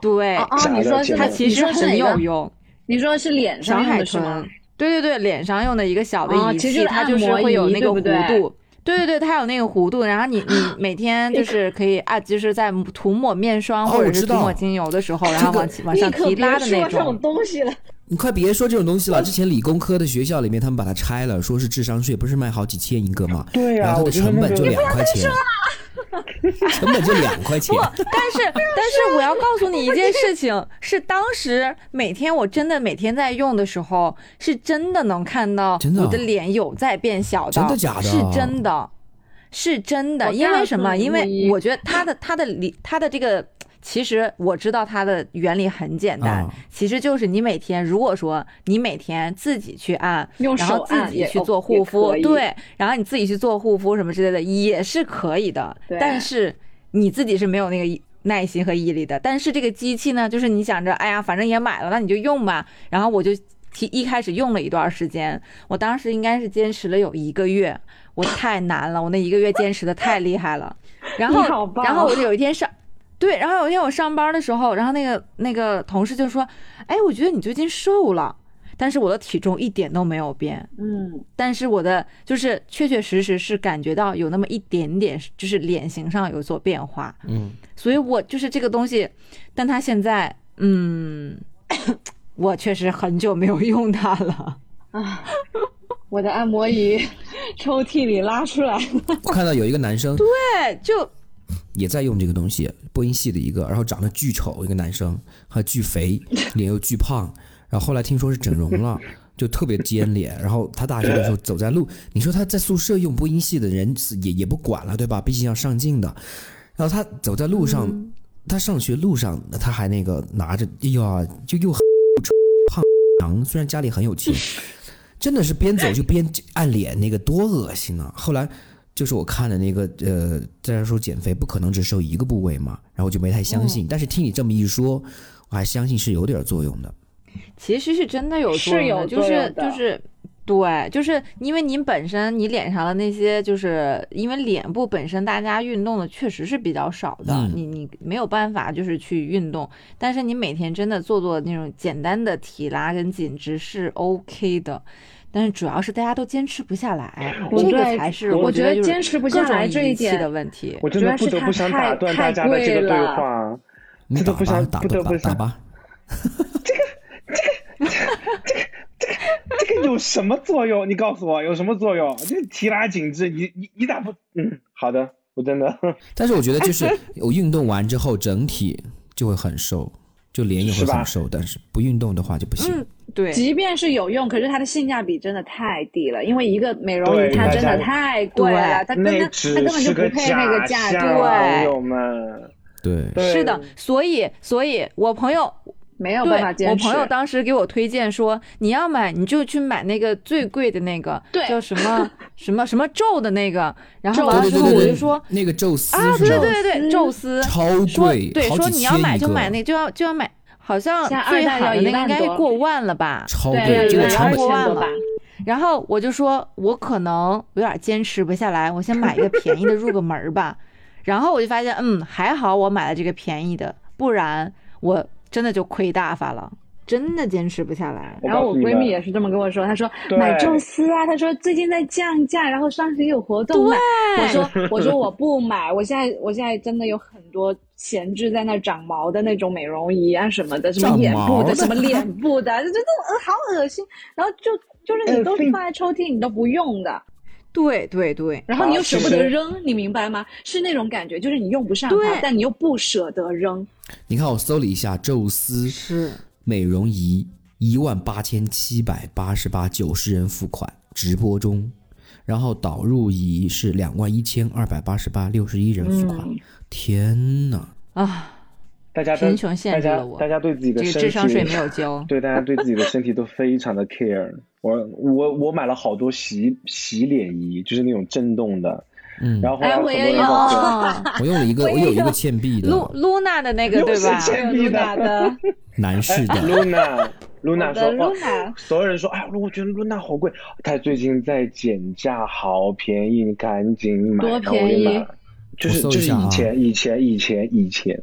Speaker 4: 对，
Speaker 6: 哦哦，
Speaker 2: 假的
Speaker 6: 你说是
Speaker 2: 假
Speaker 6: 那
Speaker 4: 它
Speaker 2: 的
Speaker 4: 其实
Speaker 6: 你说是
Speaker 4: 很
Speaker 6: 哪
Speaker 4: 有
Speaker 6: 个？
Speaker 4: 用。
Speaker 6: 你说是脸
Speaker 4: 小
Speaker 6: 上用
Speaker 4: 海
Speaker 6: 的是吗
Speaker 4: 豚？，对对对，脸上用的一个小的
Speaker 6: 哦
Speaker 4: 仪
Speaker 6: 其实
Speaker 4: 器，
Speaker 6: 就是
Speaker 4: 它
Speaker 6: 按
Speaker 4: 就是
Speaker 6: 摩
Speaker 4: 会有
Speaker 6: 仪
Speaker 4: 那个
Speaker 6: 对不对
Speaker 4: 弧度。对对对，它有那个弧度，然后你
Speaker 6: [gasps]
Speaker 4: 你每天就是可以啊，就是在涂抹面霜
Speaker 5: 哦
Speaker 4: 或
Speaker 5: 我
Speaker 4: 者是
Speaker 5: 知
Speaker 4: 涂抹
Speaker 5: 道
Speaker 4: 精油的时候，然后往起往上
Speaker 6: 你可
Speaker 4: 提
Speaker 6: 别
Speaker 4: 拉的那
Speaker 6: 说这种
Speaker 4: 种。
Speaker 6: 东西了。
Speaker 5: 你快别说这种东西了，之前理工科的学校里面，他们把它拆了，说是智商税，不是卖好几千一个吗？
Speaker 2: [laughs] 对呀
Speaker 5: 然后它
Speaker 2: 我
Speaker 5: 的
Speaker 2: 觉得
Speaker 5: 成本
Speaker 2: 那
Speaker 5: 就
Speaker 2: 个
Speaker 5: 两块钱， [laughs] 成本就两块
Speaker 2: [laughs]
Speaker 5: 钱。
Speaker 4: 但是但是我要告诉你一件事情，是当时每天我真的每天在用的时候，是真的能看到
Speaker 5: 真的
Speaker 4: 我
Speaker 5: 啊
Speaker 4: 的脸有在变小
Speaker 5: 真的假的
Speaker 4: 是真的，是真的。
Speaker 6: 我
Speaker 4: 因
Speaker 6: 告
Speaker 4: 为
Speaker 6: 诉
Speaker 4: 什么？因为
Speaker 6: 你
Speaker 4: 我觉得它的它的理它的这个。其实我知道它的原理很简单，
Speaker 5: 啊
Speaker 4: 其实就是你每天，如果说你每天自己去按，
Speaker 6: 用
Speaker 4: 然
Speaker 6: 手
Speaker 4: 后自
Speaker 6: 按
Speaker 4: 己
Speaker 6: 也
Speaker 4: 去
Speaker 6: 哦
Speaker 4: 做
Speaker 6: 也
Speaker 4: 护肤
Speaker 6: 可，以
Speaker 4: 对，然后你自己去做护肤什么之类的也是可以的，
Speaker 6: 对
Speaker 4: 但是你自己是没有那个毅耐心和毅力的。但是这个机器呢，就是你想着，哎呀，反正也买了，那你就用吧。然后我就提一开始用了一段时间，我当时应该是坚持了有一个月，我太难了，我那一个月坚持的太厉害
Speaker 6: [laughs]
Speaker 4: 了。然
Speaker 6: 你
Speaker 4: 后，
Speaker 6: 好棒
Speaker 4: 然后我就有一天上。对，然后有一天我上班的时候，然后那个那个同事就说：“哎，我觉得你最近瘦了，但是我的体重一点都没有变。”
Speaker 6: 嗯，
Speaker 4: 但是我的就是确确实实是感觉到有那么一点点，就是脸型上有所变化，
Speaker 5: 嗯，
Speaker 4: 所以我就是这个东西，但它现在，嗯， [coughs] 我确实很久没有用它了。
Speaker 6: 我的按摩仪 [laughs] 抽屉里拉出来。
Speaker 5: 我看到有一个男生
Speaker 4: 对，就
Speaker 5: 也在用这个东西，播音系的一个，然后长得巨丑，一个男生，还巨肥，脸又巨胖，然后后来听说是整容了。就特别尖脸，然后他大学的时候走在路，你说他在宿舍用播音系的人是也也不管了，对吧？毕竟要上镜的。然后他走在路上，他上学路上他还那个拿着，哎呀，就又胖羊，虽然家里很有钱，真的是边走就边按脸，那个多恶心啊！后来就是我看的那个呃，大家说减肥不可能只瘦一个部位嘛，然后就没太相
Speaker 4: 嗯
Speaker 5: 信。但是听你这么一说，我还相信是有点作用的。
Speaker 4: 其实是真的有
Speaker 6: 是
Speaker 4: 作用的，
Speaker 6: 有
Speaker 4: 就
Speaker 6: 作
Speaker 4: 是
Speaker 6: 用
Speaker 4: 就
Speaker 6: 的
Speaker 4: 是。对，就是因为你本身你脸上的那些，就是因为脸部本身大家运动的确实是比较少的，
Speaker 5: 嗯
Speaker 4: 你你没有办法就是去运动，但是你每天真的做做那种简单的提拉跟紧致是 OK 的，但是主要是大家都坚持不下来，
Speaker 6: 我
Speaker 4: 这个
Speaker 6: 对
Speaker 4: 才是
Speaker 6: 我
Speaker 4: 觉
Speaker 6: 觉得
Speaker 4: 就是
Speaker 6: 坚持不下
Speaker 4: 各种
Speaker 6: 来这一
Speaker 4: 仪器
Speaker 6: 点
Speaker 4: 的问题。
Speaker 2: 我真的不得不想打断大家的这个对话，啊
Speaker 5: 你
Speaker 2: 这
Speaker 5: 打
Speaker 2: 都不
Speaker 5: 吧，
Speaker 2: 想
Speaker 5: 打
Speaker 2: 不得
Speaker 5: 吧，
Speaker 2: 不
Speaker 5: 打
Speaker 2: 想
Speaker 5: 打吧。
Speaker 2: 这个有什么作用？你告诉我有什么作用？这提拉紧致，你你你咋不？嗯，好的，我真的
Speaker 5: 但是我
Speaker 4: [laughs]
Speaker 5: 觉得就是我运动完之后，整体就会很瘦，就脸也会
Speaker 2: 是吧
Speaker 5: 很瘦，但是不运动的话就不行。
Speaker 4: 嗯，对，
Speaker 6: 即便是有用，可是它的性价比真的太低了，因为一个美容
Speaker 2: 对
Speaker 6: 仪它真
Speaker 2: 大
Speaker 6: 的
Speaker 2: 家
Speaker 6: 太贵了，它
Speaker 2: [laughs]
Speaker 6: 根本
Speaker 2: 那
Speaker 6: 它
Speaker 2: 只
Speaker 6: 根本就是不配那
Speaker 2: 假象，
Speaker 6: 个价格。
Speaker 4: 对
Speaker 2: 朋友们。
Speaker 5: 对，
Speaker 2: 对
Speaker 4: 是的，所以所以我朋友
Speaker 6: 没有
Speaker 4: 对
Speaker 6: 办法坚
Speaker 4: 我
Speaker 6: 持。
Speaker 4: 朋友当时给我推荐说，你要买你就去买那个最贵的那个，
Speaker 6: 对
Speaker 4: 叫什
Speaker 6: [laughs]
Speaker 4: 么什么什么咒的那个。然后
Speaker 6: 咒
Speaker 4: 完了
Speaker 5: 对
Speaker 4: 之
Speaker 5: 对
Speaker 4: 后
Speaker 5: 对
Speaker 4: 我
Speaker 5: 对，
Speaker 4: 就说
Speaker 5: 那个宙斯
Speaker 4: 啊，
Speaker 5: 是
Speaker 4: 对
Speaker 5: 吧
Speaker 4: 对对对，宙斯
Speaker 5: 超
Speaker 4: 说
Speaker 5: 贵，
Speaker 4: 对，
Speaker 5: 好
Speaker 4: 说
Speaker 5: 几
Speaker 4: 你要
Speaker 5: 千
Speaker 4: 买
Speaker 5: 一
Speaker 4: 就
Speaker 5: 个
Speaker 4: 买那个就要就要买，好像
Speaker 6: 像二
Speaker 4: 最
Speaker 6: 代
Speaker 4: 好的那
Speaker 6: 要一
Speaker 4: 个应
Speaker 6: 万
Speaker 4: 该
Speaker 6: 多
Speaker 4: 过万了吧？
Speaker 5: 超
Speaker 6: 对
Speaker 5: 贵，这
Speaker 6: 有
Speaker 5: 个
Speaker 6: 一
Speaker 5: 成
Speaker 6: 二
Speaker 5: 本
Speaker 6: 千多
Speaker 4: 了
Speaker 6: 吧，
Speaker 4: 然后我就说，我可能有点坚持不下来，我先买一个便宜的入个门儿吧。然后我就发现，嗯，还好我买了这个便宜的，不然我真的就亏大发了，真的坚持不下来。
Speaker 2: 我
Speaker 6: 然后
Speaker 2: 告
Speaker 6: 我
Speaker 2: 诉你
Speaker 6: 闺
Speaker 2: 们
Speaker 6: 蜜也是这么跟我说，她说
Speaker 2: 对
Speaker 6: 买宙斯啊，她说最近在降价，然后双十一有活动买。我说我说我不买，我现在我现在真的有很多闲置在那长毛的那种美容仪啊什么的，什么
Speaker 5: 长
Speaker 6: 眼部
Speaker 5: 毛的
Speaker 6: 的，什么脸部的，就觉得呃好恶心。然后就就是你都
Speaker 2: 哎
Speaker 6: 是放在抽屉，你都不用的，
Speaker 4: 对对对，
Speaker 6: 然后你又舍不
Speaker 2: 其
Speaker 6: 得
Speaker 2: 实
Speaker 6: 扔，你明白吗？是那种感觉，就是你用不上
Speaker 4: 对
Speaker 6: 它，但你又不舍得
Speaker 2: [laughs]
Speaker 6: 扔。
Speaker 5: 你看我搜了一下，宙斯
Speaker 4: 是
Speaker 5: 美容仪一万八千七百八十八，九十人付款，直播中。然后导入仪是两万一千二百八十八，六十一人付款。
Speaker 6: 嗯
Speaker 5: 天呐，
Speaker 4: 啊，
Speaker 2: 大家
Speaker 4: 贫
Speaker 2: 都
Speaker 4: 穷限
Speaker 2: 大
Speaker 4: 制
Speaker 2: 家
Speaker 4: 了我
Speaker 2: 大家对自己
Speaker 4: 这
Speaker 2: 的
Speaker 4: 个
Speaker 2: 身
Speaker 4: 智商
Speaker 2: 体。
Speaker 4: 税没有交
Speaker 2: [laughs] 对大家对自己的身体都非常的 care。我我我买了好多洗洗脸仪，就是那种震动的，
Speaker 5: 嗯，
Speaker 2: 然后后来
Speaker 6: 哎
Speaker 2: 很
Speaker 6: 我
Speaker 2: 多
Speaker 6: 也
Speaker 2: 人
Speaker 6: 有
Speaker 2: 告诉我
Speaker 4: 哦，
Speaker 6: [laughs]
Speaker 5: 我用了一个，我有一个倩碧的
Speaker 4: 露露娜的那个
Speaker 2: 又
Speaker 4: 对
Speaker 2: 是
Speaker 4: 吧？
Speaker 2: 倩
Speaker 6: 露
Speaker 2: 碧
Speaker 6: 娜
Speaker 2: 的
Speaker 6: 的，
Speaker 5: 男士的，
Speaker 2: 哎
Speaker 6: [laughs]
Speaker 2: Luna。Luna
Speaker 6: 我
Speaker 2: 说
Speaker 6: 的：“
Speaker 2: 哇
Speaker 6: Luna
Speaker 2: 所有人说，哎，我觉得 Luna 好贵，它最近在减价，好便宜，你赶紧买。”
Speaker 6: 多
Speaker 2: 然后我就
Speaker 6: 便宜
Speaker 2: 买了，就是
Speaker 5: 我搜
Speaker 2: 就
Speaker 5: 一
Speaker 2: 是
Speaker 5: 下啊
Speaker 2: 以前以前以前以前，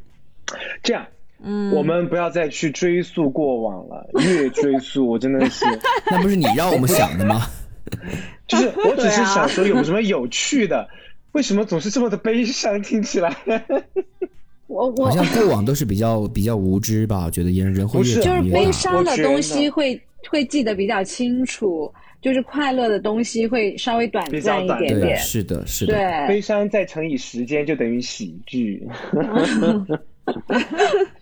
Speaker 2: 这样
Speaker 4: 嗯，
Speaker 2: 我们不要再去追溯过往了，越追溯我真的
Speaker 6: [laughs]
Speaker 2: 是，
Speaker 5: 那不是你让我们想的吗？
Speaker 2: 就是我只是
Speaker 6: 对啊
Speaker 2: 想说有什么有趣的，为什么总是这么的悲伤？听起来
Speaker 6: 我
Speaker 5: 好
Speaker 6: 我
Speaker 5: 像过往都是比较比较无知吧，我觉得人人会
Speaker 2: 不是
Speaker 5: 越
Speaker 6: 就
Speaker 5: 长
Speaker 6: 是
Speaker 5: 越
Speaker 6: 悲
Speaker 5: 大。
Speaker 6: 伤的
Speaker 2: 我觉
Speaker 6: 东
Speaker 2: 得
Speaker 6: 西会会记得比较清楚，就是快乐的东西会稍微短
Speaker 2: 比较
Speaker 6: 暂一
Speaker 2: 短
Speaker 6: 点
Speaker 5: 对，
Speaker 6: 点。
Speaker 5: 是的，是的。
Speaker 6: 对，
Speaker 2: 悲伤再乘以时间就等于喜剧。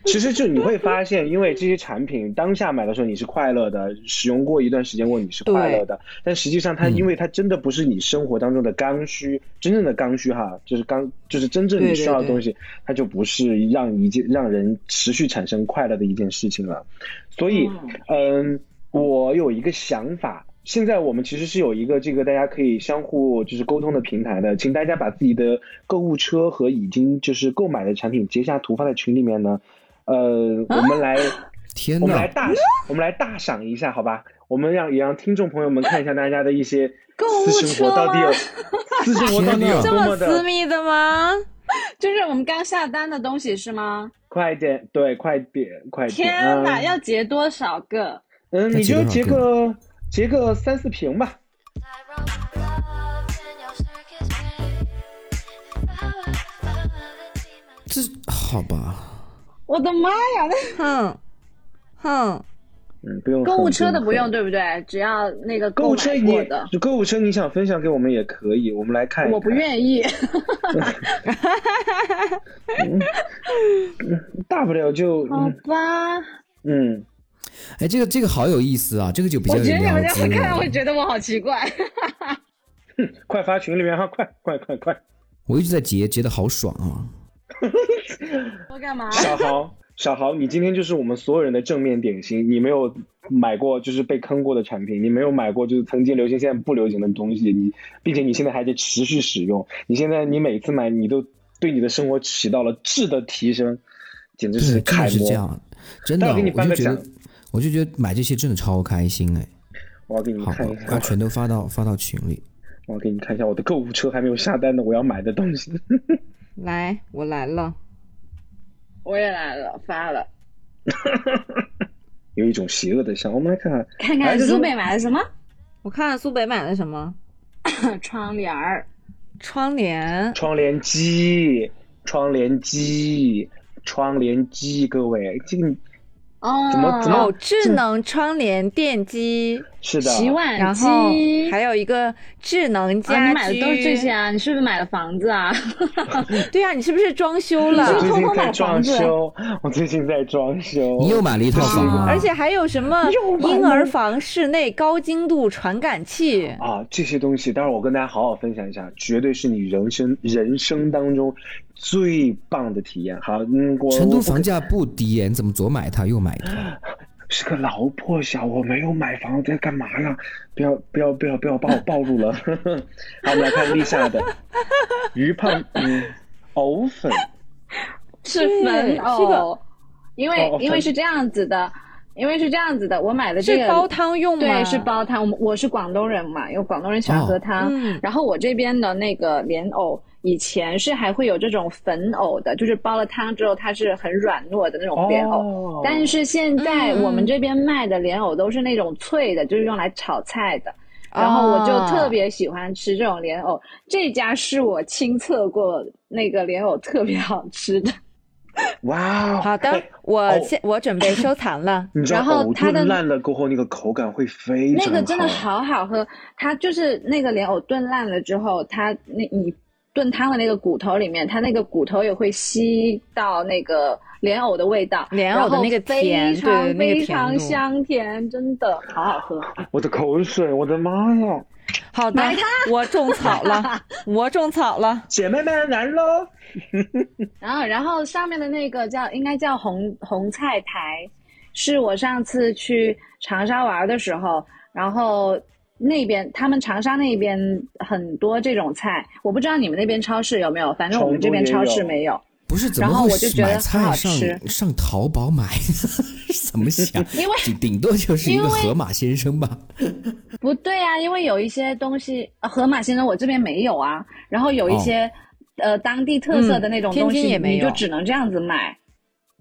Speaker 2: 其实就你会发现，因为这些产品当下买的时候你是快乐的，使用过一段时间过你是快乐的，但实际上它
Speaker 5: 嗯
Speaker 2: 因为它真的不是你生活当中的刚需，真正的刚需哈，就是刚就是真正
Speaker 4: 对
Speaker 2: 你
Speaker 4: 对
Speaker 2: 需要的
Speaker 4: 对
Speaker 2: 东西，它就不是让一件让人持续产生快乐的一件事情了。所以，嗯，我有一个想法，现在我们其实是有一个这个大家可以相互就是沟通的平台的，请大家把自己的购物车和已经就是购买的产品截下图发在群里面呢。呃，我们来，
Speaker 4: 啊
Speaker 5: 天
Speaker 2: 我们来
Speaker 5: 呐，
Speaker 2: 大，我们来大赏一下，好吧？我们让也让听众朋友们看一下大家的一些
Speaker 6: 购物
Speaker 2: 私生活
Speaker 6: 车
Speaker 2: 到底有，
Speaker 6: [laughs] 吗
Speaker 2: 私生活到底有
Speaker 5: 天哪
Speaker 4: 这
Speaker 2: 多
Speaker 4: 么
Speaker 2: 么
Speaker 4: 私
Speaker 2: 的
Speaker 4: 密的吗？
Speaker 6: [laughs] 就是我们刚下单的东西是吗？
Speaker 2: 快点，对，快点，快点！
Speaker 6: 天哪，
Speaker 2: 嗯
Speaker 6: 要截多少个？
Speaker 2: 嗯，
Speaker 5: 要
Speaker 2: 你
Speaker 5: 截
Speaker 2: 就
Speaker 5: 多少
Speaker 2: 截
Speaker 5: 个
Speaker 2: 个截个三四瓶吧。
Speaker 5: 这好吧，
Speaker 6: 我的妈呀，那
Speaker 4: 哼哼，
Speaker 2: 嗯，不用
Speaker 6: 购
Speaker 2: 恨
Speaker 6: 物车的不
Speaker 2: 用
Speaker 6: 用
Speaker 2: 恨
Speaker 6: 对不对？只要那个
Speaker 2: 购
Speaker 6: 购
Speaker 2: 物
Speaker 6: 买
Speaker 2: 车
Speaker 6: 过的，
Speaker 2: 你购物车你想分享给我们也可以，我们来看一看。
Speaker 6: 我不愿意。 [laughs]
Speaker 2: 大不了就
Speaker 6: 好
Speaker 2: 嗯
Speaker 6: 吧，
Speaker 2: 嗯，
Speaker 5: 哎，这个这个好有意思啊，这个就比较
Speaker 6: 我
Speaker 5: 有
Speaker 6: 觉得你们
Speaker 5: 聊
Speaker 6: 这
Speaker 5: 资
Speaker 6: 样看，
Speaker 5: 了
Speaker 6: 我觉得我好奇怪。 [laughs]
Speaker 2: 快发群里面哈，快快快快！
Speaker 5: 我一直在截，截的好爽啊！
Speaker 6: 我干嘛？
Speaker 2: 小豪，小豪，你今天就是我们所有人的正面典型。你没有买过就是被坑过的产品，你没有买过就是曾经流行现在不流行的东西，你并且你现在还在持续使用。你现在你每次买，你都对你的生活起到了质的提升，简直
Speaker 5: 对，
Speaker 2: 是
Speaker 5: 真
Speaker 2: 楷
Speaker 5: 的是
Speaker 2: 模。
Speaker 5: 这样，真的
Speaker 2: 待
Speaker 5: 啊，
Speaker 2: 会给你
Speaker 5: 我
Speaker 2: 颁
Speaker 5: 就
Speaker 2: 个
Speaker 5: 觉得
Speaker 2: 奖，
Speaker 5: 我就觉得买这些真的超开心哎。
Speaker 2: 我要给你们
Speaker 5: 好，
Speaker 2: 看一
Speaker 5: 我要
Speaker 2: 下，
Speaker 5: 全都发到发到群里。
Speaker 2: 我要给你看一下我的购物车还没有下单的我要买的东西。 [laughs]
Speaker 4: 来，我来了。
Speaker 6: 我也来了，发了，
Speaker 2: 有一种邪恶的想。我们来看看，
Speaker 6: 看
Speaker 2: 来
Speaker 6: 看
Speaker 2: 这
Speaker 6: 苏
Speaker 2: 种
Speaker 6: 北买了什么
Speaker 4: 我看看苏北买了什么
Speaker 6: [coughs] 窗帘儿。
Speaker 4: 窗帘，
Speaker 2: 窗帘机，窗帘机，窗帘机，各位，这个你
Speaker 6: 哦，
Speaker 2: 怎么怎么
Speaker 4: 哦，智能窗帘电机，
Speaker 2: 是的，啊
Speaker 6: 洗碗机，
Speaker 4: 然后还有一个智能家居，
Speaker 9: 啊，你买的都是这些啊？你是不是买了房子啊？
Speaker 4: 对啊，你是不是装修
Speaker 2: 我
Speaker 4: 了？
Speaker 2: 最
Speaker 6: 偷
Speaker 2: 近
Speaker 6: 偷
Speaker 2: 在
Speaker 6: 买
Speaker 2: 装
Speaker 6: 房子
Speaker 2: 修，我最近在装修。
Speaker 5: 你又买了一套房吗？
Speaker 4: 而且还有什么
Speaker 6: 肉丸
Speaker 4: 婴儿房室内高精度传感器？
Speaker 2: 啊，这些东西，待会儿我跟大家好好分享一下，绝对是你人生人生当中最棒的体验。好，嗯，我
Speaker 5: 成都
Speaker 2: 我
Speaker 5: 房价不低耶，你怎么左买一套右买一套？
Speaker 2: 是个老破小，我没有买房，在干嘛呀？不要不要不要不要
Speaker 5: [laughs]
Speaker 2: 把我暴露了。 [laughs] 好，我们来看立夏的鱼胖嗯藕
Speaker 6: [laughs]
Speaker 2: 粉，
Speaker 6: 是哦
Speaker 4: 对
Speaker 6: 粉
Speaker 4: 是
Speaker 6: 藕，
Speaker 4: 个
Speaker 6: 因为
Speaker 2: 哦
Speaker 6: 因为是这样子的，因为是这样子的，我买的这
Speaker 4: 是
Speaker 6: 个
Speaker 4: 煲汤用吗？
Speaker 6: 对，是煲汤。我们我是广东人嘛，因为广东人喜欢
Speaker 5: 哦
Speaker 6: 喝汤。
Speaker 4: 嗯
Speaker 6: 然后我这边的那个莲藕，以前是还会有这种粉藕的，就是煲了汤之后它是很软糯的那种莲藕。
Speaker 2: 哦，
Speaker 6: 但是现在
Speaker 4: 嗯
Speaker 6: 我们这边卖的莲藕都是那种脆的，就是用来炒菜的。然后我就特别喜欢吃这种莲藕，这家是我亲测过那个莲藕特别好吃的。
Speaker 2: 哇哦，
Speaker 4: 好的
Speaker 2: 哎，
Speaker 4: 我
Speaker 2: 藕。
Speaker 4: 先我准备收藏了
Speaker 2: 你知道
Speaker 6: 然后
Speaker 2: 藕
Speaker 6: 它的
Speaker 2: 炖烂了过后，那个口感会非常
Speaker 6: 那个真的
Speaker 2: 好。
Speaker 6: 好好喝，它就是那个莲藕炖烂了之后，它那你炖汤的那个骨头里面，它那个骨头也会吸到那个莲藕的味道，
Speaker 4: 莲藕的
Speaker 6: 然后
Speaker 4: 那个甜
Speaker 6: 非常
Speaker 4: 对那个
Speaker 6: 非
Speaker 4: 甜
Speaker 6: 常
Speaker 4: 度
Speaker 6: 香甜，真的好好喝。
Speaker 2: 我的口水，我的妈呀！
Speaker 4: 好的，我种草了，我种草了。
Speaker 2: 姐妹们来喽！
Speaker 6: 然后，然后上面的那个叫应该叫红红菜苔，是我上次去长沙玩的时候，然后那边他们长沙那边很多这种菜，我不知道你们那边超市有没有，反正我们这边超市没有。
Speaker 5: 不是怎么
Speaker 6: 然后
Speaker 5: 会
Speaker 6: 我就觉得
Speaker 5: 买
Speaker 6: 很
Speaker 5: 菜
Speaker 6: 好
Speaker 5: 上
Speaker 6: 吃
Speaker 5: 上淘宝买？ [laughs] 是怎么想？
Speaker 6: 因为
Speaker 5: 顶顶多就是一
Speaker 6: 因
Speaker 5: 个
Speaker 6: 为
Speaker 5: 河马先生吧。
Speaker 6: 不对啊，因为有一些东西，呃河马先生我这边没有啊，然后有一些、呃当地特色的那种
Speaker 4: 哦嗯
Speaker 6: 东
Speaker 4: 天
Speaker 6: 西，
Speaker 4: 津也没
Speaker 6: 你
Speaker 4: 有
Speaker 6: 就只能这样子买，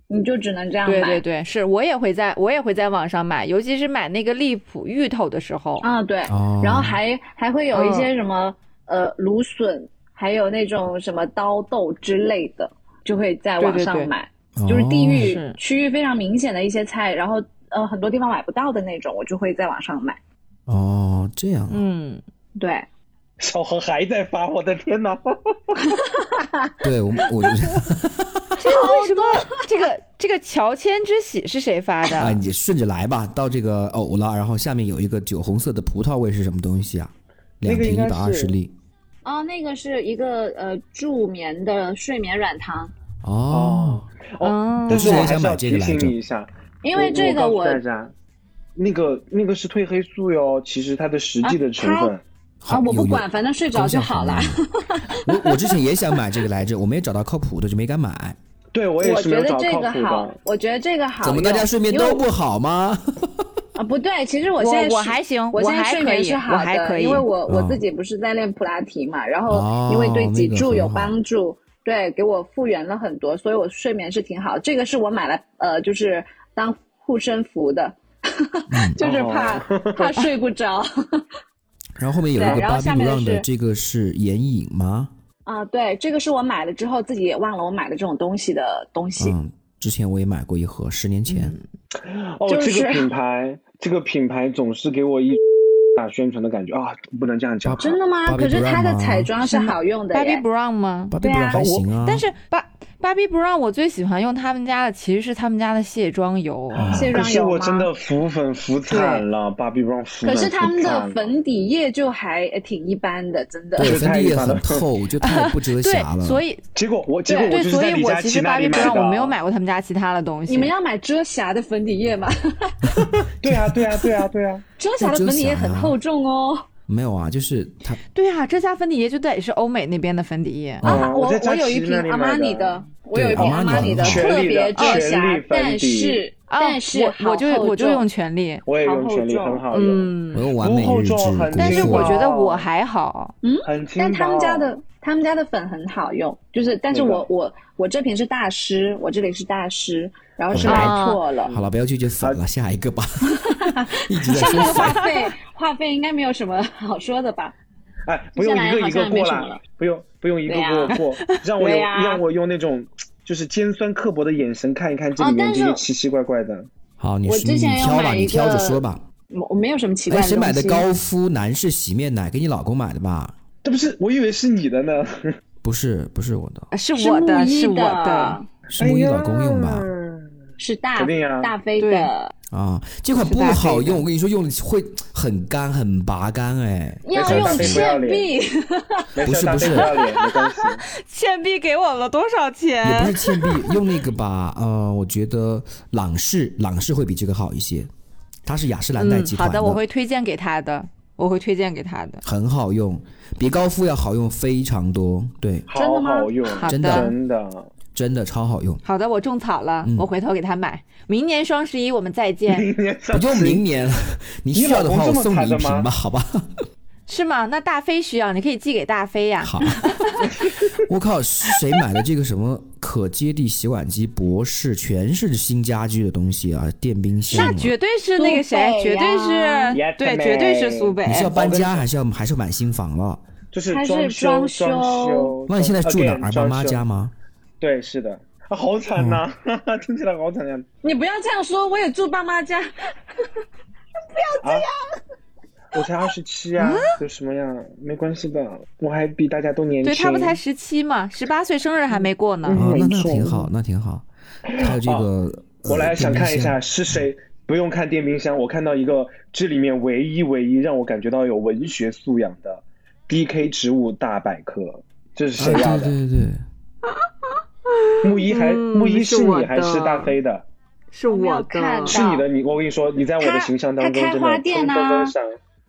Speaker 6: 你就只能这样买。
Speaker 4: 对对对，是我也会在，我也会在网上买，尤其是买那个荔浦芋头的时候，
Speaker 6: 啊，对，
Speaker 5: 哦，
Speaker 6: 然后还还会有一
Speaker 4: 哦
Speaker 6: 些什么、呃芦笋，还有那种什么刀豆之类的，就会在
Speaker 4: 对
Speaker 6: 网
Speaker 4: 对对
Speaker 6: 上买，就是地
Speaker 5: 哦
Speaker 6: 域
Speaker 4: 是
Speaker 6: 区域非常明显的一些菜，然后呃很多地方买不到的那种，我就会在网上买。
Speaker 5: 哦，这样啊。
Speaker 4: 嗯，
Speaker 6: 对，
Speaker 2: 小何还在发，我的天哪！
Speaker 5: 对我我觉得
Speaker 4: 这个为什么这个这个乔迁之喜是谁发
Speaker 5: 啊，
Speaker 4: 的？
Speaker 5: 你顺着来吧，到这个藕了，然后下面有一个酒红色的葡萄味是什么东西啊？
Speaker 2: 那
Speaker 5: 两
Speaker 2: 个
Speaker 5: 瓶
Speaker 2: 应该
Speaker 5: 一百二
Speaker 2: 是
Speaker 5: 十粒。
Speaker 6: [laughs] 哦，那个是一个呃助眠的睡眠软糖，
Speaker 5: 哦，
Speaker 2: 哦
Speaker 4: 嗯，
Speaker 2: 但是我
Speaker 5: 我
Speaker 2: 还
Speaker 5: 之前想
Speaker 2: 是要
Speaker 5: 买这个
Speaker 2: 提
Speaker 5: 来
Speaker 2: 醒
Speaker 5: 着
Speaker 2: 你一下，
Speaker 6: 因为这个
Speaker 2: 我
Speaker 6: 我
Speaker 2: 告诉大家，那个那个是褪黑素哟，其实它的实际的成分，
Speaker 6: 啊
Speaker 5: 好
Speaker 6: 我不
Speaker 5: 有
Speaker 6: 管，反正睡着就好了。。
Speaker 5: 有功效很大我我之前也想买这个来着，我没有找到靠谱的，就没敢买。
Speaker 2: 对我也
Speaker 6: 我
Speaker 2: 是没有
Speaker 6: 觉得
Speaker 2: 找
Speaker 6: 这
Speaker 2: 靠
Speaker 6: 个
Speaker 2: 谱
Speaker 6: 好
Speaker 2: 的，。
Speaker 6: 我觉得这个好用。
Speaker 5: 怎么大家睡眠
Speaker 6: 因为
Speaker 5: 都
Speaker 6: 我
Speaker 5: 不好吗？
Speaker 6: 啊，不对，其实我现在
Speaker 4: 我我
Speaker 6: 是
Speaker 4: 还行，
Speaker 6: 我
Speaker 4: 我
Speaker 6: 现在
Speaker 4: 还
Speaker 6: 睡
Speaker 4: 可
Speaker 6: 眠
Speaker 4: 以，
Speaker 6: 是
Speaker 4: 我
Speaker 6: 好的，
Speaker 4: 还可以，
Speaker 6: 因为我我
Speaker 5: 嗯
Speaker 6: 自己不是在练普拉提嘛，然
Speaker 5: 哦
Speaker 6: 后因为对脊
Speaker 5: 那个
Speaker 6: 柱
Speaker 5: 很
Speaker 6: 有
Speaker 5: 好
Speaker 6: 帮助，对，给我复原了很多，所以我睡眠是挺好。这个是我买了，呃，就是当护身符的，
Speaker 5: 嗯
Speaker 6: [laughs] 就是
Speaker 4: 哦 [laughs]
Speaker 6: 怕、怕睡不着
Speaker 5: [laughs] 然后后面有一个
Speaker 6: 对然后
Speaker 5: 巴比
Speaker 6: 下面
Speaker 5: 伦的，
Speaker 6: 是
Speaker 5: 这个是眼影吗？
Speaker 6: 啊。对，这个是我买了之后自己也忘了我买了这种东西的东西。
Speaker 5: 嗯，之前我也买过一盒，十年前。
Speaker 6: 嗯
Speaker 2: 哦，
Speaker 6: 就是
Speaker 2: 这个品牌，这个品牌总是给
Speaker 6: [laughs]
Speaker 2: 我一打宣传的感觉啊，不能这样讲。
Speaker 6: 真的吗？
Speaker 5: Bobbi
Speaker 6: 可是它的
Speaker 5: Brown 吗
Speaker 6: 彩妆是好用的耶
Speaker 4: Bobbi Brown 吗？
Speaker 5: 巴比伦
Speaker 6: 对啊
Speaker 5: 还行啊，
Speaker 4: 但是芭芭比不让我最喜欢用他们家的，其实是他们家的卸妆油。
Speaker 5: 啊
Speaker 6: 卸
Speaker 2: 可
Speaker 6: 妆
Speaker 2: 是
Speaker 6: 油
Speaker 2: 我
Speaker 6: 吗
Speaker 2: 真的浮粉浮惨了，芭比 brown 浮粉
Speaker 6: 可
Speaker 2: 浮
Speaker 6: 是他们的
Speaker 2: 惨了
Speaker 6: 粉底液就还呃挺一般的，真的。
Speaker 5: 对粉底
Speaker 2: 太一
Speaker 5: 液
Speaker 2: 般
Speaker 5: 很
Speaker 2: 了
Speaker 5: 透，就太不遮瑕了。
Speaker 4: 对，所以
Speaker 2: 结果我结果我
Speaker 4: 对，
Speaker 2: 就是
Speaker 4: 所
Speaker 2: 在
Speaker 4: 以
Speaker 2: 李
Speaker 4: 我
Speaker 2: 佳
Speaker 4: 其
Speaker 2: 琦
Speaker 4: 实芭
Speaker 2: 那
Speaker 4: 比
Speaker 2: 里
Speaker 4: 不
Speaker 2: 买
Speaker 4: 让
Speaker 2: 的，
Speaker 4: 我没有。买过他们家其他的东西。
Speaker 6: 你们要买遮瑕的粉底液吗？
Speaker 2: [laughs]
Speaker 6: [laughs]
Speaker 2: 对啊对啊对啊对啊，
Speaker 6: 遮瑕的粉底液很厚重哦。
Speaker 5: 没有啊，就是它
Speaker 4: 对啊，遮瑕粉底液就得是欧美那边的粉底液。
Speaker 5: 嗯
Speaker 6: 啊，我
Speaker 2: 我在
Speaker 6: 我
Speaker 2: 佳
Speaker 6: 有一
Speaker 2: 琦
Speaker 6: 瓶
Speaker 2: 那里
Speaker 6: 阿
Speaker 2: 买
Speaker 6: 玛尼
Speaker 2: 的
Speaker 6: 的，我有一瓶
Speaker 5: 对
Speaker 6: 阿玛尼的
Speaker 5: 阿
Speaker 2: 的
Speaker 5: 玛尼
Speaker 6: 特别遮
Speaker 2: 全
Speaker 6: 瑕
Speaker 2: 力，粉
Speaker 6: 但
Speaker 2: 底
Speaker 6: 是
Speaker 4: 啊，
Speaker 6: 但是
Speaker 4: 我我就
Speaker 6: 好厚
Speaker 4: 我就用
Speaker 6: 重
Speaker 4: 权力，
Speaker 2: 我也
Speaker 6: 好
Speaker 2: 用
Speaker 6: 厚
Speaker 2: 权力
Speaker 6: 重
Speaker 2: 很好用。
Speaker 5: 我
Speaker 4: 嗯，
Speaker 5: 用完美
Speaker 2: 不厚
Speaker 5: 日志啊
Speaker 2: 重很，
Speaker 4: 但是
Speaker 2: 轻
Speaker 4: 我
Speaker 2: 薄
Speaker 4: 觉得
Speaker 6: 哦
Speaker 4: 我还好，
Speaker 6: 嗯
Speaker 2: 很轻
Speaker 6: 但他们家
Speaker 2: 薄
Speaker 6: 的他们家的粉很好用，就是但是
Speaker 2: 那个
Speaker 6: 我我我这瓶是大师，我这里是大师，然后是
Speaker 5: 嗯
Speaker 6: 买错了。
Speaker 5: 好了，不要拒绝粉了，下一
Speaker 6: [laughs]
Speaker 5: 个吧。 [laughs] 一直在
Speaker 6: 上
Speaker 5: 说
Speaker 6: 面的 [laughs]
Speaker 5: 粉，
Speaker 6: 话费话费应该没有什么好说的吧？
Speaker 2: 哎，不用一个一个过
Speaker 6: 接下来好像也没什么
Speaker 2: 啦
Speaker 6: 了，
Speaker 2: 不用不用一个
Speaker 6: 对呀
Speaker 2: 个过，
Speaker 6: [laughs]
Speaker 2: 让我有
Speaker 6: 对呀
Speaker 2: 让我用那种就是尖酸刻薄的眼神看一看这
Speaker 6: 哦
Speaker 2: 里面
Speaker 6: 但
Speaker 2: 这些
Speaker 6: 是
Speaker 2: 奇奇怪怪的。
Speaker 5: 好，你
Speaker 6: 我
Speaker 5: 说
Speaker 6: 之前
Speaker 5: 你
Speaker 6: 有
Speaker 5: 挑吧，
Speaker 6: 买一
Speaker 5: 你挑着
Speaker 6: 个
Speaker 5: 说吧。
Speaker 6: 我我没有什么奇怪
Speaker 5: 哎，
Speaker 6: 的
Speaker 5: 谁
Speaker 6: 东西。
Speaker 5: 买的高夫男士洗面奶？给你老公买的吧？
Speaker 2: 这不是，我以为是你的呢。
Speaker 6: 嗯
Speaker 2: [laughs]
Speaker 5: 不是，不是我的，
Speaker 4: 是
Speaker 6: 是
Speaker 4: 我的，
Speaker 6: 木一
Speaker 4: 是我
Speaker 6: 的
Speaker 4: 的，，
Speaker 5: 是木易老公用吧？
Speaker 6: 是大
Speaker 2: 肯定呀
Speaker 6: 大飞
Speaker 4: 对
Speaker 6: 的，
Speaker 5: 啊，这款
Speaker 4: 是
Speaker 5: 不
Speaker 4: 大
Speaker 5: 好
Speaker 4: 黑的
Speaker 5: 用，我跟你说，用了会很干，很拔干，哎，
Speaker 2: 没事
Speaker 6: [laughs] 要
Speaker 2: 大
Speaker 6: 用
Speaker 2: 飞不要
Speaker 6: 倩
Speaker 2: 脸
Speaker 6: 碧，
Speaker 2: 没
Speaker 5: 不
Speaker 2: 事，
Speaker 5: 是
Speaker 2: 大
Speaker 5: 不
Speaker 2: 飞
Speaker 5: 是
Speaker 2: 不要脸，没关系。
Speaker 4: 倩碧给我了多少
Speaker 5: 也不
Speaker 4: 钱？
Speaker 5: 是倩碧，用那个
Speaker 4: [laughs]
Speaker 5: 吧，呃，我觉得朗仕，朗仕会比这个好一些，它是雅诗兰黛集
Speaker 4: 嗯，好
Speaker 5: 团
Speaker 4: 的，我会推荐给他的，我会推荐给他的。
Speaker 5: 很好用，比高夫要好用非常多，对，
Speaker 6: [laughs] 真
Speaker 2: 好
Speaker 6: 的吗
Speaker 2: 好用，
Speaker 4: 好
Speaker 5: 真
Speaker 4: 的
Speaker 5: 的
Speaker 2: 真的。
Speaker 5: 真的超好用，
Speaker 4: 好的，我种草了，
Speaker 5: 嗯
Speaker 4: 我回头给他买。明年双十一我们再
Speaker 6: 哎
Speaker 4: 见，
Speaker 6: 嗯
Speaker 2: 明年
Speaker 5: 不
Speaker 2: 上
Speaker 5: 用明年了， [laughs] 你
Speaker 2: 你
Speaker 5: 需要的
Speaker 2: 老
Speaker 5: 话
Speaker 2: 公
Speaker 5: 我
Speaker 2: 这么
Speaker 5: 送
Speaker 2: 惨
Speaker 5: 你一
Speaker 2: 的吗
Speaker 5: 瓶吧，好吧？
Speaker 4: 是吗？那大飞需要，你可以寄给大飞呀。
Speaker 5: 好，我靠，是谁买的这个什么可接地洗碗机？博士，全是新家居的东西啊，电冰箱、啊。
Speaker 4: 那绝对是那个谁，
Speaker 6: 苏
Speaker 4: 绝
Speaker 6: 北
Speaker 4: 对
Speaker 6: 呀
Speaker 4: 是，对，
Speaker 2: Yes,
Speaker 4: 绝对哎是苏北
Speaker 5: 你。是要搬
Speaker 2: 我跟
Speaker 5: 家还是要还是要买新房了？
Speaker 2: 就是
Speaker 6: 它
Speaker 2: 装
Speaker 6: 是装
Speaker 2: 修装
Speaker 6: 修
Speaker 2: 修。
Speaker 5: 那你现在住哪儿？啊
Speaker 2: again，
Speaker 5: 妈
Speaker 2: 装
Speaker 5: 妈
Speaker 2: 修
Speaker 5: 家？吗？
Speaker 2: 对，是的。啊，好惨呐、
Speaker 5: 嗯
Speaker 2: 哈哈， [laughs] 听起来好惨呀、
Speaker 6: 你不要这样说，我也住爸妈家，
Speaker 2: 我才二十七啊，有什么呀？没关系的，我还比大家都年轻。
Speaker 4: 对他不才十七嘛，十八岁生日还没过呢。
Speaker 5: 啊，那
Speaker 2: 没
Speaker 5: 那
Speaker 2: 错
Speaker 5: 挺好，那挺好。还有这个，呃
Speaker 2: 嗯我来想看一，
Speaker 5: 电冰
Speaker 2: 下
Speaker 5: 箱
Speaker 2: 是谁。不用看电冰箱，我看到一个这里面唯一唯一让我感觉到有文学素养的 DK 植物大百科，这是谁要
Speaker 5: 啊，
Speaker 2: 的？
Speaker 5: 对对对对，
Speaker 2: 木一还
Speaker 4: 嗯
Speaker 2: 木一
Speaker 4: 是
Speaker 2: 是
Speaker 4: 我
Speaker 2: 你还是
Speaker 4: 的
Speaker 2: 大飞的？
Speaker 4: 是
Speaker 6: [laughs] 我没
Speaker 4: 我
Speaker 6: 有看
Speaker 4: 的，
Speaker 2: 是你的，你我跟你说，你在我的形象当中真
Speaker 6: 他开
Speaker 2: 的
Speaker 6: 花店
Speaker 2: 冲
Speaker 6: 啊
Speaker 2: 冲得上。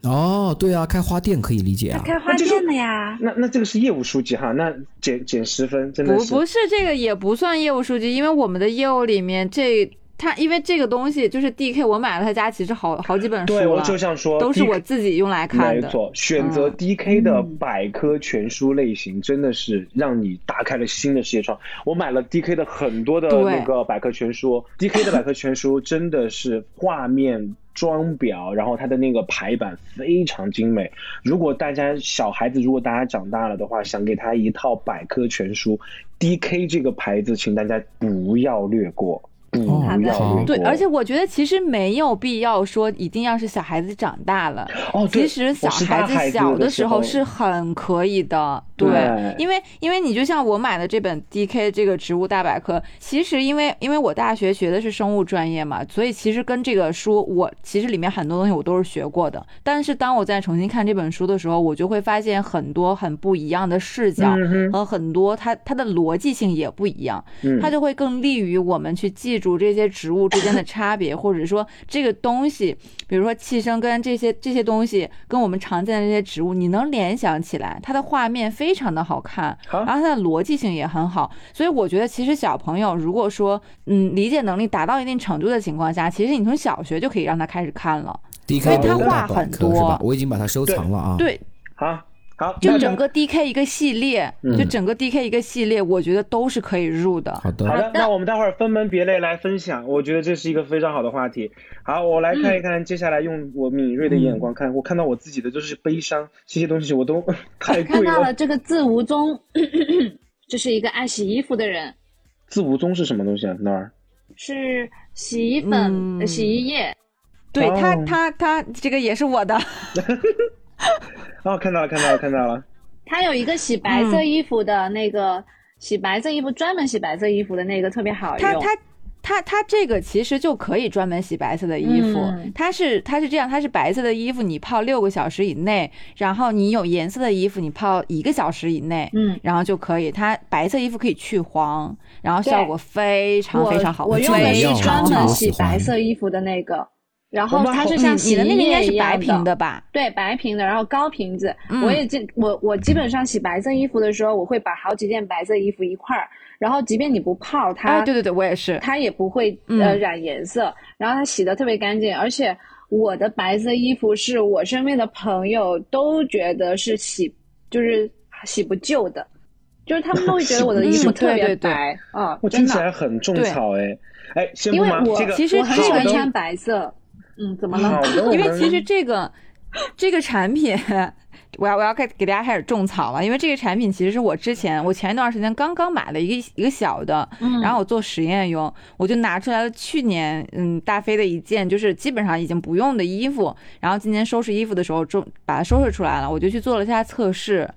Speaker 5: 哦，对啊，开花店可以理解啊。
Speaker 6: 开花店的呀。
Speaker 2: 那那这个是业务书记哈，那减减十分，真的
Speaker 4: 不
Speaker 2: 是
Speaker 4: 不是这个也不算业务数据，因为我们的业务里面这他因为这个东西就是 DK，我买了他家其实好好几本书
Speaker 2: 对，我
Speaker 4: 了，
Speaker 2: 就想说，
Speaker 4: 啊都是我自己用来看
Speaker 2: 没
Speaker 4: 的。
Speaker 2: 错，选择
Speaker 4: 嗯
Speaker 2: DK 的百科全书类型，真的是让你打开了新的世界窗。我买了 DK 的很多的
Speaker 4: 对
Speaker 2: 那个百科全书，DK 的百科全书真的是画面。装裱，然后它的那个排版非常精美。如果大家小孩子，如果大家长大了的话，想给他一套百科全书，DK 这个牌子，请大家不要略过，不
Speaker 5: 哦
Speaker 2: 要
Speaker 5: 好的
Speaker 2: 略过。
Speaker 4: 嗯对，而且我觉得其实没有必要说一定要是小孩子长大
Speaker 2: [laughs]
Speaker 4: 了，
Speaker 2: 哦，对
Speaker 4: 其实小
Speaker 2: 我是大
Speaker 4: 孩
Speaker 2: 孩
Speaker 4: 子
Speaker 2: 子
Speaker 4: 小
Speaker 2: 的
Speaker 4: 的时候是很可以的，
Speaker 2: 对
Speaker 4: 因为因为你就像我买的这本 DK 这个植物大百科，其实因为因为我大学学的是生物专业嘛，所以其实跟这个书我其实里面很多东西我都是学过的，但是当我再重新看这本书的时候，我就会发现很多很不一样的视角、
Speaker 2: 嗯哼
Speaker 4: 和很多它它的逻辑性也不一样，
Speaker 2: 嗯
Speaker 4: 它就会更利于我们去记住这些植物之间的差
Speaker 2: [laughs]
Speaker 4: 别，或者说这个东西，比如说气生根这些这些东西，跟我们常见的这些植物，你能联想起来，它的画面非常的好看，
Speaker 2: 好
Speaker 4: 然后它的逻辑性也很好，所以我觉得其实小朋友如果说嗯理解能力达到一定程度的情况下，其实你从小学就可以让他开始看
Speaker 2: [laughs]
Speaker 4: 了，
Speaker 5: DK
Speaker 2: 因为它
Speaker 5: 的
Speaker 4: 画
Speaker 5: 大百
Speaker 4: 很
Speaker 5: 科
Speaker 4: 多
Speaker 5: 是吧？我已经把它收
Speaker 2: 对
Speaker 5: 藏了啊。
Speaker 4: 对，
Speaker 2: 好好，
Speaker 4: 就
Speaker 2: 那嗯
Speaker 4: 整个 DK 一个系列，就整个 DK 一个系列，我觉得都是可以入的。
Speaker 5: 好的
Speaker 2: 好，的，那我们待会儿分门别类来分享，我觉得这是一个非常好的话题。好，我来看一看，接下来用我敏锐的眼光看，我看到我自己的就是悲伤，这些东西我都太
Speaker 6: 看
Speaker 2: 贵
Speaker 6: 到
Speaker 2: 了
Speaker 6: 了。这个字无 [clears throat] 踪，这是一个爱洗衣服的人，
Speaker 2: 字无宗是什么东西啊？哪儿？
Speaker 6: 是洗衣粉、
Speaker 4: 嗯
Speaker 6: 呃洗衣液。
Speaker 4: 对他
Speaker 2: 哦，
Speaker 4: 他他这个也是我的，
Speaker 2: 哦，看到了，看到了，看到了。
Speaker 6: 他有一个洗白色衣服的那个，洗白色衣服专门洗白色衣服的那个特别好
Speaker 4: 他
Speaker 6: 用。
Speaker 4: 他他他这个其实就可以专门洗白色的衣服
Speaker 6: 嗯，
Speaker 4: 它是它是这样，它是白色的衣服，你泡六个小时以内，然后你有颜色的衣服，你泡一个小时以内，
Speaker 6: 嗯，
Speaker 4: 然后就可以。它白色衣服可以去黄，然后
Speaker 6: 对
Speaker 4: 效果非常
Speaker 6: 我
Speaker 4: 非常好，
Speaker 6: 我用的
Speaker 4: 非
Speaker 6: 是
Speaker 5: 要
Speaker 6: 专
Speaker 4: 常
Speaker 5: 这个
Speaker 6: 门
Speaker 5: 我
Speaker 4: 好。
Speaker 6: 洗
Speaker 5: 喜欢
Speaker 6: 白色衣服的那个，然
Speaker 2: 我
Speaker 6: 后
Speaker 2: 们
Speaker 6: 它
Speaker 2: 好
Speaker 6: 是
Speaker 4: 你
Speaker 6: 像洗
Speaker 4: 你的
Speaker 6: 衣
Speaker 4: 那个应该
Speaker 6: 液
Speaker 4: 是
Speaker 6: 一
Speaker 4: 白
Speaker 6: 样
Speaker 4: 瓶
Speaker 6: 的
Speaker 4: 的。吧？
Speaker 6: 对白瓶的，然后高瓶子，
Speaker 4: 嗯
Speaker 6: 我也基我我基本上洗白色衣服的时候，我会把好几件白色衣服一块儿，然后即便你不泡它，
Speaker 4: 哎，对对对，我也是。
Speaker 6: 它也不会
Speaker 4: 嗯
Speaker 6: 呃染颜色，然后它洗的特别干净，而且我的白色衣服是我身边的朋友都觉得是洗就是洗不旧的，就是他们都会觉得我的衣服
Speaker 4: 嗯
Speaker 6: 特
Speaker 4: 对对
Speaker 6: 别
Speaker 4: 对
Speaker 6: 白啊，
Speaker 2: [laughs] 我
Speaker 6: 真
Speaker 2: 听
Speaker 6: 的
Speaker 2: 起，来很种草哎，哎，先
Speaker 6: 因
Speaker 2: 不
Speaker 6: 为
Speaker 2: 忙，
Speaker 6: 我
Speaker 2: 这个
Speaker 4: 其实
Speaker 6: 我很
Speaker 4: 这
Speaker 6: 喜
Speaker 4: 个
Speaker 6: 欢
Speaker 4: 东
Speaker 6: 穿白色，嗯，怎么了
Speaker 2: 好？的，我
Speaker 4: 因为其实
Speaker 2: 们
Speaker 4: 这个这个产品，我要我要开给大家开始种草了，因为这个产品其实是我之前我前一段时间刚刚买了一个一个小的，然后我做实验用，我就拿出来了去年嗯大飞的一件就是基本上已经不用的衣服，然后今年收拾衣服的时候种把它收拾出来了，我就去做了一下测试，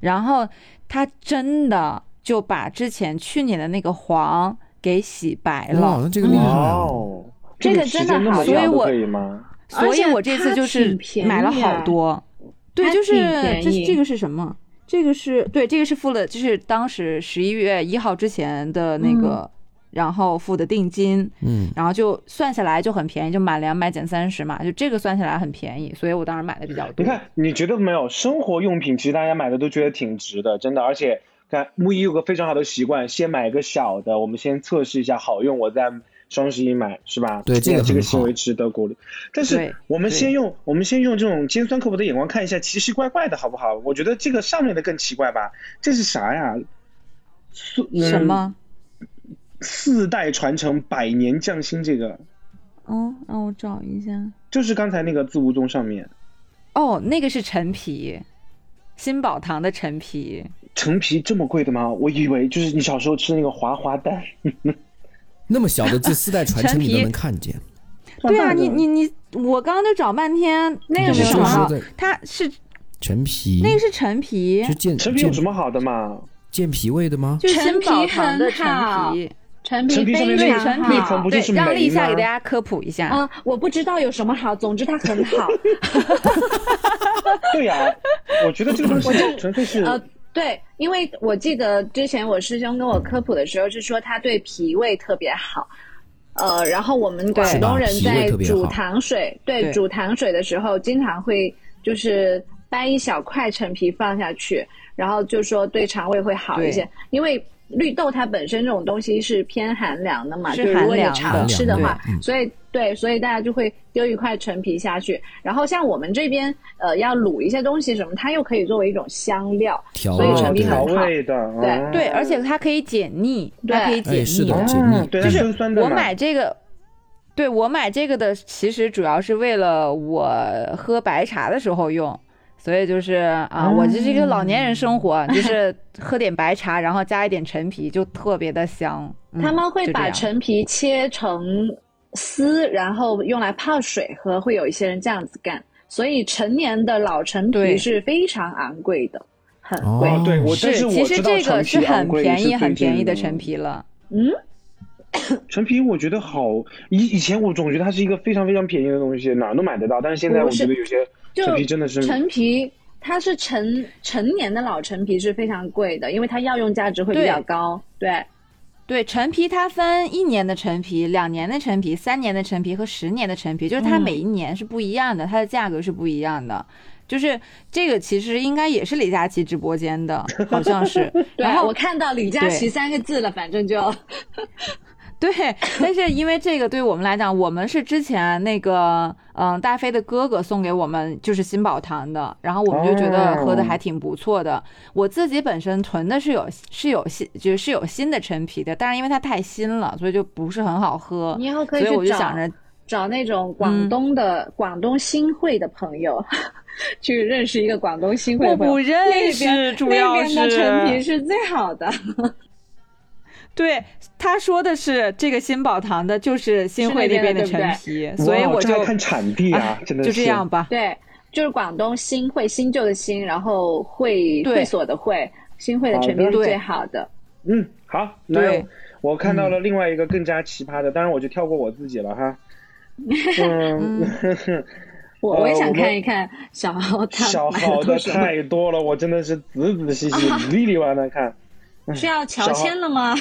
Speaker 4: 然后它真的就把之前去年的那个黄给洗白
Speaker 5: 哇，
Speaker 4: 了，
Speaker 5: 那这个厉害
Speaker 2: 哇
Speaker 5: 啊！
Speaker 2: 哦，
Speaker 3: 这个
Speaker 2: 个时
Speaker 3: 真的
Speaker 2: 间那
Speaker 3: 好
Speaker 2: 么
Speaker 4: 所以
Speaker 2: 长都
Speaker 4: 我
Speaker 2: 可以吗？
Speaker 4: 所以我这次就是买了好多。对，就是
Speaker 9: 啊它挺便宜
Speaker 4: 这这个是什么？这个是对，这个是付了，就是当时十一月一号之前的那
Speaker 9: 嗯
Speaker 4: 个，然后付的定金，
Speaker 5: 嗯，
Speaker 4: 然后就算下来就很便宜，就满两百减三十嘛，就这个算下来很便宜，所以我当时买的比较
Speaker 2: 你
Speaker 4: 多。
Speaker 2: 看，你觉得没有？生活用品其实大家买的都觉得挺值的，真的。而且，看木一有个非常好的习惯，先买一个小的，我们先测试一下好用，我再双十一买，是吧？
Speaker 5: 对这个
Speaker 2: 个这
Speaker 5: 很
Speaker 2: 行
Speaker 5: 好
Speaker 2: 为值得鼓励。但
Speaker 4: 对
Speaker 2: 是我们
Speaker 5: 对
Speaker 2: 先用我们先用这种尖酸刻薄的眼光看一下奇奇怪怪的好不好？我觉得这个上面的更奇怪吧？这是啥呀？四
Speaker 4: 什？
Speaker 2: 嗯
Speaker 4: 么？
Speaker 2: 四代传承，百年匠心，这个
Speaker 4: 嗯，让我找一下。
Speaker 2: 就是刚才那个字无中上面。
Speaker 4: 哦，那个是陈皮，新宝堂的陈皮。
Speaker 2: 陈皮这么贵的吗？我以为就是你小时候吃那个滑滑蛋。
Speaker 5: 那么小的字四代传承你都能看见，
Speaker 4: 对啊，你你你，我刚刚就找半天，那个
Speaker 5: 你
Speaker 4: 没有
Speaker 5: 是不是
Speaker 4: 找到
Speaker 5: 在，
Speaker 4: 它是
Speaker 5: 陈皮，
Speaker 4: 那个是陈皮，
Speaker 5: 是健
Speaker 2: 陈皮有什
Speaker 5: 健
Speaker 2: 么好的
Speaker 4: [laughs]
Speaker 2: 嘛？
Speaker 5: 健脾胃的吗？
Speaker 4: 就是新宝堂的
Speaker 9: 陈皮
Speaker 4: 陈
Speaker 9: 很好
Speaker 4: 皮，
Speaker 9: 陈皮
Speaker 2: 陈皮上面
Speaker 9: 非
Speaker 2: 那
Speaker 4: 对
Speaker 2: 个
Speaker 9: 常
Speaker 4: 陈
Speaker 9: 好，
Speaker 4: 皮
Speaker 2: 那层不就是
Speaker 4: 对让
Speaker 2: 酶
Speaker 4: 立夏
Speaker 2: 吗
Speaker 4: 给大家科普一下，
Speaker 6: 啊，我不知道有什么好，总之它
Speaker 4: [laughs]
Speaker 6: 很好。
Speaker 2: 对呀、我觉得这个东西纯粹是
Speaker 6: 呃，对，因为我记得之前我师兄跟我科普的时候是说他对脾胃特别好。呃，然后我们
Speaker 4: 是
Speaker 6: 广
Speaker 5: 吧
Speaker 6: 东人
Speaker 5: 脾胃
Speaker 6: 在
Speaker 5: 特别
Speaker 6: 煮
Speaker 5: 好
Speaker 6: 糖水，对
Speaker 4: 对
Speaker 6: 煮糖水的时候，经常会就是掰一小块陈皮放下去，然后就说对肠胃会好一些
Speaker 4: 对，
Speaker 6: 因为。绿豆它本身这种东西是偏寒凉的嘛，
Speaker 4: 是
Speaker 6: 就是如果你
Speaker 4: 寒凉的
Speaker 6: 常吃的
Speaker 5: 寒凉
Speaker 6: 话
Speaker 5: 的，嗯
Speaker 6: 所以对，所以大家就会丢一块陈皮下去。然后像我们这边呃要卤一些东西什么，它又可以作为一种香料，
Speaker 5: 调
Speaker 6: 所以
Speaker 5: 味
Speaker 6: 陈皮
Speaker 5: 对
Speaker 6: 很
Speaker 2: 调
Speaker 6: 好
Speaker 2: 味的，
Speaker 6: 对
Speaker 2: 啊
Speaker 4: 对，而且它可以解腻，它可以
Speaker 5: 哎，
Speaker 4: 解
Speaker 5: 是
Speaker 4: 腻
Speaker 5: 的，，解
Speaker 2: 嗯
Speaker 5: 腻，
Speaker 2: 对，它
Speaker 5: 就
Speaker 2: 酸
Speaker 5: 是
Speaker 2: 酸的
Speaker 4: 我
Speaker 2: 嘛。
Speaker 4: 买这个。对我买这个的，其实主要是为了我喝白茶的时候用，所以就是啊，我就是一个老年人生活，就是喝点白茶，然后加一点陈皮，就特别的香。嗯
Speaker 6: 他们会
Speaker 4: 就这
Speaker 6: 把
Speaker 4: 样
Speaker 6: 陈皮切成丝，然后用来泡水喝，会有一些人这样子干。所以成年的老陈
Speaker 4: 对
Speaker 6: 皮是非常昂贵的，很
Speaker 5: 哦
Speaker 6: 贵。
Speaker 2: 哦，对，我但
Speaker 4: 嗯是，
Speaker 2: 我
Speaker 4: 其实
Speaker 2: 知道
Speaker 4: 这
Speaker 2: 陈
Speaker 4: 个
Speaker 2: 皮
Speaker 4: 是
Speaker 2: 昂
Speaker 4: 很
Speaker 2: 贵
Speaker 4: 便宜、
Speaker 2: 是
Speaker 4: 很
Speaker 2: 最
Speaker 4: 便宜
Speaker 2: 近
Speaker 4: 的陈。皮了。
Speaker 6: 嗯，
Speaker 2: 陈皮我觉得好，以以前我总觉得它是一个非常非常便宜的东西，哪儿都买得到。但是现在我
Speaker 6: 不是
Speaker 2: 觉得有些
Speaker 6: 就
Speaker 2: 陈皮真的是，
Speaker 6: 陈皮它是成成年的老陈皮是非常贵的，因为它药用价值会比较
Speaker 4: 对
Speaker 6: 高。对，
Speaker 4: 对，陈皮它分一年的陈皮、两年的陈皮、三年的陈皮和十年的陈皮，就是
Speaker 6: 嗯
Speaker 4: 它每一年是不一样的，它的价格是不一样的。就是这个其实应该也是李佳琦直播间的，好像
Speaker 6: [laughs]
Speaker 4: 是。
Speaker 6: 对
Speaker 4: 然后
Speaker 6: 我看到李佳
Speaker 4: 对
Speaker 6: 琦三个字了，反正就 [laughs]
Speaker 4: 对， [laughs] 但是因为这个对于我们来讲，我们是之前那个嗯大飞的哥哥送给我们就是新宝堂的，然后我们就觉得
Speaker 2: 哦
Speaker 4: 喝的还挺不错的。我自己本身囤的是有是有新就是是有新的陈皮的，但是因为它太新了，所以就不是很好喝。
Speaker 6: 你以后可
Speaker 4: 所
Speaker 6: 以
Speaker 4: 以
Speaker 6: 去
Speaker 4: 我就
Speaker 6: 找
Speaker 4: 想着，
Speaker 6: 找那种广东的、广东新会的朋友， [laughs] 去认识一个广东新会
Speaker 4: 我
Speaker 6: 的朋友。
Speaker 4: 不认识，主要
Speaker 6: 那边的陈皮
Speaker 4: 是
Speaker 6: 是最好的， [laughs]
Speaker 4: 对他说的是这个新宝堂的，就是新
Speaker 6: 是
Speaker 4: 会
Speaker 6: 那
Speaker 4: 那边
Speaker 6: 边的
Speaker 4: 的
Speaker 6: 对不
Speaker 4: 陈皮，所以
Speaker 2: 哇
Speaker 4: 我
Speaker 2: 这还
Speaker 4: 就 [laughs]
Speaker 2: 看产地啊
Speaker 4: 哎，
Speaker 2: 真的
Speaker 4: 就是这样吧。
Speaker 6: 对，就是广东新会，新旧的新，然后会
Speaker 4: 对
Speaker 6: 会所的会，新会的陈皮
Speaker 2: 好
Speaker 6: 是
Speaker 2: 的
Speaker 6: 最好的。
Speaker 2: 嗯，好，
Speaker 4: 对嗯
Speaker 2: 那我看到了另外一个更加奇葩的，当然我就跳过我自己了
Speaker 4: [laughs]
Speaker 2: 哈。嗯，
Speaker 6: 我
Speaker 2: 呃
Speaker 6: 我也想
Speaker 2: 我们
Speaker 6: 看一看小豪他
Speaker 2: 小
Speaker 6: [laughs] 买了
Speaker 2: 好
Speaker 6: 多
Speaker 2: 的
Speaker 6: 少，
Speaker 2: 太多了，我真的是仔仔细
Speaker 6: [laughs]
Speaker 2: 细、里里外外看。
Speaker 6: 是要乔迁了吗？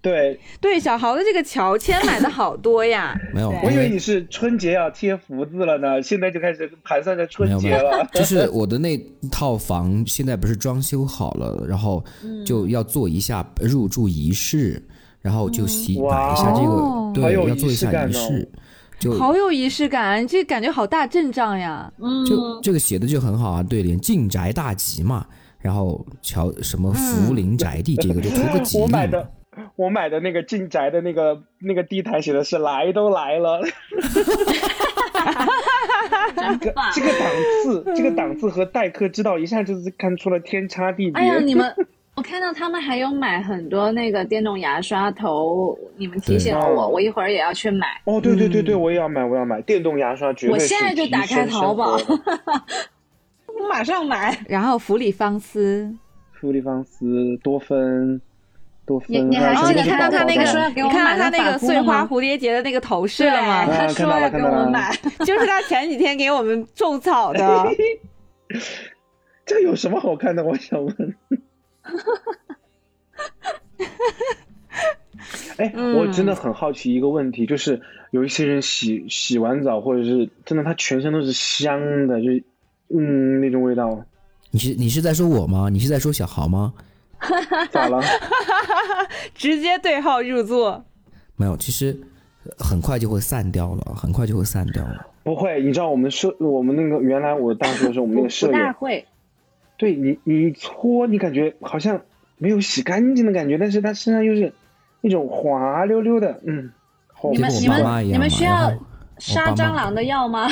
Speaker 2: 对，
Speaker 4: 对，小豪的这个乔迁买的好多呀。
Speaker 5: 没有，
Speaker 2: 我以为
Speaker 5: 因为
Speaker 2: 你是春节要贴福字了呢，现在就开始盘算着
Speaker 5: 没
Speaker 2: 春
Speaker 5: 有没
Speaker 2: 节
Speaker 5: 有
Speaker 2: 了，。
Speaker 5: 就是我的那套房现在不是装修好了，然后
Speaker 6: 嗯
Speaker 5: 就要做一下入住仪式，然后
Speaker 6: 嗯
Speaker 5: 就洗摆一下这
Speaker 4: 哇
Speaker 5: 个，
Speaker 2: 哦好
Speaker 5: 对，
Speaker 2: 有
Speaker 5: 要做
Speaker 2: 仪
Speaker 5: 一
Speaker 2: 式
Speaker 5: 下
Speaker 2: 感
Speaker 5: 仪
Speaker 2: 哦
Speaker 5: 式，就
Speaker 4: 好有仪式感，这感觉好大阵仗呀！
Speaker 6: 嗯
Speaker 5: 就这个写的就很好啊，对联“进宅大吉”嘛，然后乔什么
Speaker 6: 嗯
Speaker 5: 福临宅地，这个就图个
Speaker 2: [laughs]
Speaker 5: 吉
Speaker 2: 我
Speaker 5: 利
Speaker 2: 买
Speaker 5: 嘛。
Speaker 2: 的我买的那个进宅的那个那个地毯写的是来 [laughs] 都来了，这个这个档次，这个个档次和代课之道一下就是看出了天差地别。
Speaker 6: 哎呀，你们，我看到他们还有买很多那个电动牙刷头，你们提醒了
Speaker 2: 对
Speaker 6: 我，我一会儿也要去买。
Speaker 2: 哦，对对对对，我也要买，我要买电动牙刷，绝对
Speaker 6: 嗯我
Speaker 2: 是
Speaker 6: 现在就
Speaker 2: 提
Speaker 6: 打开
Speaker 2: 升
Speaker 6: 淘宝
Speaker 2: 生活的
Speaker 10: 我马上买。
Speaker 4: 然后弗里芳斯，
Speaker 2: 弗利芳斯多芬，多
Speaker 6: 你
Speaker 2: 芬，
Speaker 6: 你还
Speaker 2: 啊
Speaker 11: 然后
Speaker 6: 记
Speaker 11: 你
Speaker 6: 得
Speaker 11: 看到他那个，
Speaker 6: 说要
Speaker 11: 你
Speaker 6: 给我
Speaker 11: 看到
Speaker 6: 买
Speaker 11: 他
Speaker 6: 的
Speaker 11: 那
Speaker 6: 发
Speaker 11: 个
Speaker 6: 箍
Speaker 11: 碎
Speaker 6: 了
Speaker 11: 花
Speaker 6: 吗
Speaker 4: 蝴蝶结的那个头饰了吗？
Speaker 2: 啊
Speaker 6: 他
Speaker 2: 看
Speaker 6: 说
Speaker 2: 到了
Speaker 6: 要
Speaker 2: 看
Speaker 6: 跟
Speaker 2: 到
Speaker 6: 我
Speaker 2: 了
Speaker 6: 买，
Speaker 4: 就是他前几天给我们种草的，
Speaker 2: 啊
Speaker 4: [laughs]
Speaker 2: 这个有什么好看的？我想问。哎，
Speaker 4: 嗯
Speaker 2: 我真的很好奇一个问题，就是有一些人洗洗完澡，或者是真的他全身都是香的，就是嗯那种味道，
Speaker 5: 你是你是在说我吗？你是在说小豪吗？
Speaker 2: 咋了？
Speaker 4: 直接对号入座。
Speaker 5: 没有，其实呃很快就会散掉了，很快就会散掉了。
Speaker 2: 不会，你知道我们舍我们那个原来我大学的时候，我们那
Speaker 10: 不
Speaker 2: 个舍
Speaker 10: 不大
Speaker 2: 友，
Speaker 10: 会，
Speaker 2: 对你你一搓，你感觉好像没有洗干净的感觉，但是他身上又是那种滑溜溜的，嗯，好
Speaker 6: 你
Speaker 5: 就
Speaker 6: 们
Speaker 5: 跟我
Speaker 6: 你
Speaker 5: 爸妈
Speaker 6: 们
Speaker 5: 一
Speaker 6: 你
Speaker 5: 样嘛
Speaker 6: 们需
Speaker 5: 然
Speaker 6: 要 [laughs]
Speaker 5: 后
Speaker 6: 杀
Speaker 5: 我爸妈
Speaker 6: 蟑螂的药吗？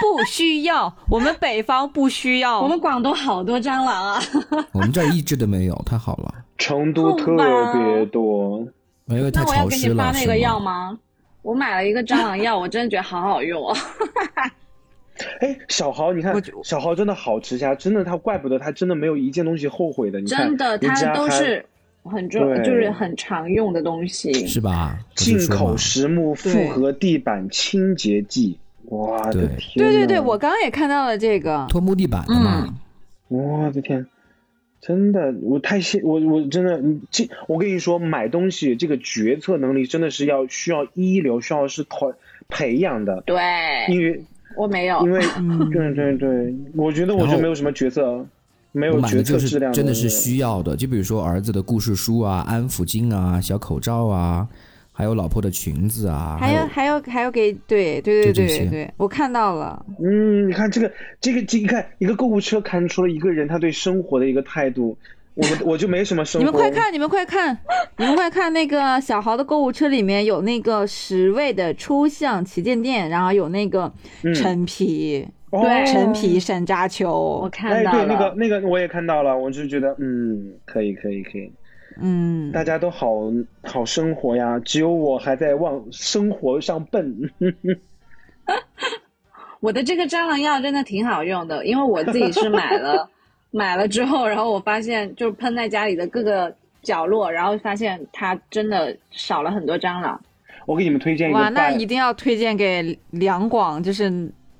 Speaker 4: 不需要，我们北方不需要。
Speaker 6: [laughs] 我们广东好多蟑螂啊！
Speaker 5: 我们这儿一只都没有，太好了，
Speaker 2: 成都特别多，
Speaker 5: 因为太
Speaker 6: [laughs] 那我要
Speaker 5: 潮
Speaker 6: 给你
Speaker 5: 湿
Speaker 6: 发
Speaker 5: 了，
Speaker 6: 那
Speaker 5: 是
Speaker 6: 个药
Speaker 5: 吗？
Speaker 6: 吗？我买了一个蟑螂药，我真的觉得好好用哦。
Speaker 2: 哎，小豪，你看
Speaker 4: 我觉
Speaker 2: 小豪真的好持家，真的他怪不得他真的没有一件东西后悔的，你看
Speaker 6: [laughs] 真的，
Speaker 2: 人
Speaker 6: 它
Speaker 2: 家
Speaker 6: 都
Speaker 2: 还
Speaker 6: 是很重，
Speaker 2: 对
Speaker 6: 就是很常用的东西。
Speaker 5: 是吧？我就
Speaker 2: 进
Speaker 5: 说嘛
Speaker 2: 口实木复合地板清洁剂，我的
Speaker 5: 对
Speaker 2: 天，
Speaker 4: 对对对，我刚刚也看到了这个。
Speaker 5: 拖木地板的嘛。
Speaker 6: 嗯
Speaker 2: 我的天，真的，我太羡我我真的，你这我跟你说，买东西这个决策能力真的是要需要一流，需要是团培养的，
Speaker 6: 对，
Speaker 2: 因为
Speaker 6: 我没有
Speaker 2: 因。为
Speaker 5: 嗯
Speaker 2: 对对对，我觉得我就没有什么决策，没
Speaker 5: 我
Speaker 2: 有
Speaker 5: 买
Speaker 2: 决
Speaker 5: 的就
Speaker 2: 策
Speaker 5: 是
Speaker 2: 质量
Speaker 5: 真的是需要的，就比如说儿子的故事书啊、安抚巾啊、小口罩啊，还有老婆的裙子啊，
Speaker 4: 还有
Speaker 5: 有
Speaker 4: 还有还有给对对对
Speaker 5: 就这
Speaker 4: 对
Speaker 5: 些
Speaker 4: 对对，我看到了，
Speaker 2: 嗯，你看这个，这个，这你看一个购物车看出了一个人他对生活的一个态度。我们我就没什么生
Speaker 4: 你
Speaker 2: 活。
Speaker 4: 们快！看，你们
Speaker 2: [laughs]
Speaker 4: 快看，你们快看，那个小豪的购物车里面有那个十位的抽象旗舰店，然后有那个
Speaker 2: 嗯
Speaker 4: 陈皮、
Speaker 2: 哦、
Speaker 6: 对
Speaker 4: 陈皮山楂球
Speaker 6: 我，
Speaker 2: 哎，
Speaker 6: 看到
Speaker 2: 对，那个
Speaker 6: 了，
Speaker 2: 那个我也看到了，我就觉得嗯，可以可以可以，
Speaker 4: 嗯，
Speaker 2: 大家都好好生活呀，只有我还在往生活上奔。 [laughs]
Speaker 6: 我的这个蟑螂药真的挺好用的，因为我自己是
Speaker 2: [laughs]
Speaker 6: 买了，买了之后，然后我发现就是喷在家里的各个角落，然后发现它真的少了很多蟑螂。
Speaker 2: 我给你们推荐一个
Speaker 4: 哇，那
Speaker 2: 办
Speaker 4: 一定要推荐给两广，就是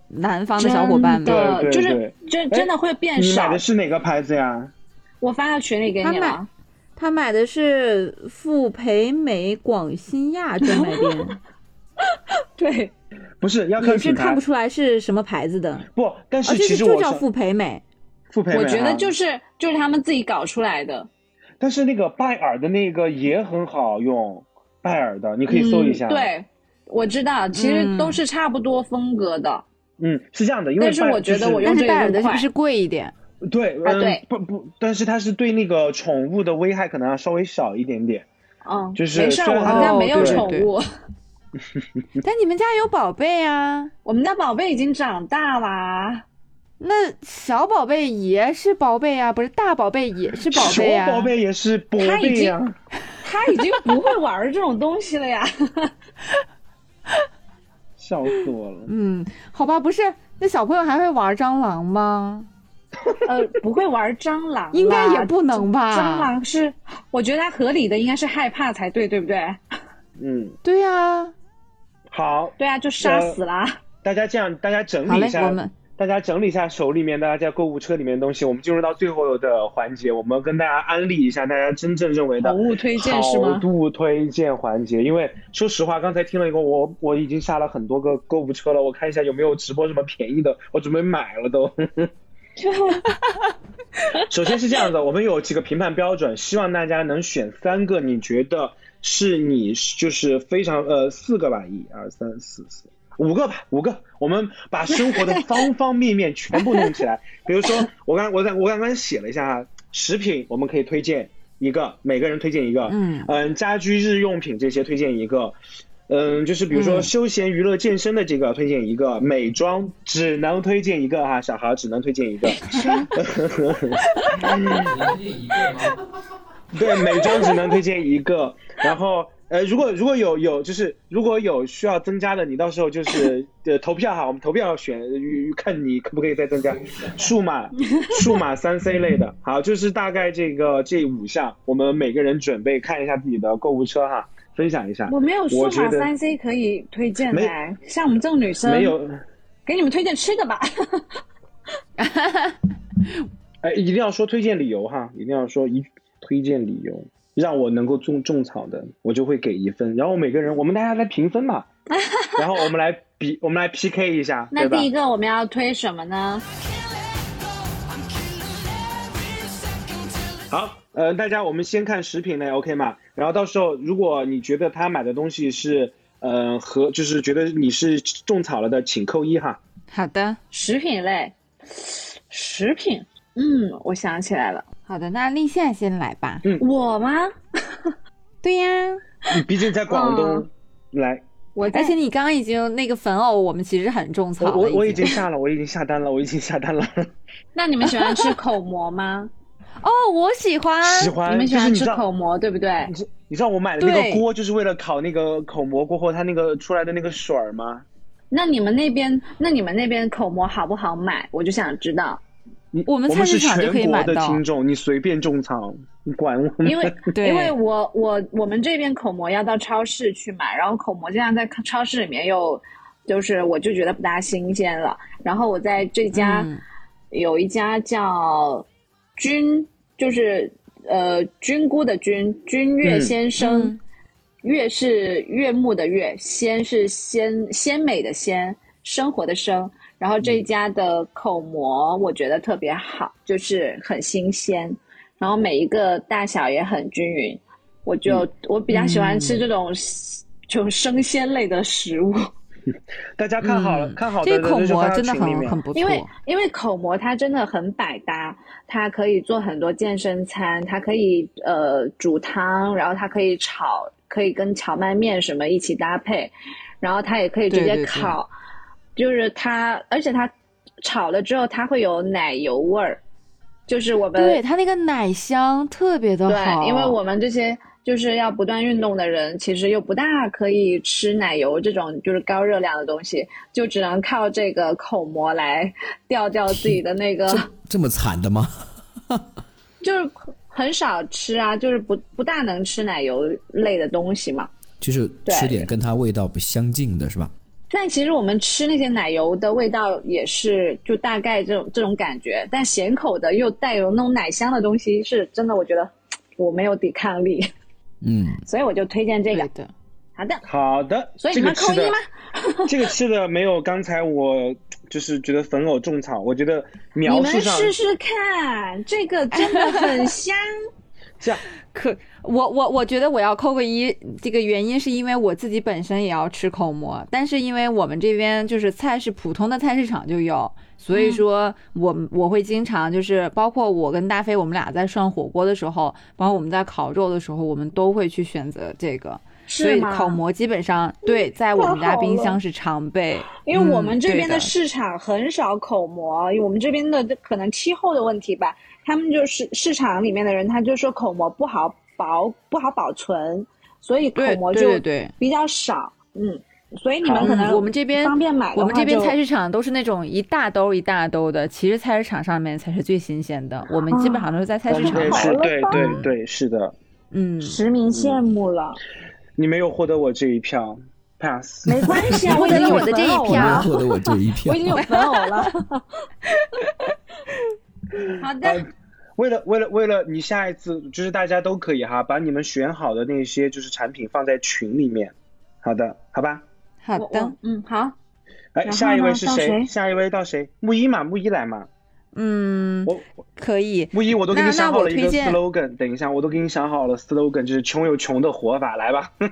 Speaker 4: 南方的小伙伴
Speaker 6: 真
Speaker 4: 们。
Speaker 2: 嗯
Speaker 6: 的
Speaker 2: 对对
Speaker 6: 就是
Speaker 2: 对
Speaker 6: 真
Speaker 2: 哎
Speaker 6: 真的会变
Speaker 2: 你买
Speaker 6: 少
Speaker 2: 的。是哪个牌子呀？
Speaker 6: 我发到群里给你
Speaker 4: 他
Speaker 6: 了
Speaker 4: 买。他买的是富培美广新亚专卖
Speaker 2: [laughs]
Speaker 4: 店，
Speaker 6: 对，
Speaker 2: 不是要看
Speaker 4: 也是
Speaker 2: 品
Speaker 4: 看
Speaker 2: 牌
Speaker 4: 不，出来是什么牌子的，
Speaker 2: 不，但
Speaker 6: 啊
Speaker 4: 而
Speaker 2: 是
Speaker 4: 且
Speaker 2: 其
Speaker 4: 是
Speaker 2: 实
Speaker 4: 就
Speaker 2: 我
Speaker 4: 叫
Speaker 2: 是
Speaker 4: 富培美。
Speaker 2: 复培美啊，
Speaker 6: 我觉得就是就是他们自己搞出来的。
Speaker 2: 但是那个拜耳的那个也很好用，拜耳的你可以搜一下。
Speaker 6: 嗯。，对，我知道，其实
Speaker 4: 嗯
Speaker 6: 都是差不多风格的。
Speaker 2: 嗯，是这样的，因为
Speaker 6: 但是
Speaker 2: 拜
Speaker 6: 我觉
Speaker 2: 就
Speaker 6: 得我用
Speaker 4: 但
Speaker 6: 这
Speaker 4: 是
Speaker 6: 个
Speaker 4: 戴尔的
Speaker 6: 更
Speaker 4: 是
Speaker 6: 快
Speaker 4: 不是贵一点？
Speaker 2: 对，嗯，
Speaker 6: 啊对
Speaker 2: 不不，但是它是对那个宠物的危害可能要稍微少一点点。
Speaker 6: 嗯，
Speaker 2: 就是
Speaker 6: 没事儿，
Speaker 2: 虽然
Speaker 6: 我
Speaker 2: 它
Speaker 6: 们家没有
Speaker 4: 哦对
Speaker 6: 宠物， [laughs]
Speaker 2: 嗯
Speaker 4: 但你们家有宝贝啊，
Speaker 6: 我们家宝贝已经长大啦。
Speaker 4: 那小宝贝也是宝贝啊，不是大宝贝也是宝贝啊。
Speaker 2: 小宝贝也是宝
Speaker 6: 它已
Speaker 2: 贝
Speaker 6: 经
Speaker 2: 呀、
Speaker 6: 他已经不会玩儿这种东西了呀， [laughs]
Speaker 2: 笑死我了。
Speaker 4: 嗯，好吧，不是，那小朋友还会玩蟑螂吗？
Speaker 6: 呃，不会玩蟑螂啦，
Speaker 4: [laughs] 应该也不能吧
Speaker 6: 蟑螂是，我觉得它合理的应该是害怕才对，对不对？
Speaker 2: 嗯，
Speaker 4: 对呀、
Speaker 2: 好，
Speaker 6: 对啊，就杀
Speaker 2: 呃
Speaker 6: 死啦。
Speaker 2: 大家这样，大家整
Speaker 4: 好
Speaker 2: 理
Speaker 4: 嘞
Speaker 2: 一，下
Speaker 4: 我，们
Speaker 2: 大家整理一下手里面大家在购物车里面的东西。我们进入到最后的环节，我们跟大家安利一下大家真正认为的
Speaker 6: 宠物推荐是
Speaker 2: 好
Speaker 6: 吗？
Speaker 2: 物推荐环节，因为说实话，刚才听了一个，我我已经下了很多个购物车了，我看一下有没有直播什么便宜的，我准备买了都。 [laughs] 首先是这样的，我们有几个评判标准，希望大家能选三个你觉得是你就是非常呃四个吧，一二三四四。五个吧，五个，我们把生活的方方面面全部弄起来。比如说，我刚我在我刚刚写了一下啊，食品我们可以推荐一个，每个人推荐一个，
Speaker 4: 嗯
Speaker 2: 嗯，家居日用品这些推荐一个，嗯，就是比如说休闲娱乐健身的这个推荐一个，美妆只能推荐一个哈、小孩只能推荐一个。 [laughs] 对，美妆只能推荐一个。然后，呃，如果如果有有就是如果有需要增加的，你到时候就是呃投票哈，我们投票选，呃看你可不可以再增加数码、数码三 C 类的。好，就是大概这个这五项，我们每个人准备看一下自己的购物车哈，分享一下。
Speaker 3: 我没有数
Speaker 2: 我觉
Speaker 3: 码
Speaker 2: 得
Speaker 3: 三 C 可以推荐
Speaker 2: 没
Speaker 3: 哎，像我们这种女生，
Speaker 2: 没有，
Speaker 3: 给你们推荐吃的吧。
Speaker 2: 哎，一定要说推荐理由哈，一定要说一推荐理由，让我能够种种草的，我就会给一分。然后每个人，我们大家来评分嘛，然后我们来比，我们来 PK 一下，
Speaker 6: 那
Speaker 2: 对吧？
Speaker 6: 第一 [laughs] 个我们要推什么呢？
Speaker 2: 好，呃，大家我们先看食品类，OK 吗？然后到时候如果你觉得他买的东西是，呃，和就是觉得你是种草了的，请扣一哈。
Speaker 4: 好的，
Speaker 6: 食品类，食品。嗯，我想起来了，
Speaker 4: 好的，那立夏先来吧。
Speaker 6: 我吗？
Speaker 4: 对呀，
Speaker 2: 你毕竟在广东，
Speaker 6: 哦
Speaker 2: 来，
Speaker 6: 我
Speaker 4: 而且你刚刚已经那个粉藕，我们其实很种草
Speaker 2: 我
Speaker 4: 了
Speaker 2: 我我已
Speaker 4: 经
Speaker 2: 经下了，我已经下单了，我已经下单了，
Speaker 6: 那你们喜欢
Speaker 2: [laughs]
Speaker 6: 吃口蘑吗？
Speaker 4: 哦，我喜欢。
Speaker 2: 喜欢。
Speaker 6: 你们喜
Speaker 2: 就是
Speaker 6: 欢
Speaker 2: 你知
Speaker 6: 吃
Speaker 2: 道
Speaker 6: 口蘑，对不对
Speaker 2: 你？知你知道我买的那
Speaker 4: 对
Speaker 2: 个锅就是为了烤那个口蘑，过后它那个出来的那个水儿吗？
Speaker 6: 那你们那边，那你们那边口蘑好不好买？我就想知道，
Speaker 2: 你
Speaker 4: 我们
Speaker 2: 我们
Speaker 4: 菜市
Speaker 2: 是
Speaker 4: 场就可以
Speaker 2: 全国
Speaker 4: 买
Speaker 2: 的
Speaker 4: 到
Speaker 2: 听众，你随便种草，你管我们？
Speaker 6: 因为
Speaker 4: 对
Speaker 6: 因为我我我们这边口蘑要到超市去买，然后口蘑经常在超市里面又就是我就觉得不大新鲜了。然后我在这家、
Speaker 4: 嗯
Speaker 6: 有一家叫君，就是呃菌菇的菌，君悦
Speaker 2: 嗯
Speaker 6: 先生。
Speaker 4: 嗯
Speaker 6: 悦是悦目的悦，鲜是鲜鲜美的鲜，生活的生。然后这一家的口蘑我觉得特别好，就是很新鲜，然后每一个大小也很均匀。我就、我比较喜欢吃这种、就生鲜类的食物，
Speaker 2: [laughs] 大家看好了，
Speaker 4: 嗯
Speaker 2: 看好的
Speaker 4: 这个口
Speaker 2: 人就是
Speaker 4: 蘑
Speaker 2: 发到
Speaker 4: 真的
Speaker 2: 群里
Speaker 4: 很
Speaker 2: 面
Speaker 4: 很不错
Speaker 6: 因。为因为口蘑它真的很百搭，它可以做很多健身餐，它可以呃煮汤，然后它可以炒，可以跟荞麦面什么一起搭配，然后它也可以直
Speaker 4: 对对
Speaker 6: 接
Speaker 4: 对
Speaker 6: 烤，就是它，而且它炒了之后它会有奶油味儿，就是我们
Speaker 4: 对它那个奶香特别的好，
Speaker 6: 对，因为我们这些就是要不断运动的人，其实又不大可以吃奶油这种就是高热量的东西，就只能靠这个口蘑来 [laughs] 吊吊自己的
Speaker 4: [laughs]
Speaker 6: 那个，
Speaker 5: 这么惨的吗？ [laughs]
Speaker 6: 就是很少吃啊，就是不不大能吃奶油类的东西嘛。
Speaker 5: 就是
Speaker 6: 对
Speaker 5: 吃点跟它味道不相近的是吧？
Speaker 6: 但其实我们吃那些奶油的味道也是就大概这种这种感觉，但咸口的又带有那种奶香的东西，是真的，我觉得我没有抵抗力，
Speaker 5: 嗯，
Speaker 6: 所以我就推荐这
Speaker 4: 对
Speaker 6: 个。
Speaker 4: 的，
Speaker 6: 好的，
Speaker 2: 好的，
Speaker 6: 所以
Speaker 2: 这
Speaker 6: 你
Speaker 2: 个
Speaker 6: 们
Speaker 2: 吃
Speaker 6: 扣一
Speaker 2: 的
Speaker 6: 吗？
Speaker 2: 这个吃的没有刚才我就是觉得粉藕种草，我觉得
Speaker 6: 你
Speaker 2: 描
Speaker 6: 们
Speaker 2: 述上
Speaker 6: 试试看，这个真的
Speaker 4: [laughs]
Speaker 6: 很香。
Speaker 2: 这样，
Speaker 4: 可我我我觉得我要扣个一，这个原因是因为我自己本身也要吃口蘑，但是因为我们这边就是菜市普通的菜市场就有，所
Speaker 3: 嗯
Speaker 4: 以说我我会经常就是包括我跟大飞我们俩在涮火锅的时候，包括我们在烤肉的时候，我们都会去选择这个，所
Speaker 6: 是
Speaker 4: 以
Speaker 6: 吗
Speaker 4: 烤蘑基本上对在我们家
Speaker 3: 好
Speaker 4: 冰
Speaker 3: 了
Speaker 4: 箱是常备，
Speaker 3: 因为我们
Speaker 4: 嗯
Speaker 3: 这
Speaker 4: 对
Speaker 3: 边
Speaker 4: 的
Speaker 3: 的市场很少口蘑，因为我们这边的可能气候的问题吧，他们就是市场里面的人，他就说口蘑不好保不好保存，所以口
Speaker 4: 对
Speaker 3: 蘑
Speaker 4: 对
Speaker 3: 就
Speaker 4: 对对
Speaker 3: 比较少。嗯，所以你们可能
Speaker 4: 嗯我们这边
Speaker 3: 方便买的话
Speaker 4: 我们这边
Speaker 3: 就
Speaker 4: 菜市场都是那种一大兜一大兜的，其实菜市场上面才是最新鲜的。我们基本上都是在菜
Speaker 2: 我
Speaker 4: 市
Speaker 2: 们
Speaker 4: 场
Speaker 2: 可以
Speaker 4: 买
Speaker 2: 吃，
Speaker 4: 的。
Speaker 2: 哦对对对，是的，
Speaker 4: 嗯，
Speaker 3: 实名羡慕了，
Speaker 2: 你没有获得我这一票，pass。
Speaker 3: 没关系啊，
Speaker 4: 你
Speaker 3: 我已经
Speaker 4: 获得
Speaker 3: 有
Speaker 4: [laughs] 我的这一
Speaker 3: 粉藕
Speaker 5: 我没有
Speaker 3: 了
Speaker 4: 票
Speaker 5: 获得我这一
Speaker 3: 我
Speaker 5: 票
Speaker 3: 已。经有粉藕了。 [laughs]
Speaker 6: 好的，
Speaker 2: 为了为了为了你下一次就是大家都可以哈，把你们选好的那些就是产品放在群里面。好的，好吧。
Speaker 4: 好
Speaker 6: 我
Speaker 4: 的
Speaker 6: 我，嗯好，
Speaker 2: 哎，
Speaker 3: 然后呢
Speaker 2: 下一位是
Speaker 3: 到谁
Speaker 2: 下一位到谁？木一嘛，木一来嘛。
Speaker 4: 嗯，
Speaker 2: 我我
Speaker 4: 可以。
Speaker 2: 木一，我都给
Speaker 4: 那
Speaker 2: 你想
Speaker 4: 那
Speaker 2: 好
Speaker 4: 我
Speaker 2: 了一个
Speaker 4: 推荐
Speaker 2: slogan，等一下，我都给你想好了 slogan，就是穷有穷的活法，来吧。
Speaker 4: [laughs]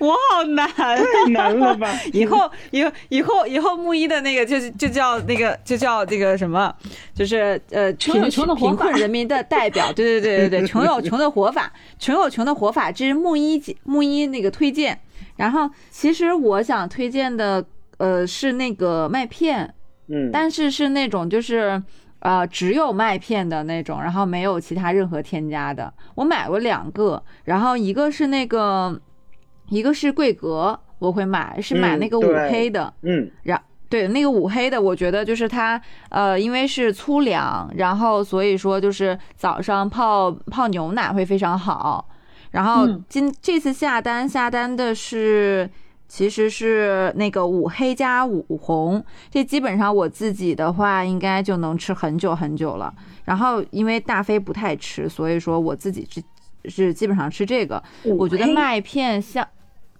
Speaker 4: 我好
Speaker 2: [laughs]
Speaker 4: 难。
Speaker 2: 太难了
Speaker 4: [laughs]
Speaker 2: 吧？
Speaker 4: 以后，以后，以后，以后木一的那个就是就叫那个就叫这个什么，就是呃
Speaker 9: 有
Speaker 4: 贫
Speaker 9: 穷的活
Speaker 4: 贫
Speaker 9: 法
Speaker 4: 困人民的代表，对对对对对，穷有穷的活法，穷有穷的活法，这是木一姐木一那个推荐。然后其实我想推荐的呃是那个麦片，
Speaker 2: 嗯，
Speaker 4: 但是是那种就是呃只有麦片的那种，然后没有其他任何添加的。我买过两个，然后一个是那个一个是桂格，我会买是买
Speaker 2: 嗯
Speaker 4: 那个五
Speaker 2: 对
Speaker 4: 黑的，
Speaker 2: 嗯
Speaker 4: 对，那个五黑的，我觉得就是它，呃，因为是粗粮，然后所以说就是早上泡泡牛奶会非常好。然后
Speaker 9: 嗯
Speaker 4: 今、这次下单下单的是，其实是那个五黑加五红，这基本上我自己的话应该就能吃很久很久了。然后因为大飞不太吃，所以说我自己是是基本上吃这个。我觉得麦片像，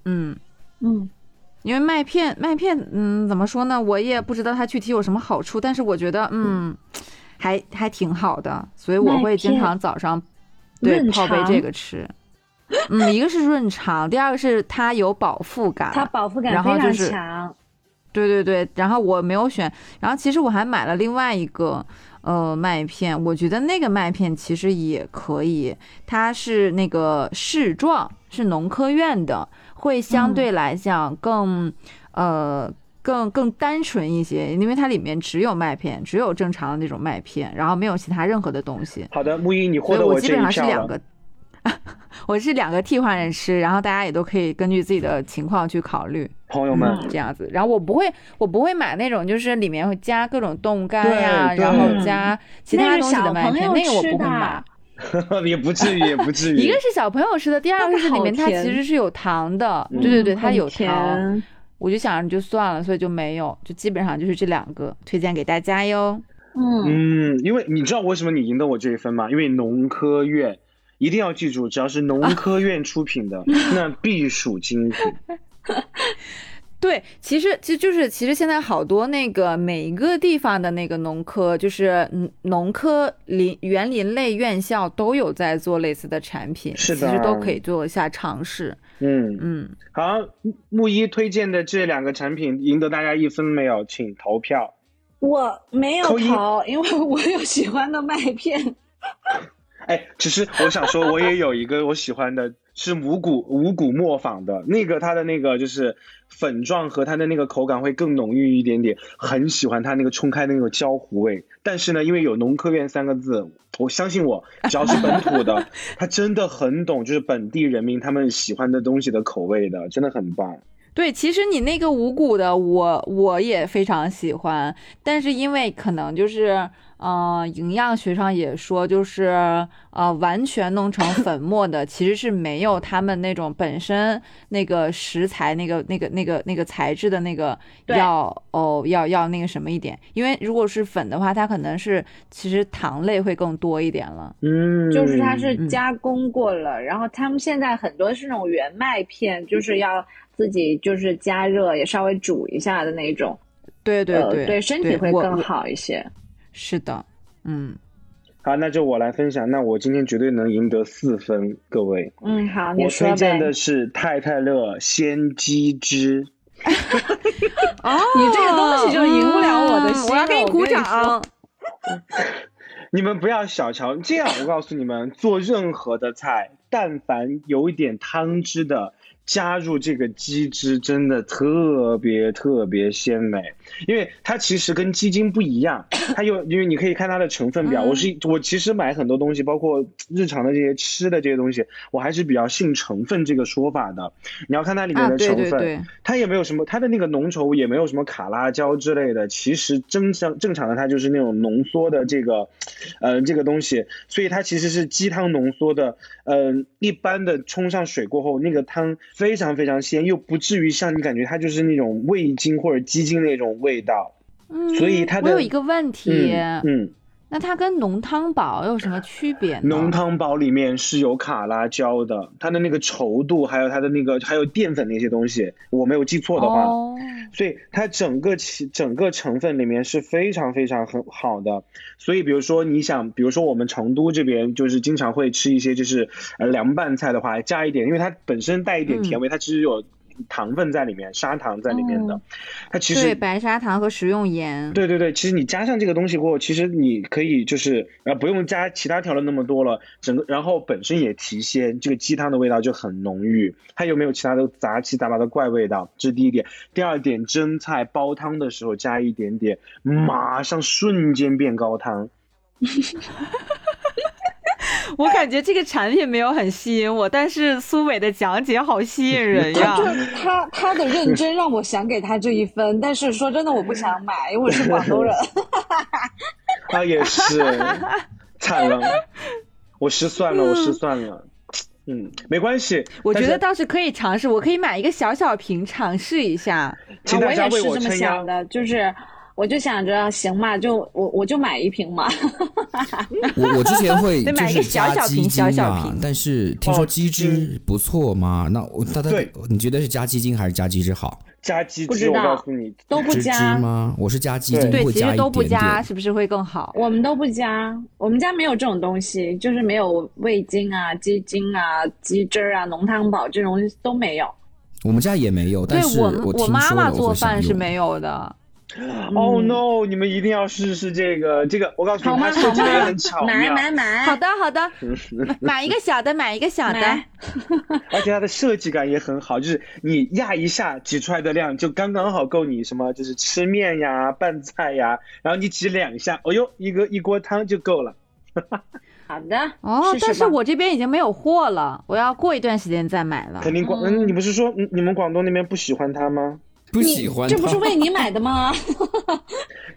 Speaker 4: 嗯。
Speaker 9: 嗯，
Speaker 4: 因为麦片，麦片，嗯，怎么说呢？我也不知道它具体有什么好处，但是我觉得，嗯，还还挺好的，所以我
Speaker 9: 麦
Speaker 4: 会经
Speaker 9: 片
Speaker 4: 常早上对
Speaker 9: 润
Speaker 4: 泡杯
Speaker 9: 肠
Speaker 4: 这个吃。嗯，一个是润肠，第二个是它有饱腹感，
Speaker 9: 它饱腹
Speaker 4: 然
Speaker 9: 感
Speaker 4: 后
Speaker 9: 非
Speaker 4: 就
Speaker 9: 常
Speaker 4: 是
Speaker 9: 强。
Speaker 4: 对对对，然后我没有选，然后其实我还买了另外一个呃麦片，我觉得那个麦片其实也可以，它是那个市状，是农科院的，会相
Speaker 2: 嗯
Speaker 4: 对来讲更、呃。更更单纯一些，因为它里面只有麦片，只有正常的那种麦片，然后没有其他任何的东西。
Speaker 2: 好的，木一，你
Speaker 4: 所
Speaker 2: 获
Speaker 4: 以
Speaker 2: 得
Speaker 4: 我基
Speaker 2: 这
Speaker 4: 本
Speaker 2: 一
Speaker 4: 上是
Speaker 2: 票
Speaker 4: 两
Speaker 2: 了。
Speaker 4: 个， [laughs] 我是两个替换人吃，然后大家也都可以根据自己的情况去考虑。
Speaker 2: 朋友们，
Speaker 4: 嗯这样子。然后我不会，我不会买那种就是里面会加各种冻干呀、
Speaker 2: 对对
Speaker 4: 然后加其他东西的麦片，
Speaker 9: 那
Speaker 4: 那个
Speaker 9: 是小
Speaker 4: 我
Speaker 9: 朋友
Speaker 4: 不
Speaker 9: 吃的啊
Speaker 4: 会买。
Speaker 2: [laughs] 也不至于，也不至于。
Speaker 4: [laughs] 一个是小朋友吃的，第二个是里面它
Speaker 9: 那个好甜
Speaker 4: 其实是有糖的，
Speaker 2: 嗯
Speaker 4: 对对对，它有糖。
Speaker 9: 甜，
Speaker 4: 我就想着就算了，所以就没有，就基本上就是这两个推荐给大家哟。
Speaker 9: 嗯，
Speaker 2: 嗯，因为你知道为什么你赢得我这一分吗？因为农科院一定要记住，只要是农科院出品的，那必属精品。
Speaker 4: 对，其实其实就是其实现在好多那个每一个地方的那个农科，就是嗯农科林园林类院校都有在做类似的产品，
Speaker 2: 是的
Speaker 4: 其实都可以做一下尝试。
Speaker 2: 嗯，
Speaker 4: 嗯，
Speaker 2: 好，木一推荐的这两个产品赢得大家一分没有？请投票。
Speaker 6: 我没有
Speaker 2: 扣一
Speaker 6: 投，
Speaker 9: 哦，因为我有喜欢的麦片，
Speaker 2: 哎，其实我想说，我也有一个我喜欢的，是五谷五谷磨坊的那个，它的那个就是粉状和它的那个口感会更浓郁一点点，很喜欢它那个冲开的那个焦糊味。但是呢，因为有农科院三个字，我相信我，只要是本土的，他真的很懂，就是本地人民他们喜欢的东西的口味的，真的很棒。
Speaker 4: 对，其实你那个五谷的我我也非常喜欢，但是因为可能就是。嗯、营养学上也说，就是呃，完全弄
Speaker 9: [laughs]
Speaker 4: 成粉末的，其实是没有他们那种本身那个食材那个那个那个那个材质的那个
Speaker 9: 对
Speaker 4: 要哦要要那个什么一点，因为如果是粉的话，它可能是其实糖类会更多一点了。
Speaker 2: 嗯，
Speaker 9: 就是它是加工过了，然后他们现在很多是那种原麦片，就是要自己就是加热也稍微煮一下的那种，
Speaker 4: 对对
Speaker 9: 呃
Speaker 4: 对，
Speaker 9: 对身体会
Speaker 4: 我
Speaker 9: 更。好一些。
Speaker 4: 是的，嗯。
Speaker 2: 好，那就我来分享，那我今天绝对能赢得四分，各位。
Speaker 9: 嗯，好，你
Speaker 2: 我
Speaker 9: 说
Speaker 2: 推
Speaker 9: 呗
Speaker 2: 荐。的是太太乐鲜鸡汁。
Speaker 4: 哦，
Speaker 9: 你这个东西就赢不了我的
Speaker 4: 嗯
Speaker 9: 心
Speaker 4: 我要给
Speaker 9: 了
Speaker 4: 鼓
Speaker 9: 我跟你
Speaker 4: 掌。
Speaker 2: 你们不要小瞧，这样我告诉你们，做任何的菜，但凡有一点汤汁的，加入这个鸡汁，真的特别特别鲜美。因为它其实跟鸡精不一样，它有因为你可以看它的成分表。
Speaker 4: 嗯
Speaker 2: 我是我其实买很多东西，包括日常的这些吃的这些东西，我还是比较信成分这个说法的。你要看它里面
Speaker 4: 啊，
Speaker 2: 的成
Speaker 4: 对
Speaker 2: 分，
Speaker 4: 对对，
Speaker 2: 它也没有什么，它的那个浓稠也没有什么卡拉胶之类的。其实正常正常的它就是那种浓缩的这个，呃，这个东西，所以它其实是鸡汤浓缩的。嗯、一般的冲上水过后，那个汤非常非常鲜，又不至于像你感觉它就是那种味精或者鸡精那种味道。
Speaker 4: 嗯
Speaker 2: 所以它的
Speaker 4: 我有一个问题，
Speaker 2: 嗯嗯，
Speaker 4: 那它跟浓汤宝有什么区别呢？
Speaker 2: 浓汤宝里面是有卡拉胶的，它的那个稠度，还有它的那个还有淀粉那些东西，我没有记错的话。
Speaker 4: 哦，
Speaker 2: 所以它整个其整个成分里面是非常非常很好的。所以比如说你想，比如说我们成都这边就是
Speaker 4: 嗯
Speaker 2: 经常会吃一些就是呃凉拌菜的话，加一点，因为它本身带一点甜味，它其实有糖分在里面，砂糖在里面的。它其
Speaker 4: 哦对，
Speaker 2: 实
Speaker 4: 白砂糖和食用盐。
Speaker 2: 对对对，其实你加上这个东西过后，其实你可以就是呃不用加其他调料那么多了，整个然后本身也提鲜，这个鸡汤的味道就很浓郁，它又没有其他的杂七杂八的怪味道，这是第一点。第二点，蒸菜煲汤的时候加一点点，马上瞬间变高汤。
Speaker 4: 我感觉这个产品没有很吸引我，但是苏伟的讲解好吸引人呀
Speaker 2: [laughs] 啊
Speaker 9: 就。是他他的认真让我想给他这一分，但是说真的我不想买，因为我是广
Speaker 2: [laughs]
Speaker 9: 东人。
Speaker 2: 啊，也是，惨了，我失算了，我失算了。嗯，没关系，
Speaker 4: 我觉
Speaker 2: 但
Speaker 4: 得
Speaker 2: 是
Speaker 4: 倒是可以尝试，我可以买一个小小瓶尝试一下。啊
Speaker 2: 请大
Speaker 9: 我
Speaker 2: 家
Speaker 9: 也
Speaker 2: 为
Speaker 9: 是
Speaker 2: 我
Speaker 9: 这么
Speaker 2: 撑腰
Speaker 9: 想。的，就是我就想着行嘛，就我我就买一瓶嘛。
Speaker 5: 我我之前
Speaker 4: [laughs]
Speaker 5: 会
Speaker 4: 对
Speaker 5: 就
Speaker 4: 买一
Speaker 5: 是
Speaker 4: 个小
Speaker 5: 加
Speaker 4: 小
Speaker 5: 鸡
Speaker 4: 瓶小
Speaker 5: 精
Speaker 4: 小
Speaker 5: 啊
Speaker 4: 瓶，哦嗯
Speaker 5: 但是听说鸡汁不错嘛，那我大家
Speaker 2: 对
Speaker 5: 你觉得是加鸡精还是加鸡汁好？
Speaker 2: 加鸡
Speaker 9: 不
Speaker 2: 汁，
Speaker 9: 知
Speaker 2: 我
Speaker 9: 道
Speaker 2: 告诉你，
Speaker 9: 都不
Speaker 5: 汁汁
Speaker 9: 加，
Speaker 5: 吗？我是加鸡精，
Speaker 4: 对，
Speaker 5: 会
Speaker 4: 其
Speaker 5: 加
Speaker 4: 实
Speaker 5: 一
Speaker 4: 都
Speaker 5: 点
Speaker 4: 不加，
Speaker 5: 点。
Speaker 4: 是不是会更好？
Speaker 9: 我们都不加，我们家没有这种东西，就是没有味精啊、鸡精啊、鸡汁儿啊、浓汤宝这种东西都没有。
Speaker 5: 我们家也没有，
Speaker 4: 对
Speaker 5: 但是
Speaker 4: 我
Speaker 5: 听
Speaker 4: 妈
Speaker 5: 说
Speaker 4: 妈
Speaker 5: 了，我
Speaker 4: 做
Speaker 5: 会想
Speaker 4: 饭是
Speaker 5: 用
Speaker 4: 没有的。
Speaker 9: 嗯
Speaker 2: Oh no！你们一定要试试这个，这个我告诉你，它设计的也很巧
Speaker 9: 买
Speaker 2: 妙，
Speaker 9: 买买！
Speaker 4: 好的好的，买 [laughs] 买一个小的，买一个小的
Speaker 9: 买。
Speaker 2: [laughs] 而且它的设计感也很好，就是你压一下挤出来的量就刚刚好够你什么，就是吃面呀、拌菜呀，然后你挤两下，哦呦，一个一锅汤就够了。
Speaker 9: 好的，
Speaker 4: 哦，
Speaker 9: 试试
Speaker 4: 但是
Speaker 9: 吧
Speaker 4: 我这边已经没有货了，我要过一段时间再买
Speaker 9: 啊
Speaker 4: 了。
Speaker 2: 肯定广，嗯，你不是说嗯你们广东那边不喜欢它吗？
Speaker 5: 不
Speaker 9: 你
Speaker 5: 喜欢
Speaker 9: 这不
Speaker 5: 它 [laughs]
Speaker 9: 是为你买的 [laughs] 吗？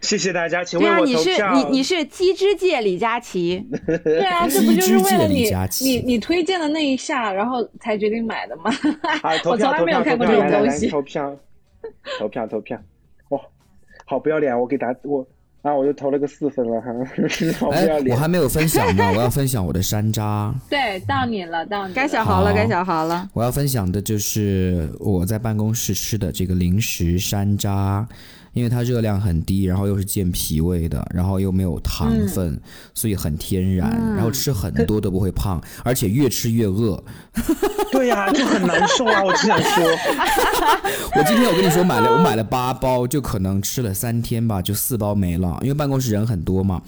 Speaker 2: 谢谢大家，请
Speaker 4: 对
Speaker 2: 为
Speaker 4: 啊，
Speaker 2: 我
Speaker 4: 你
Speaker 2: 投
Speaker 4: 是
Speaker 2: 票。
Speaker 4: 你你是鸡汁界李佳琦，
Speaker 9: 对啊，这不就是为
Speaker 5: 鸡汁界
Speaker 9: 了
Speaker 5: 李
Speaker 9: 你
Speaker 5: 佳琦
Speaker 9: 你你推荐的那一下，然后才决定买的吗？ [laughs]
Speaker 2: 啊，投
Speaker 9: 我从
Speaker 2: 票
Speaker 9: 来
Speaker 2: 投
Speaker 9: 没有
Speaker 2: 票投
Speaker 9: 看过
Speaker 2: 票，
Speaker 9: 这
Speaker 2: 来来
Speaker 9: 种东
Speaker 2: 来，
Speaker 9: 西。
Speaker 2: 投票， [laughs] 投票投票，哇，好不要脸！我给打我啊，我就投了个四分了哈， [laughs] 好不要
Speaker 5: 哎，我
Speaker 2: 脸。
Speaker 5: 还没有分享呢，我要分享我的山楂。
Speaker 9: 对，到你了，到你了。
Speaker 4: 该小豪了，
Speaker 5: 好
Speaker 4: 该小豪了。
Speaker 5: 我要分享的就是我在办公室吃的这个零食山楂，因为它热量很低，然后又是健脾胃的，然后又没有糖分，所以很天然，然后吃很多都不会胖，而且越吃越饿。
Speaker 2: 对呀、就很难受啊！我只想说，
Speaker 5: 我今天我跟你说买了，我买了八包，就可能吃了三天吧，就四包没了，因为办公室人很多嘛。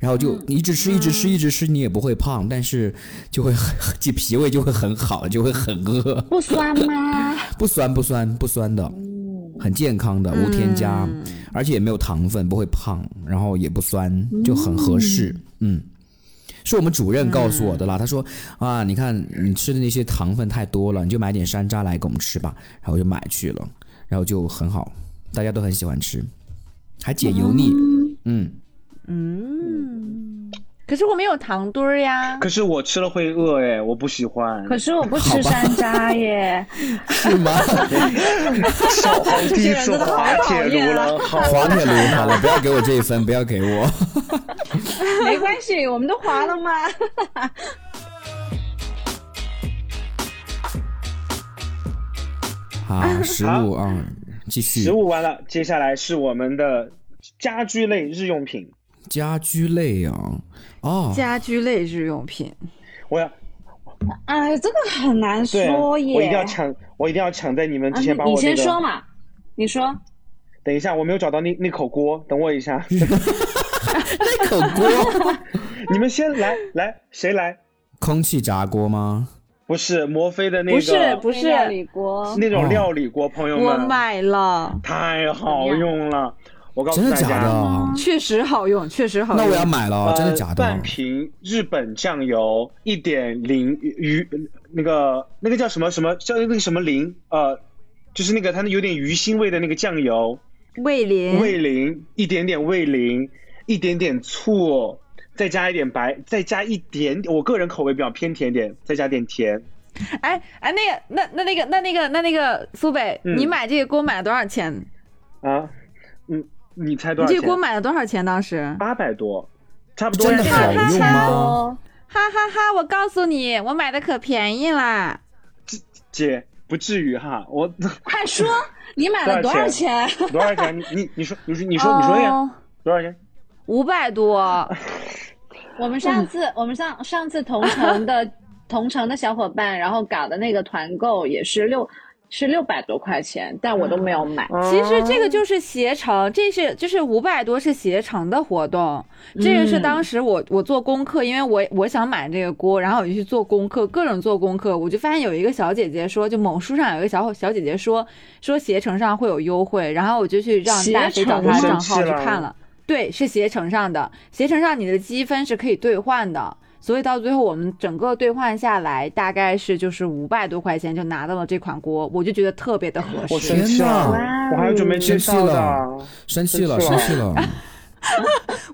Speaker 5: 然后就你一直吃，一直吃，一直吃，你也不会胖，但是就会很， [laughs] 这脾胃就会很好，就会很饿。
Speaker 9: 不酸吗？
Speaker 5: 不酸不酸不酸的，很健康的，无添加，而且也没有糖分，不会胖，然后也不酸，就很合适。嗯，是我们主任告诉我的啦。他说啊，你看你吃的那些糖分太多了，你就买点山楂来给我们吃吧。然后我就买去了，然后就很好，大家都很喜欢吃，还解油腻。嗯，
Speaker 4: 嗯，可是我没有糖墩儿呀。
Speaker 2: 可是我吃了会饿哎，我不喜欢。
Speaker 9: 可是我不吃山楂耶，
Speaker 5: 是吗？
Speaker 2: 小红第一次滑铁卢了，好
Speaker 9: 啊
Speaker 5: 滑铁卢，好了，不要给我这一分，不要给我。
Speaker 9: 没关系，我们都划了吗？
Speaker 5: 好，食物啊，继续。
Speaker 2: 食物完了，接下来是我们的家居类日用品。
Speaker 5: 家居类啊，哦，
Speaker 4: 家居类日用品，
Speaker 2: 我要
Speaker 9: [laughs] 哎，真的很难
Speaker 2: 对啊，
Speaker 9: 说
Speaker 2: 我
Speaker 9: 耶。
Speaker 2: 一定要抢，我一定要抢在你们之前把
Speaker 9: 啊你
Speaker 2: 我那
Speaker 9: 先
Speaker 2: 个。
Speaker 9: 说嘛，你说。
Speaker 2: 等一下，我没有找到那那口锅，等我一
Speaker 9: [laughs]
Speaker 2: 下。
Speaker 5: 那口锅， [laughs]
Speaker 2: 你们先来来，谁来？
Speaker 5: 空气炸锅吗？
Speaker 2: 不是摩飞的那
Speaker 4: 不是
Speaker 2: 个
Speaker 4: 不是，
Speaker 9: 料理锅，
Speaker 2: 那
Speaker 5: 哦
Speaker 2: 种料理锅，朋友
Speaker 4: 我
Speaker 2: 们，
Speaker 4: 买了，
Speaker 2: 太好用了。我告诉
Speaker 5: 真
Speaker 2: 大
Speaker 5: 的
Speaker 2: 家，
Speaker 5: 假的？
Speaker 4: 确实好用，确实好用。
Speaker 5: 那我要买了，
Speaker 2: 呃
Speaker 5: 哦真的假的
Speaker 2: 半？瓶日本酱油，一点零鱼，那个那个叫什么什么叫那个什么零呃，就是那个它那有点鱼腥味的那个酱油，
Speaker 4: 味
Speaker 5: 嗯
Speaker 4: 淋，
Speaker 2: 味淋，一点点味淋，一点点醋，再加一点白，再加一点，我个人口味比较偏甜点，再加点甜。
Speaker 4: 哎哎，那个那那那个那那个那那个苏北，
Speaker 2: 嗯
Speaker 4: 你买这个锅买了多少钱？
Speaker 2: 啊，嗯，你猜多
Speaker 4: 你
Speaker 2: 少
Speaker 4: 这
Speaker 2: 钱
Speaker 4: 个？锅买了多少钱？当时，
Speaker 2: 八百多，差不多
Speaker 5: 真的好
Speaker 2: 呀。
Speaker 5: 用啊吗？
Speaker 4: 哈哈哈！我告诉你，我买的可便宜啦。
Speaker 2: 姐，不至于哈，我 [laughs]
Speaker 9: 快说你买了
Speaker 2: 多
Speaker 9: 多
Speaker 2: 少
Speaker 9: 少
Speaker 2: 钱
Speaker 9: 钱？
Speaker 2: 多少钱？你你你说你说你说你说
Speaker 5: 哦
Speaker 2: 呀，多少钱？
Speaker 4: 哦五百多，
Speaker 9: 我们上次我们上上次同城的同城的小伙伴，然后搞的那个团购也是六是六百多块钱，但我都没有买。
Speaker 2: 嗯
Speaker 8: 其实这个就是携程，这是就是五百多是携程的活动，这个是当时我我做功课，因为我我想买这个锅，然后我就去做功课，各种做功课，我就发现有一个小姐姐说，就某书上有一个小小姐姐说说携程上会有优惠，然后我就去让大飞找她的账号去看了，对，是携程上的，携程上你的积分是可以兑换的。所以到最后，我们整个兑换下来大概是就是五百多块钱就拿到了这款锅，我就觉得特别的合适。
Speaker 2: 我生气了
Speaker 5: 天，
Speaker 2: 我还准备吃
Speaker 5: 生气
Speaker 2: 到
Speaker 5: 了
Speaker 2: 的，，
Speaker 5: 生气了，生
Speaker 2: 生
Speaker 5: 气
Speaker 2: 气
Speaker 5: 了。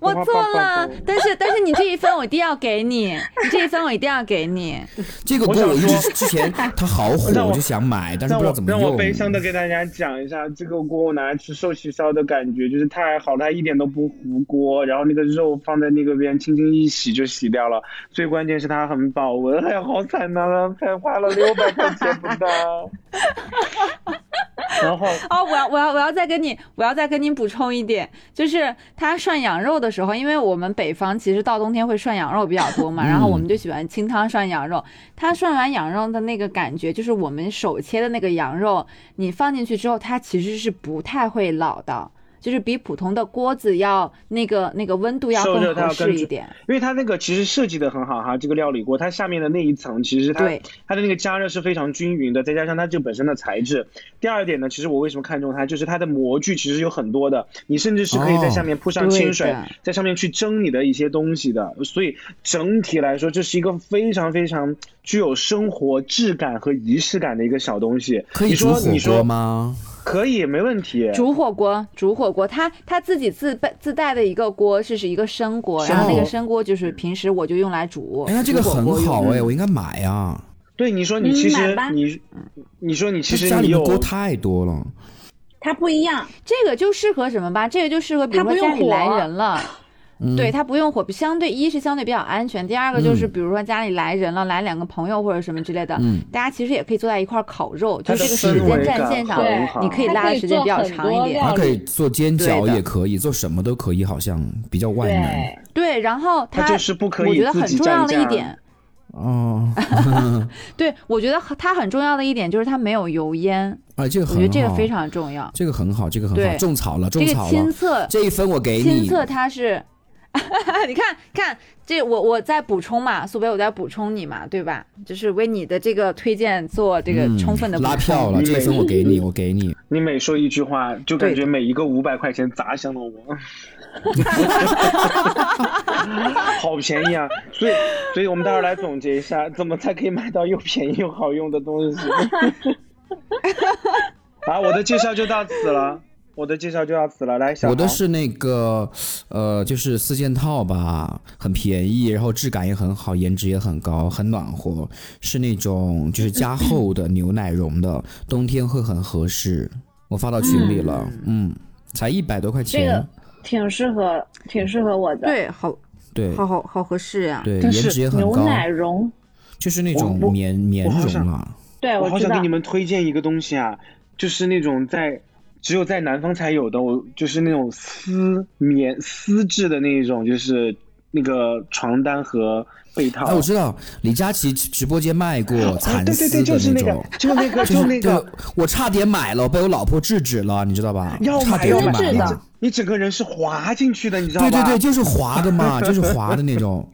Speaker 4: 我
Speaker 2: 哇
Speaker 4: 错
Speaker 2: 棒棒
Speaker 4: 了
Speaker 2: 棒，
Speaker 4: 但是但是你这一分我一定要给你，
Speaker 2: [laughs]
Speaker 4: 你这一分我一定要给你。
Speaker 5: 这个
Speaker 2: 我
Speaker 5: 锅
Speaker 2: 想
Speaker 5: 我一
Speaker 2: 说
Speaker 5: 直之前它好火，
Speaker 2: 让我
Speaker 5: 我就想买，但是
Speaker 2: 让
Speaker 5: 不知道
Speaker 2: 我
Speaker 5: 怎么
Speaker 2: 让
Speaker 5: 用。
Speaker 2: 我悲伤的给大家讲一下，这个锅我拿来吃寿喜烧的感觉就是太好，它一点都不糊锅，然后那个肉放在那个边轻轻一洗就洗掉了。最关键是它很保温，哎呀，好惨呐、才花了六百块钱不 [laughs] 到。然后
Speaker 4: 哦，我要我要我要再跟你我要再跟你补充一点，就是他涮羊肉的时候，因为我们北方其实到冬天会涮羊肉比较
Speaker 2: [laughs]
Speaker 4: 多嘛，然
Speaker 2: 嗯
Speaker 4: 后我们就喜欢清汤涮羊肉。他涮完羊肉的那个感觉，就是我们手切的那个羊肉，你放进去之后，它其实是不太会老的。就是比普通的锅子要那个那个温度要
Speaker 2: 受热
Speaker 4: 更
Speaker 2: 它要
Speaker 4: 合
Speaker 2: 更
Speaker 4: 适一
Speaker 2: 准
Speaker 4: 点，
Speaker 2: 因为它那个其实设计的很好哈，这个料理锅它下面的那一层其实它
Speaker 4: 对
Speaker 2: 它的那个加热是非常均匀的，再加上它这个本身的材质。第二点呢，其实我为什么看中它，就是它的模具其实有很多的，你甚至是可以
Speaker 5: 哦
Speaker 2: 在下面铺上
Speaker 4: 对
Speaker 2: 清水，
Speaker 4: 的
Speaker 2: 在上面去蒸你的一些东西的。所以整体来说，这是一个非常非常具有生活质感和仪式感的一个小东西。
Speaker 5: 可以
Speaker 2: 你
Speaker 5: 煮
Speaker 2: 说
Speaker 5: 火
Speaker 2: 你
Speaker 5: 锅
Speaker 2: 说
Speaker 5: 吗？
Speaker 2: 可以，没问题。
Speaker 4: 煮火锅，煮火锅，他他自己自备自带的一个锅是是一个生锅，然后那个生锅就是平时我就用来煮。
Speaker 5: 哎，那这个
Speaker 4: 煮火锅
Speaker 5: 很好
Speaker 4: 用
Speaker 5: 哎，我应该买啊。
Speaker 2: 对，你说你其
Speaker 9: 买
Speaker 2: 实
Speaker 9: 吧
Speaker 2: 你你说你其
Speaker 5: 这
Speaker 2: 实
Speaker 5: 家
Speaker 2: 你
Speaker 5: 里的
Speaker 2: 有
Speaker 5: 锅太多了。
Speaker 9: 它不一样，
Speaker 4: 这个就适合什么吧？这个就适合比如
Speaker 9: 它
Speaker 4: 说
Speaker 9: 不用
Speaker 4: 家里来
Speaker 9: 火
Speaker 4: 人了。啊
Speaker 2: 嗯
Speaker 4: 对它不用火，相对一是相对比较安全，第二个就是比如说家里来人了，来两个朋友或者什么之类的，
Speaker 5: 嗯
Speaker 4: 大家其实也可以坐在一块儿烤肉，
Speaker 2: 它
Speaker 4: 就
Speaker 2: 的
Speaker 4: 这个时
Speaker 2: 氛
Speaker 4: 间
Speaker 2: 围
Speaker 4: 战
Speaker 2: 感
Speaker 4: 线上
Speaker 2: 很好，
Speaker 4: 你可以拉的时间比较长一点。
Speaker 5: 还可以做煎饺，
Speaker 4: 对的
Speaker 5: 也可以做什么都可以，好像比较万
Speaker 9: 对
Speaker 5: 能。
Speaker 4: 对，然后
Speaker 2: 它
Speaker 4: 它
Speaker 2: 就是不可以
Speaker 4: 我觉得
Speaker 2: 自
Speaker 4: 很
Speaker 2: 己
Speaker 4: 重
Speaker 2: 蘸
Speaker 4: 要的一
Speaker 2: 酱
Speaker 4: 点，
Speaker 5: 哦，
Speaker 4: 对我觉得它很重要的一点就是它没有油烟，
Speaker 5: 啊，这个
Speaker 4: 我
Speaker 5: 很好，
Speaker 4: 觉得这个非常重要。
Speaker 5: 这个很好，这个很好，
Speaker 4: 对
Speaker 5: 种草了，
Speaker 4: 这
Speaker 5: 种
Speaker 4: 个
Speaker 5: 草
Speaker 4: 亲
Speaker 5: 了，
Speaker 4: 测，
Speaker 5: 这一分我给
Speaker 4: 亲
Speaker 5: 你。
Speaker 4: 测它是， [laughs] 你看看这我我在补充嘛，苏北我在补充你嘛，对吧？就是为你的这个推荐做这个
Speaker 5: 嗯
Speaker 4: 充分的补充。
Speaker 5: 拉票了，
Speaker 2: 你
Speaker 5: 这一
Speaker 2: 每
Speaker 5: 分我给你，我给你。
Speaker 2: 你每说一句话，就感觉每一个五百块钱砸向了我， [laughs] 好便宜啊！所以，所以我们待会儿来总结一下，怎么才可以买到又便宜又好用的东西。 [laughs] 啊，我的介绍就到此了，我的介绍就到此了。来，小
Speaker 5: 我的
Speaker 2: 豪
Speaker 5: 是那个，呃，就是四件套吧，很便宜，然后质感也很好，颜值也很高，很暖和，是那种就是加厚的牛奶绒的，冬天会很合适。我发到群里了，嗯，才一百多块
Speaker 9: 这
Speaker 5: 钱
Speaker 9: 个，挺适合，挺适合我的。，
Speaker 4: 对，好
Speaker 5: 对
Speaker 4: 好好好合适啊呀、
Speaker 5: 对，
Speaker 2: 但
Speaker 5: 颜
Speaker 2: 是
Speaker 5: 值也很
Speaker 9: 牛
Speaker 5: 高，
Speaker 9: 奶绒，
Speaker 5: 就是那
Speaker 2: 我
Speaker 5: 种
Speaker 2: 我
Speaker 5: 棉棉
Speaker 2: 我好
Speaker 5: 绒
Speaker 2: 想
Speaker 5: 啊，
Speaker 9: 对
Speaker 2: 我好
Speaker 9: 知
Speaker 2: 想
Speaker 9: 道
Speaker 2: 给你。们推荐一个东西啊，就是那种在只有在南方才有的，我就是那种丝棉丝质的那种，就是那个床单和被套。
Speaker 5: 哎，我知道李佳琦直播间卖过
Speaker 2: 啊，
Speaker 5: 蚕
Speaker 2: 对对
Speaker 5: 丝
Speaker 2: 对，
Speaker 5: 的
Speaker 2: 就是那
Speaker 5: 种
Speaker 2: 个，，就那个，
Speaker 5: 就是
Speaker 2: 就那个，
Speaker 5: 对我差点买了，被我老婆制止了，你知道吧？
Speaker 2: 要
Speaker 5: 差
Speaker 2: 买
Speaker 5: 点
Speaker 2: 要
Speaker 5: 就
Speaker 2: 买，
Speaker 5: 买
Speaker 2: 你
Speaker 5: 了
Speaker 2: 整。你整个人是滑进去的，你知道
Speaker 5: 对
Speaker 2: 吧？
Speaker 5: 对对，就是滑
Speaker 2: [laughs]
Speaker 5: 的嘛，就是滑的那种。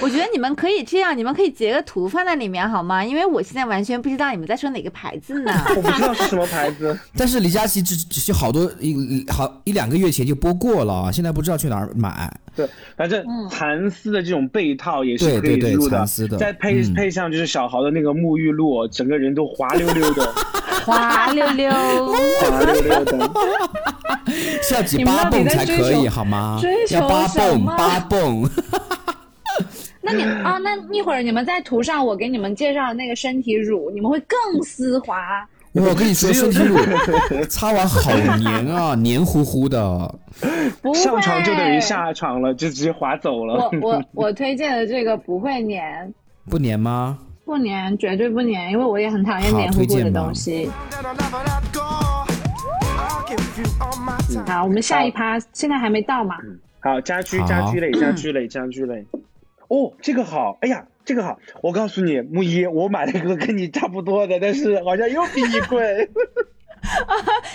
Speaker 4: 我觉得你们可以这样，你们可以截个图放在里面好吗？因为我现在完全不知道你们在说哪个牌子
Speaker 5: [laughs]
Speaker 4: 呢。
Speaker 2: 我不知道是什么牌子，
Speaker 5: 但是李佳琦只只是好多一好一两个月前就播过了，啊现在不知道去哪儿买。
Speaker 2: 对，反正蚕丝的这种被套也是
Speaker 5: 对
Speaker 2: 可以
Speaker 5: 对对
Speaker 2: 入
Speaker 5: 蚕丝的
Speaker 2: 再配
Speaker 5: 嗯
Speaker 2: 配上就是小豪的那个沐浴露，整个人都滑溜溜的，
Speaker 4: 滑溜溜，
Speaker 2: [laughs] 滑溜溜的。
Speaker 5: 是要挤八
Speaker 9: 你
Speaker 5: 蹦
Speaker 9: 们到
Speaker 5: 才
Speaker 9: 底在
Speaker 5: 可
Speaker 9: 追
Speaker 5: 以
Speaker 9: 求
Speaker 5: 好吗
Speaker 9: 追？求
Speaker 5: 要八
Speaker 9: 什
Speaker 5: 蹦
Speaker 9: 么
Speaker 5: 八蹦，
Speaker 9: 那你啊，那一会儿你们在涂上我给你们介绍的那个身体乳，你们会更丝滑。
Speaker 5: 我跟
Speaker 2: [laughs]
Speaker 5: 你说，
Speaker 2: 只有
Speaker 5: 身体乳擦完好黏啊，黏糊糊的。
Speaker 9: 不会，
Speaker 2: 上床就等于下床了，就直接滑走了
Speaker 9: 我。我我推荐的这个不会粘，
Speaker 5: 不黏吗？
Speaker 9: 不粘绝对不粘，因为我也很讨厌
Speaker 5: 好
Speaker 9: 黏糊糊
Speaker 5: 推
Speaker 9: 的
Speaker 5: 荐吧
Speaker 9: 东西。
Speaker 1: That I'll never let go. I'll give you all my time.
Speaker 9: 好，我们下一趴现在还没到嘛？
Speaker 2: 好，家居
Speaker 5: 好
Speaker 4: 嗯
Speaker 2: 家居类，家居类，家居类。哦，这个好，哎呀，这个好，我告诉你，木一，我买了一个跟你差不多的，但
Speaker 4: [laughs]
Speaker 2: 是好像又比你贵。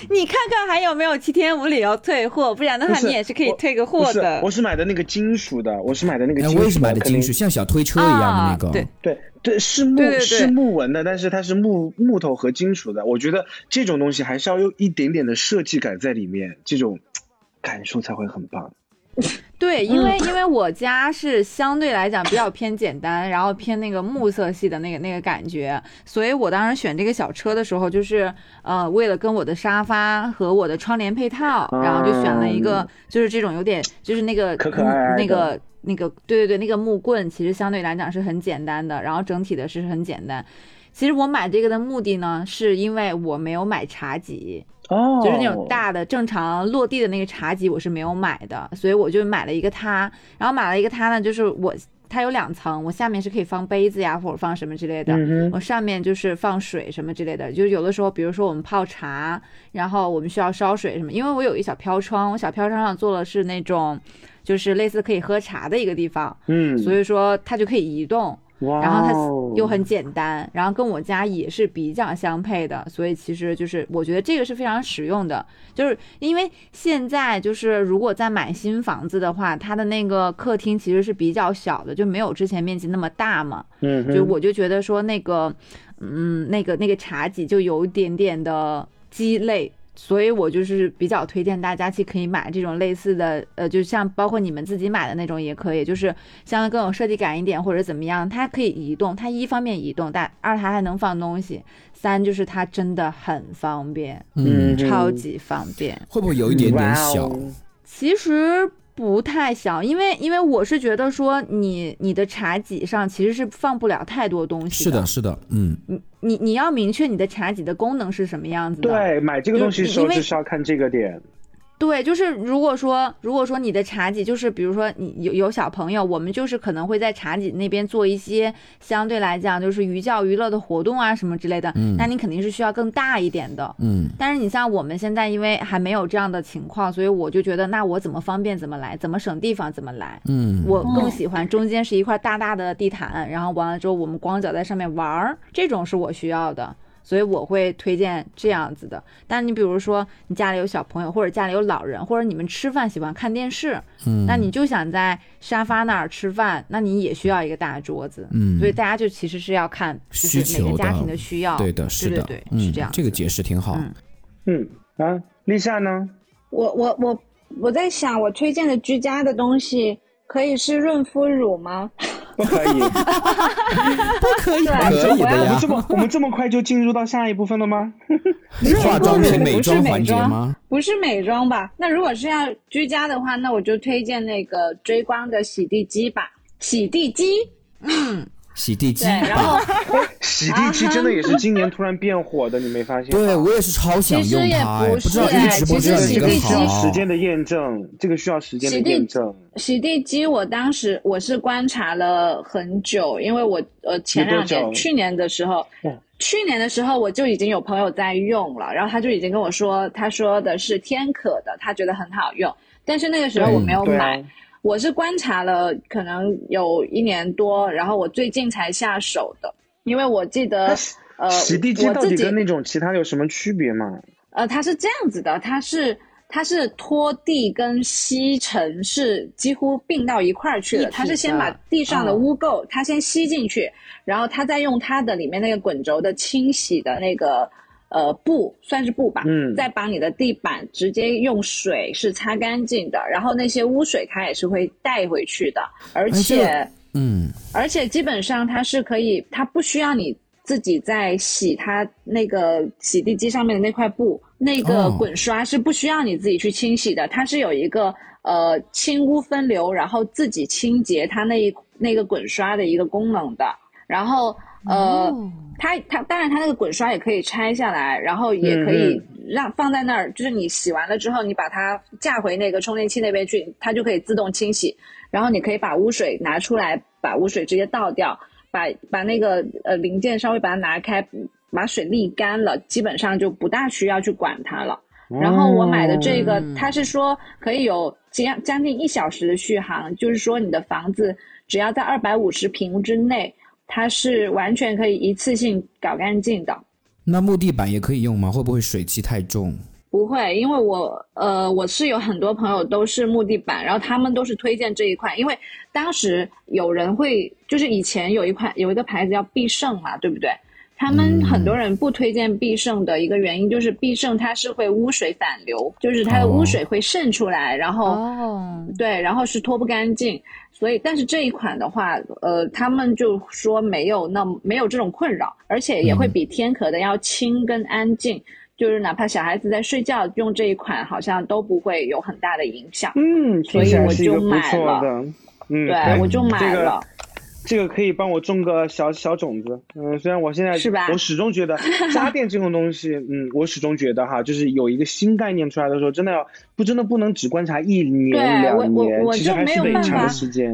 Speaker 4: 你看看还有没有七天无理由退货，不然的话
Speaker 2: 不是
Speaker 4: 你也是可以
Speaker 2: 我
Speaker 4: 退个
Speaker 2: 不
Speaker 4: 货
Speaker 2: 是
Speaker 4: 的，
Speaker 2: 我。是买的那个金属的，我是买的那个
Speaker 5: 哎，
Speaker 2: 金属
Speaker 5: 我也是买的金属，
Speaker 2: 肯定
Speaker 5: 像小推车一样的那个。
Speaker 4: 啊对
Speaker 2: 对对，是木
Speaker 4: 对对对
Speaker 2: 是木纹的，但是它是木木头和金属的。我觉得这种东西还是要有一点点的设计感在里面，这种感受才会很棒。嗯
Speaker 4: 对，因为因为我家是相对来讲比较偏简单，然后偏那个木色系的那个那个感觉，所以我当时选这个小车的时候，就是呃为了跟我的沙发和我的窗帘配套，然后就选了一个就是这种有点就是那个
Speaker 2: 啊可可爱爱的
Speaker 4: 那个。那个对对对，那个木棍其实相对来讲是很简单的，然后整体的是很简单。其实我买这个的目的呢，是因为我没有买茶几，
Speaker 2: 哦，
Speaker 4: 就是那种大的正常落地的那个茶几，我是没有买的，所以我就买了一个它，然后买了一个它呢，就是我它有两层，我下面是可以放杯子呀，或者放什么之类的，
Speaker 2: 嗯哼，
Speaker 4: 我上面就是放水什么之类的，就是有的时候，比如说我们泡茶，然后我们需要烧水什么，因为我有一小飘窗，我小飘窗上做的是那种，就是类似可以喝茶的一个地方，
Speaker 2: 嗯，
Speaker 4: 所以说它就可以移动，
Speaker 2: 哇哦，
Speaker 4: 然后它又很简单，然后跟我家也是比较相配的，所以其实就是我觉得这个是非常实用的，就是因为现在就是如果在买新房子的话，它的那个客厅其实是比较小的，就没有之前面积那么大嘛，
Speaker 2: 嗯哼，
Speaker 4: 就我就觉得说那个，嗯，那个那个茶几就有一点点的鸡肋。所以我就是比较推荐大家去可以买这种类似的，呃，就像包括你们自己买的那种也可以，就是相对更有设计感一点或者怎么样，它可以移动，它一方面移动，但二它还能放东西，三就是它真的很方便，
Speaker 5: 嗯，
Speaker 2: 嗯
Speaker 4: 超级方便。
Speaker 5: 会不会有一点点小？
Speaker 2: 哇哦
Speaker 4: 其实不太小，因为因为我是觉得说你你的茶几上其实是放不了太多东西
Speaker 5: 是的，是的，嗯，
Speaker 4: 你你你要明确你的茶几的功能是什么样子的。
Speaker 2: 对，买这个
Speaker 4: 就
Speaker 2: 东西的时候
Speaker 4: 因为
Speaker 2: 就是要看这个点。
Speaker 4: 对就是如果说如果说你的茶几就是比如说你有有小朋友，我们就是可能会在茶几那边做一些相对来讲就是寓教于乐的活动啊什么之类的，
Speaker 5: 嗯
Speaker 4: 那你肯定是需要更大一点的。
Speaker 5: 嗯，
Speaker 4: 但是你像我们现在，因为还没有这样的情况，所以我就觉得，那我怎么方便怎么来，怎么省地方怎么来。
Speaker 5: 嗯，
Speaker 4: 我更喜欢中间是一块大大的地毯，然后完了之后我们光脚在上面玩儿，这种是我需要的，所以我会推荐这样子的。但你比如说你家里有小朋友，或者家里有老人，或者你们吃饭喜欢看电视，
Speaker 5: 嗯
Speaker 4: 那你就想在沙发那儿吃饭，那你也需要一个大桌子。
Speaker 5: 嗯
Speaker 4: 所以大家就其实是要看就是
Speaker 5: 需求
Speaker 4: 每个
Speaker 5: 的
Speaker 4: 家庭的需要。
Speaker 5: 对的，是的，
Speaker 4: 对对对，
Speaker 5: 嗯，
Speaker 4: 是这样子。
Speaker 5: 这个解释挺好。
Speaker 4: 嗯
Speaker 2: 嗯啊，立夏呢？
Speaker 6: 我我我我在想，我推荐的居家的东西可以是润肤乳吗？
Speaker 2: 不可
Speaker 5: [laughs]
Speaker 2: 以，
Speaker 6: [laughs]
Speaker 5: 可以可以的
Speaker 2: 我们
Speaker 5: 呀
Speaker 2: 这。么我们这么快就进入到下一部分了吗？
Speaker 5: 化妆是美妆环节吗？
Speaker 6: 不是美妆吧？那如果是要居家的话，那我就推荐那个追光的洗地机吧。洗地机，
Speaker 5: 洗地机 [laughs]
Speaker 6: 对，然后
Speaker 5: 吧？
Speaker 2: 洗地机真的也是今年突然变火的，你没发现吗？
Speaker 5: 对我也是超想用它，哎
Speaker 6: 其实也不
Speaker 5: 不知道
Speaker 6: 是啊
Speaker 5: 一直不知道
Speaker 6: 其实
Speaker 5: 哪个
Speaker 6: 洗地
Speaker 2: 需要
Speaker 5: 好
Speaker 2: 时。间的验证，这个需要时间的
Speaker 6: 洗地
Speaker 2: 验证。
Speaker 6: 洗地机，我当时我是观察了很久，因为我呃前两
Speaker 2: 你多久
Speaker 6: 年去年的时候
Speaker 2: 嗯，
Speaker 6: 去年的时候我就已经有朋友在用了，然后他就已经跟我说，他说的是天可的，他觉得很好用，但是那个时候我没有
Speaker 2: 对
Speaker 6: 买，
Speaker 2: 啊，
Speaker 6: 我是观察了可能有一年多，然后我最近才下手的，因为我记得
Speaker 2: 但是
Speaker 6: 呃
Speaker 2: 洗地机
Speaker 6: 我
Speaker 2: 到
Speaker 6: 自
Speaker 2: 底
Speaker 6: 己
Speaker 2: 跟那种其他有什么区别吗？
Speaker 6: 呃，它是这样子的，它是它是拖地跟吸尘是几乎并到一块儿去
Speaker 4: 一
Speaker 6: 的，
Speaker 4: 体
Speaker 6: 它是先把
Speaker 4: 的
Speaker 6: 地上的
Speaker 4: 嗯
Speaker 6: 污垢、它先吸进去，然后它再用它的里面那个滚轴的清洗的那个呃布，算是布吧，
Speaker 2: 嗯
Speaker 6: 再把你的地板直接用水是擦干净的，然后那些污水它也是会带回去的，
Speaker 4: 哎
Speaker 6: 而
Speaker 5: 这
Speaker 6: 且、
Speaker 5: 个嗯，
Speaker 6: 而且基本上它是可以，它不需要你自己在洗它那个洗地机上面的那块布，那个
Speaker 5: 哦
Speaker 6: 滚刷是不需要你自己去清洗的，它是有一个呃清污分流，然后自己清洁它那一那个滚刷的一个功能的。然后呃，
Speaker 4: 哦
Speaker 6: 它它当然它那个滚刷也可以拆下来，然后也可以
Speaker 2: 嗯
Speaker 6: 让放在那儿，就是你洗完了之后，你把它架回那个充电器那边去，它就可以自动清洗。然后你可以把污水拿出来，把污水直接倒掉，把把那个呃零件稍微把它拿开，把水沥干了，基本上就不大需要去管它了。然后我买的这个，它是说可以有将将近一小时的续航，就是说你的房子只要在二百五十平之内，它是完全可以一次性搞干净的。
Speaker 5: 那木地板也可以用吗？会不会水汽太重？
Speaker 6: 不会，因为我呃，我是有很多朋友都是木地板，然后他们都是推荐这一款，因为当时有人会，就是以前有一款有一个牌子叫必胜嘛，对不对？他们很多人不推荐必胜的一个原因就是必胜它是会污水反流，就是它的污水会渗出来，然后
Speaker 4: 哦，
Speaker 6: 对，然后是拖不干净，所以但是这一款的话，呃，他们就说没有那么没有这种困扰，而且也会比天壳的要轻跟安静，就是哪怕小孩子在睡觉用这一款，好像都不会有很大的影响。
Speaker 2: 嗯，
Speaker 6: 所
Speaker 2: 听
Speaker 6: 以
Speaker 2: 起来
Speaker 6: 我
Speaker 2: 是一个
Speaker 6: 就
Speaker 2: 不
Speaker 6: 买
Speaker 2: 错
Speaker 6: 了
Speaker 2: 的。嗯，
Speaker 5: 哎
Speaker 6: 对，我就买
Speaker 2: 这个
Speaker 6: 了。
Speaker 2: 这个可以帮我种个小小种子，嗯，虽然我现在
Speaker 6: 是吧
Speaker 2: 我始终觉得家电这种东
Speaker 6: [laughs]
Speaker 2: 西，嗯，我始终觉得哈，就是有一个新概念出来的时候，真的要不真的不能只观察一年
Speaker 6: 对我
Speaker 2: 两
Speaker 6: 我
Speaker 2: 年，
Speaker 6: 我
Speaker 2: 其实
Speaker 6: 就
Speaker 2: 还
Speaker 6: 没
Speaker 2: 是
Speaker 6: 有
Speaker 2: 得
Speaker 6: 办
Speaker 2: 长
Speaker 6: 法
Speaker 2: 时间。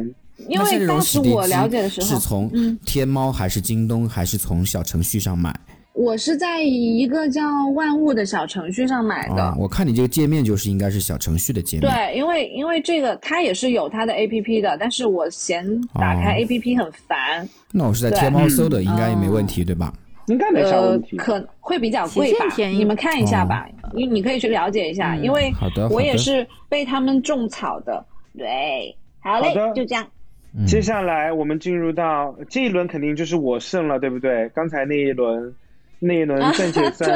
Speaker 6: 因
Speaker 5: 那像这
Speaker 6: 为
Speaker 5: 种
Speaker 6: 当
Speaker 5: 洗
Speaker 6: 时
Speaker 5: 涤
Speaker 6: 我
Speaker 5: 机
Speaker 6: 了解的时
Speaker 5: 是
Speaker 6: 候，嗯
Speaker 5: 从天猫还是京东还是从小程序上买
Speaker 6: 我是在一个叫万物的小程序上买的。
Speaker 5: 啊？我看你这个界面就是应该是小程序的界面。
Speaker 6: 对，因为因为这个它也是有它的 A P P 的，但是我嫌打开
Speaker 5: 哦
Speaker 6: A P P 很烦，
Speaker 5: 那我是在
Speaker 6: 对嗯
Speaker 5: 天猫搜的，应该也没问题，对吧？
Speaker 2: 应该没啥
Speaker 6: 呃
Speaker 2: 问题，。
Speaker 6: 可会比较贵吧
Speaker 4: 旗舰？便宜
Speaker 6: 你们看一下吧，你、你可以去了解一下，因为
Speaker 5: 好的好
Speaker 6: 我也
Speaker 5: 的
Speaker 6: 是被他们种草的。对，好
Speaker 2: 好
Speaker 6: 嘞，
Speaker 2: 的
Speaker 6: 嗯就这样。
Speaker 5: 嗯
Speaker 2: 接下来我们进入到这一轮，肯定就是我胜了，对不对？刚才那一轮，那一轮暂且算，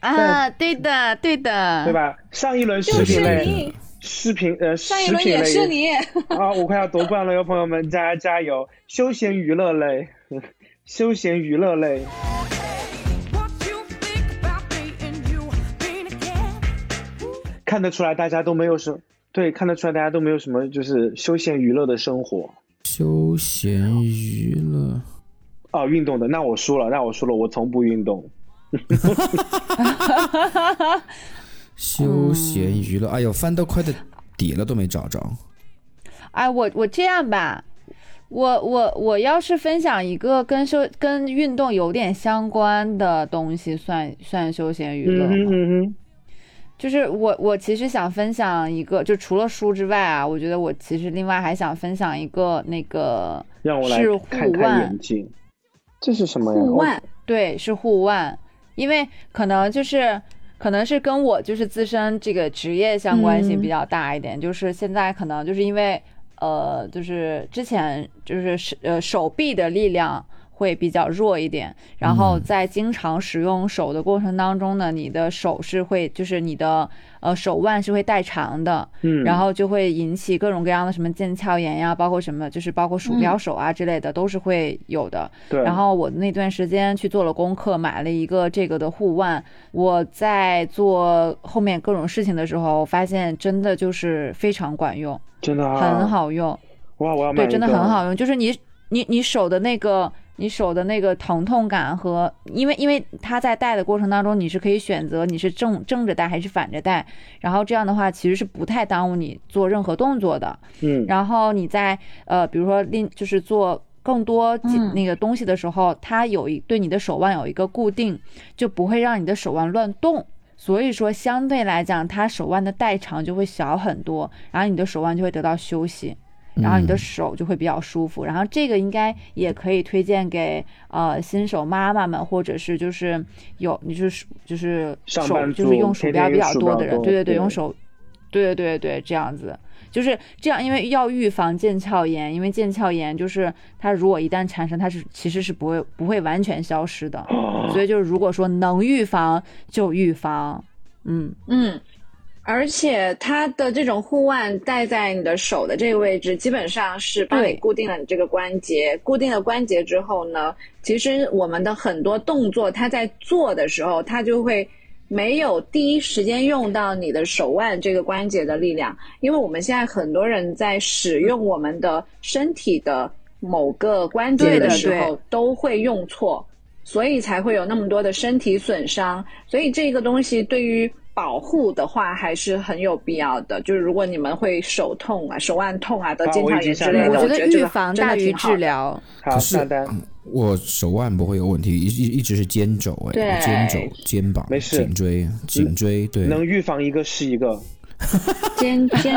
Speaker 6: 啊 [laughs]
Speaker 4: 啊，
Speaker 6: 对，
Speaker 4: 对的，对的，
Speaker 2: 对？吧？上一轮食
Speaker 6: 就是
Speaker 2: 品类
Speaker 6: 你，
Speaker 2: 食品呃，食
Speaker 6: 上一
Speaker 2: 品
Speaker 6: 轮也
Speaker 2: 类
Speaker 6: 是你，
Speaker 2: [laughs] 啊，我快要夺冠了哟，朋友们，大家加油！休闲娱乐类， [laughs] 休闲娱乐类，看得出来大家都没有什对，看得出来大家都没有什么就是休闲娱乐的生活
Speaker 5: 休闲娱乐，
Speaker 2: 哦，运动的，那我输了，那我输了，我从不运动。
Speaker 5: 休闲娱
Speaker 6: 嗯
Speaker 5: 乐，哎呦，翻到快的底了都没找着。
Speaker 4: 哎，我我这样吧，我我我要是分享一个跟休跟运动有点相关的东西算，算休闲娱乐
Speaker 2: 嗯
Speaker 4: 吗。
Speaker 2: 哼嗯哼，
Speaker 4: 就是我我其实想分享一个，就除了书之外啊，我觉得我其实另外还想分享一个那个
Speaker 2: 让我来
Speaker 4: 是户
Speaker 2: 看看
Speaker 4: 外
Speaker 2: 眼镜，这是什么呀？哦
Speaker 6: 五万，
Speaker 4: 对，是护腕，因为可能就是可能是跟我就是自身这个职业相关性比较大一点，就是现在可能就是因为呃，就是之前就是手呃手臂的力量。会比较弱一点，然后在经常使用手的过程当中呢，你的手是会，就是你的呃手腕是会代偿的，
Speaker 2: 嗯，
Speaker 4: 然后就会引起各种各样的什么腱鞘炎呀，包括什么就是包括鼠标手啊之类的，都是会有的。
Speaker 2: 对，
Speaker 4: 然后我那段时间去做了功课，买了一个这个的护腕。我在做后面各种事情的时候，发现真的就是非常管用，
Speaker 2: 真的啊
Speaker 4: 很，好用。
Speaker 2: 哇，我要买
Speaker 4: 对，
Speaker 2: 一
Speaker 4: 真的
Speaker 2: 个
Speaker 4: 很好用，就是你你你手的那个。你手的那个疼痛感和，因为因为它在戴的过程当中，你是可以选择你是正正着戴还是反着戴，然后这样的话其实是不太耽误你做任何动作的。
Speaker 2: 嗯，
Speaker 4: 然后你在呃，比如说另就是做更多几那个东西的时候，它有一对你的手腕有一个固定，就不会让你的手腕乱动。所以说，相对来讲，它手腕的代偿就会小很多，然后你的手腕就会得到休息，然后你的手就会比较舒服。然后这个应该也可以推荐给呃新手妈妈们，或者是就是有你就是就是
Speaker 2: 上
Speaker 4: 手
Speaker 2: 班
Speaker 4: 就是
Speaker 2: 族
Speaker 4: 用鼠
Speaker 2: 天
Speaker 4: 标
Speaker 2: 天
Speaker 4: 比
Speaker 2: 用
Speaker 4: 较
Speaker 2: 鼠
Speaker 4: 多
Speaker 2: 标
Speaker 4: 的人，
Speaker 2: 多
Speaker 4: 对对对，
Speaker 2: 对
Speaker 4: 用手，对对对对，这样子。就是这样，因为要预防腱鞘炎，因为腱鞘炎就是它如果一旦产生，它是其实是不会不会完全消失
Speaker 2: 哦
Speaker 4: 的，所以就是如果说能预防就预防，嗯，
Speaker 6: 嗯，而且它的这种护腕戴在你的手的这个位置，基本上是帮
Speaker 4: 对
Speaker 6: 你固定了你这个关节。固定了关节之后呢，其实我们的很多动作，它在做的时候，它就会没有第一时间用到你的手腕这个关节的力量，因为我们现在很多人在使用我们的身体的某个关节
Speaker 4: 对的
Speaker 6: 的时
Speaker 4: 对
Speaker 6: 候，都会用错。所以才会有那么多的身体损伤。所以这个东西对于保护的话还是很有必要的。就是如果你们会手痛啊、手腕痛啊、得
Speaker 2: 啊
Speaker 6: 腱
Speaker 2: 我已
Speaker 6: 鞘
Speaker 2: 经
Speaker 6: 炎
Speaker 2: 下
Speaker 6: 之
Speaker 2: 单
Speaker 6: 类
Speaker 2: 了
Speaker 6: 的，
Speaker 4: 嗯我
Speaker 2: 我
Speaker 4: 觉得
Speaker 6: 我这
Speaker 4: 预
Speaker 6: 个
Speaker 4: 防
Speaker 6: 真的
Speaker 4: 大于
Speaker 6: 挺好
Speaker 4: 治
Speaker 6: 的。
Speaker 4: 疗，
Speaker 2: 好
Speaker 5: 可是
Speaker 2: 下单，
Speaker 5: 我手腕不会有问题，一一一直是肩肘哎，
Speaker 6: 对
Speaker 5: 肩肘、肩膀、
Speaker 2: 没事嗯
Speaker 5: 颈椎、颈椎对。
Speaker 2: 能预防一个是一个，
Speaker 4: [laughs]
Speaker 6: 肩肩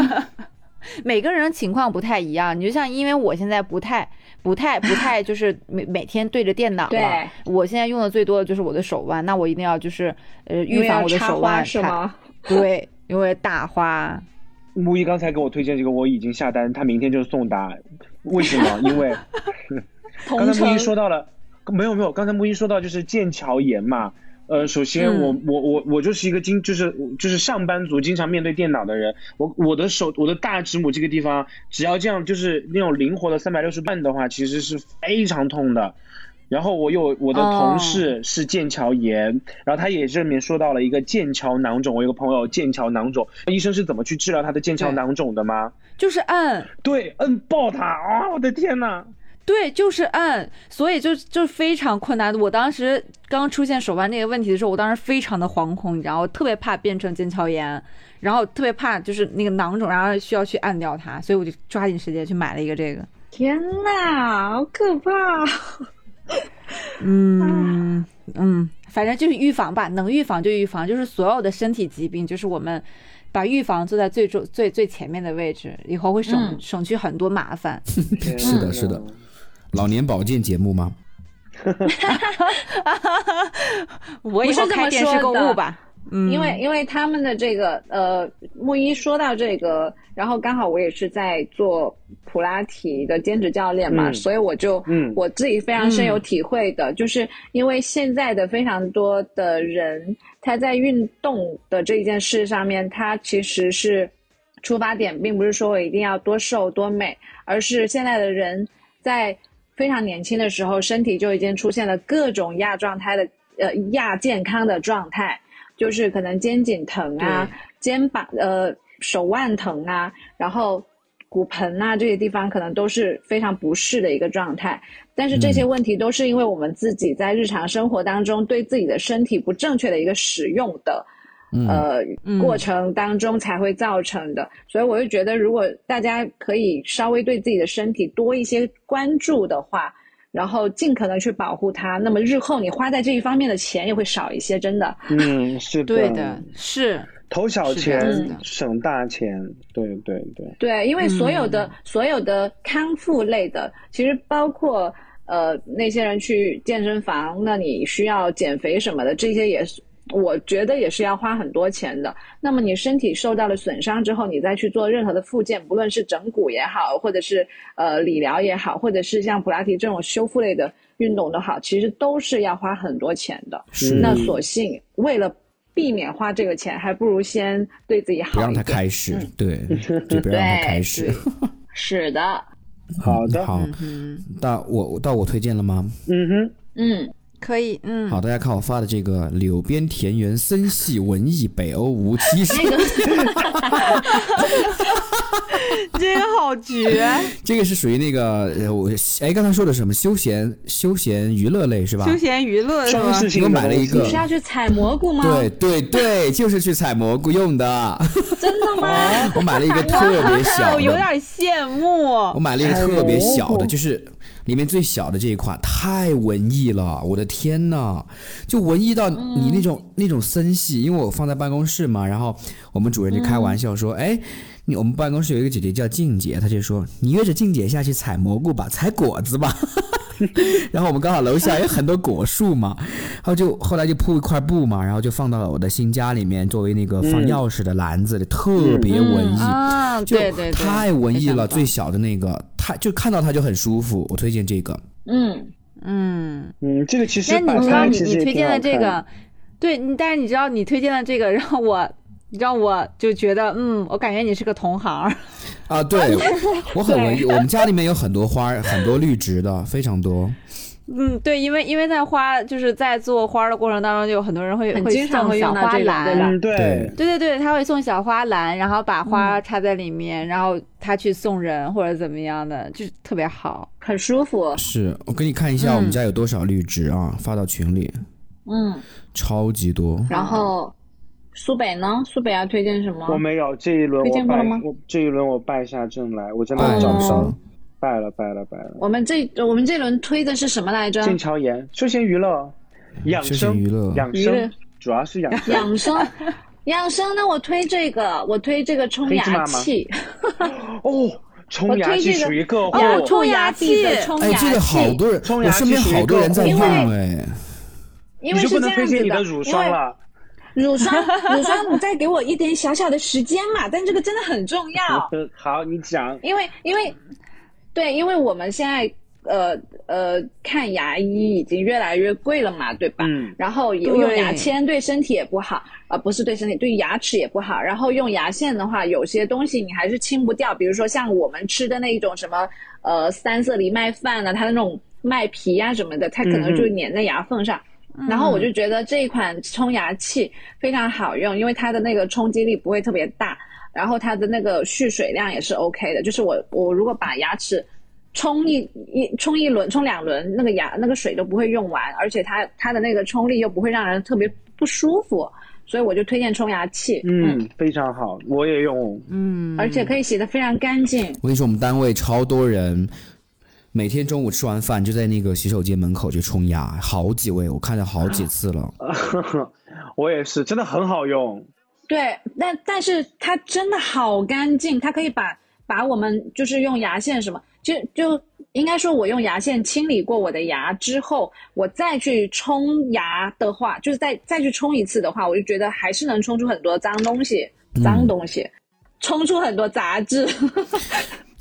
Speaker 4: 每个人情况不太一样。你就像，因为我现在不太、不太、不太，就是每每天对着电脑了
Speaker 12: 对。
Speaker 4: 我现在用的最多的就是我的手腕，那我一定要就是呃预防我的手腕
Speaker 12: 是
Speaker 4: 太
Speaker 12: 吗？
Speaker 4: 对，因为大花。
Speaker 2: 木一刚才给我推荐这个，我已经下单，他明天就送达。为什么？因为刚才木一说到了，没有没有，刚才木一说到就是剑桥炎嘛。呃，首先我、
Speaker 4: 嗯
Speaker 2: 我我我就是一个经就是就是上班族，经常面对电脑的人。我我的手我的大指拇这个地方，只要这样就是那种灵活的三百六十半的话，其实是非常痛的。然后我有我的
Speaker 4: 哦
Speaker 2: 同事是剑桥炎，然后他也这里面说到了一个剑桥囊肿，我有个朋友剑桥囊肿，医生是怎么去治疗他的剑桥
Speaker 4: 对
Speaker 2: 囊肿的吗？
Speaker 4: 就是摁，
Speaker 2: 对，摁爆他啊！我的天呐！
Speaker 4: 对，就是摁，所以就就非常困难。我当时刚出现手腕这个问题的时候，我当时非常的惶恐，你知道，我特别怕变成腱鞘炎，然后特别怕就是那个囊肿，然后需要去按掉它，所以我就抓紧时间去买了一个这个。
Speaker 12: 天呐，好可怕！
Speaker 4: 嗯嗯，反正就是预防吧，能预防就预防，就是所有的身体疾病，就是我们把预防做在最重最最前面的位置，以后会省、
Speaker 12: 嗯
Speaker 4: 省去很多麻烦。
Speaker 5: 是的，是
Speaker 2: 嗯
Speaker 5: 的，老年保健节目吗？
Speaker 4: [laughs] 我以
Speaker 6: 不是
Speaker 4: 后
Speaker 6: 这
Speaker 4: 开
Speaker 6: 么
Speaker 4: 电
Speaker 6: 说
Speaker 4: 视购
Speaker 6: 的
Speaker 4: 物吧。嗯，
Speaker 6: 因为因为他们的这个呃，木一说到这个，然后刚好我也是在做普拉提的兼职教练嘛，
Speaker 2: 嗯
Speaker 6: 所以我就
Speaker 2: 嗯
Speaker 6: 我自己非常深有体会的，就是因为现在的非常多的人，他在运动的这件事上面，他其实是出发点并不是说我一定要多瘦多美，而是现在的人在非常年轻的时候，身体就已经出现了各种亚状态的呃亚健康的状态，就是可能肩颈疼啊、肩膀呃手腕疼啊，然后骨盆啊这些地方可能都是非常不适的一个状态。但是这些问题都是因为我们自己在日常生活当中对自己的身体不正确的一个使用的。
Speaker 5: 嗯
Speaker 6: 呃
Speaker 4: 嗯
Speaker 6: 过程当中才会造成的。所以我就觉得，如果大家可以稍微对自己的身体多一些关注的话，然后尽可能去保护它，那么日后你花在这一方面的钱也会少一些，真的。
Speaker 2: 嗯，是的，
Speaker 4: [laughs] 对的，是。
Speaker 2: 投小
Speaker 4: 是这样子
Speaker 2: 钱
Speaker 4: 的
Speaker 2: 省大钱，对对对，
Speaker 6: 对，因为所有的、所有的康复类
Speaker 5: 嗯
Speaker 6: 的，其实包括呃那些人去健身房，那你需要减肥什么的，这些也是我觉得也是要花很多钱的。那么你身体受到了损伤之后，你再去做任何的复健，不论是整骨也好，或者是呃理疗也好，或者是像普拉提这种修复类的运动都好，其实都是要花很多钱的。
Speaker 5: 是
Speaker 6: 那索性为了。避免花这个钱，还不如先对自己好嗯一
Speaker 5: 不
Speaker 6: 点。
Speaker 5: 让他开始，对，就不让他开始。嗯
Speaker 6: 是的，
Speaker 2: 好的，
Speaker 5: 好，到我到我推荐了吗？
Speaker 2: [laughs] 嗯哼，
Speaker 6: 嗯，
Speaker 4: 可以，嗯，
Speaker 5: 好，大家看我发的这个“柳边田园森系文艺北欧无期”，
Speaker 4: 这个好 [laughs] 绝，
Speaker 5: 这个是属于那个呃我哎刚才说的什么休闲休闲娱乐类是吧？
Speaker 4: 休闲娱乐 [laughs] 是
Speaker 2: 装
Speaker 4: 吗？
Speaker 2: 饰性
Speaker 5: 我
Speaker 2: 的
Speaker 5: 买了一个
Speaker 2: 东
Speaker 6: 是
Speaker 2: 西
Speaker 6: 要去采蘑菇吗？
Speaker 5: 对对对，就是去采蘑菇用的。 [laughs] 真的吗？我买了一个特别小
Speaker 4: 我有
Speaker 5: 的，
Speaker 4: 点羡慕
Speaker 5: 我。买了一个特别小的，就是里面最小的这一款，太文艺了！我的天呐，就文艺到你那种、那种森系，因为我放在办公室嘛，然后我们主任就开玩笑说：“哎，你我们办公室有一个姐姐叫静姐，她就说你约着静姐下去采蘑菇吧，采果子吧。” [laughs] 然后我们刚好楼下有很多果树嘛，然后就后来就铺一块布嘛，然后就放到了我的新家里面，作为那个放钥匙的篮子里，特别文艺。
Speaker 4: 啊，
Speaker 5: 就
Speaker 4: 对对对，
Speaker 5: 太文艺了，
Speaker 4: 没想到
Speaker 5: 最小的那个，它就看到它就很舒服，我推荐这个。
Speaker 6: 嗯，
Speaker 4: 嗯。
Speaker 2: 嗯，这个其实
Speaker 4: 但
Speaker 2: 摆
Speaker 4: 你
Speaker 2: 开
Speaker 4: 知道你
Speaker 2: 其实
Speaker 4: 你
Speaker 2: 也
Speaker 4: 推
Speaker 2: 挺
Speaker 4: 荐
Speaker 2: 好
Speaker 4: 的这
Speaker 2: 看
Speaker 4: 个，对，你但是你知道你推荐的这个让我让我就觉得，嗯，我感觉你是个同行儿。
Speaker 5: 啊，
Speaker 2: [laughs]
Speaker 5: 对，我很文艺，我们家里面有很多花儿，很多绿植的，非常多。
Speaker 4: 嗯，对，因为因为在花就是在做花儿的过程当中，就有很多人会
Speaker 6: 很
Speaker 4: 会
Speaker 6: 经常
Speaker 4: 送
Speaker 6: 会
Speaker 4: 小
Speaker 6: 用到
Speaker 4: 花
Speaker 6: 这个对吧
Speaker 4: 篮。
Speaker 2: 嗯，对
Speaker 5: 对，
Speaker 4: 对对对，他会送小花篮，然后把花插在里面，然后他去送人或者怎么样的，就是特别好。
Speaker 6: 很舒服，
Speaker 5: 是我给你看一
Speaker 2: 嗯
Speaker 5: 下我们家有多少绿植啊，发到群里，
Speaker 6: 嗯。
Speaker 5: 超级多。
Speaker 2: 嗯
Speaker 6: 然后苏北呢？苏北要推荐什么？
Speaker 2: 我没有这一轮
Speaker 6: 推
Speaker 2: 我
Speaker 6: 荐过了
Speaker 2: 拜
Speaker 6: 吗
Speaker 2: 我这一轮我败下阵来，我真的
Speaker 5: 拜
Speaker 2: 找不
Speaker 5: 是
Speaker 2: 到
Speaker 5: 吗，
Speaker 2: 败了败了败了，
Speaker 6: 我们这我们这轮推的是什么来着？
Speaker 2: 剑桥炎，休闲娱乐，养
Speaker 5: 休
Speaker 2: 生
Speaker 5: 闲娱乐
Speaker 2: 养
Speaker 6: 娱乐
Speaker 2: 生，主要
Speaker 6: [laughs]
Speaker 2: 是养生， [laughs]
Speaker 6: 养生，养生。那我推这个，我推这个冲
Speaker 2: 黑芝麻
Speaker 6: 牙
Speaker 2: 吗
Speaker 6: 器，
Speaker 2: 哦，冲牙器属于个
Speaker 4: 哦
Speaker 2: 货，
Speaker 4: 冲牙器
Speaker 6: 的冲
Speaker 5: 哎，
Speaker 6: 牙器，
Speaker 5: 这个好多人，
Speaker 2: 冲
Speaker 5: 我
Speaker 2: 牙
Speaker 5: 身
Speaker 2: 器
Speaker 5: 边
Speaker 2: 属于
Speaker 5: 好多
Speaker 2: 一
Speaker 5: 人
Speaker 2: 个
Speaker 5: 在
Speaker 2: 文
Speaker 5: 用
Speaker 2: 化
Speaker 5: 哎。
Speaker 2: 你
Speaker 6: 因为
Speaker 2: 就是不
Speaker 6: 这
Speaker 2: 能推
Speaker 6: 样子
Speaker 2: 荐你
Speaker 6: 的，
Speaker 2: 乳
Speaker 6: 因
Speaker 2: 霜
Speaker 6: 为
Speaker 2: 了。
Speaker 6: 乳霜， [laughs] 乳霜，你再给我一点小小的时间嘛，但这个真的很重要。
Speaker 2: 好，你讲。
Speaker 6: 因为因为对，因为我们现在呃呃看牙医已经越来越贵了嘛，对吧？
Speaker 2: 嗯
Speaker 6: 然后也
Speaker 4: 对
Speaker 6: 用牙签对身体也不好，啊、不是对身体，对牙齿也不好。然后用牙线的话，有些东西你还是清不掉，比如说像我们吃的那一种什么呃三色藜麦饭啊，它的那种麦皮啊什么的，它可能就
Speaker 2: 嗯
Speaker 6: 粘在牙缝上。然后我就觉得这一款冲牙器非常好用，因为它的那个冲击力不会特别大，然后它的那个蓄水量也是 OK 的。就是我我如果把牙齿冲一一冲一轮、冲两轮，那个牙那个水都不会用完，而且它它的那个冲力又不会让人特别不舒服，所以我就推荐冲牙器，
Speaker 2: 嗯，非常好，我也用。
Speaker 13: 嗯，
Speaker 6: 而且可以洗得非常干净。
Speaker 5: 我跟你说，我们单位超多人，每天中午吃完饭就在那个洗手间门口就冲牙，好几位，我看了好几次了。
Speaker 2: [laughs] 我也是，真的很好用。
Speaker 6: 对，但但是它真的好干净，它可以把把我们就是用牙线什么，就就应该说，我用牙线清理过我的牙之后，我再去冲牙的话，就是再再去冲一次的话，我就觉得还是能冲出很多脏东西，脏东西，冲出很多杂质。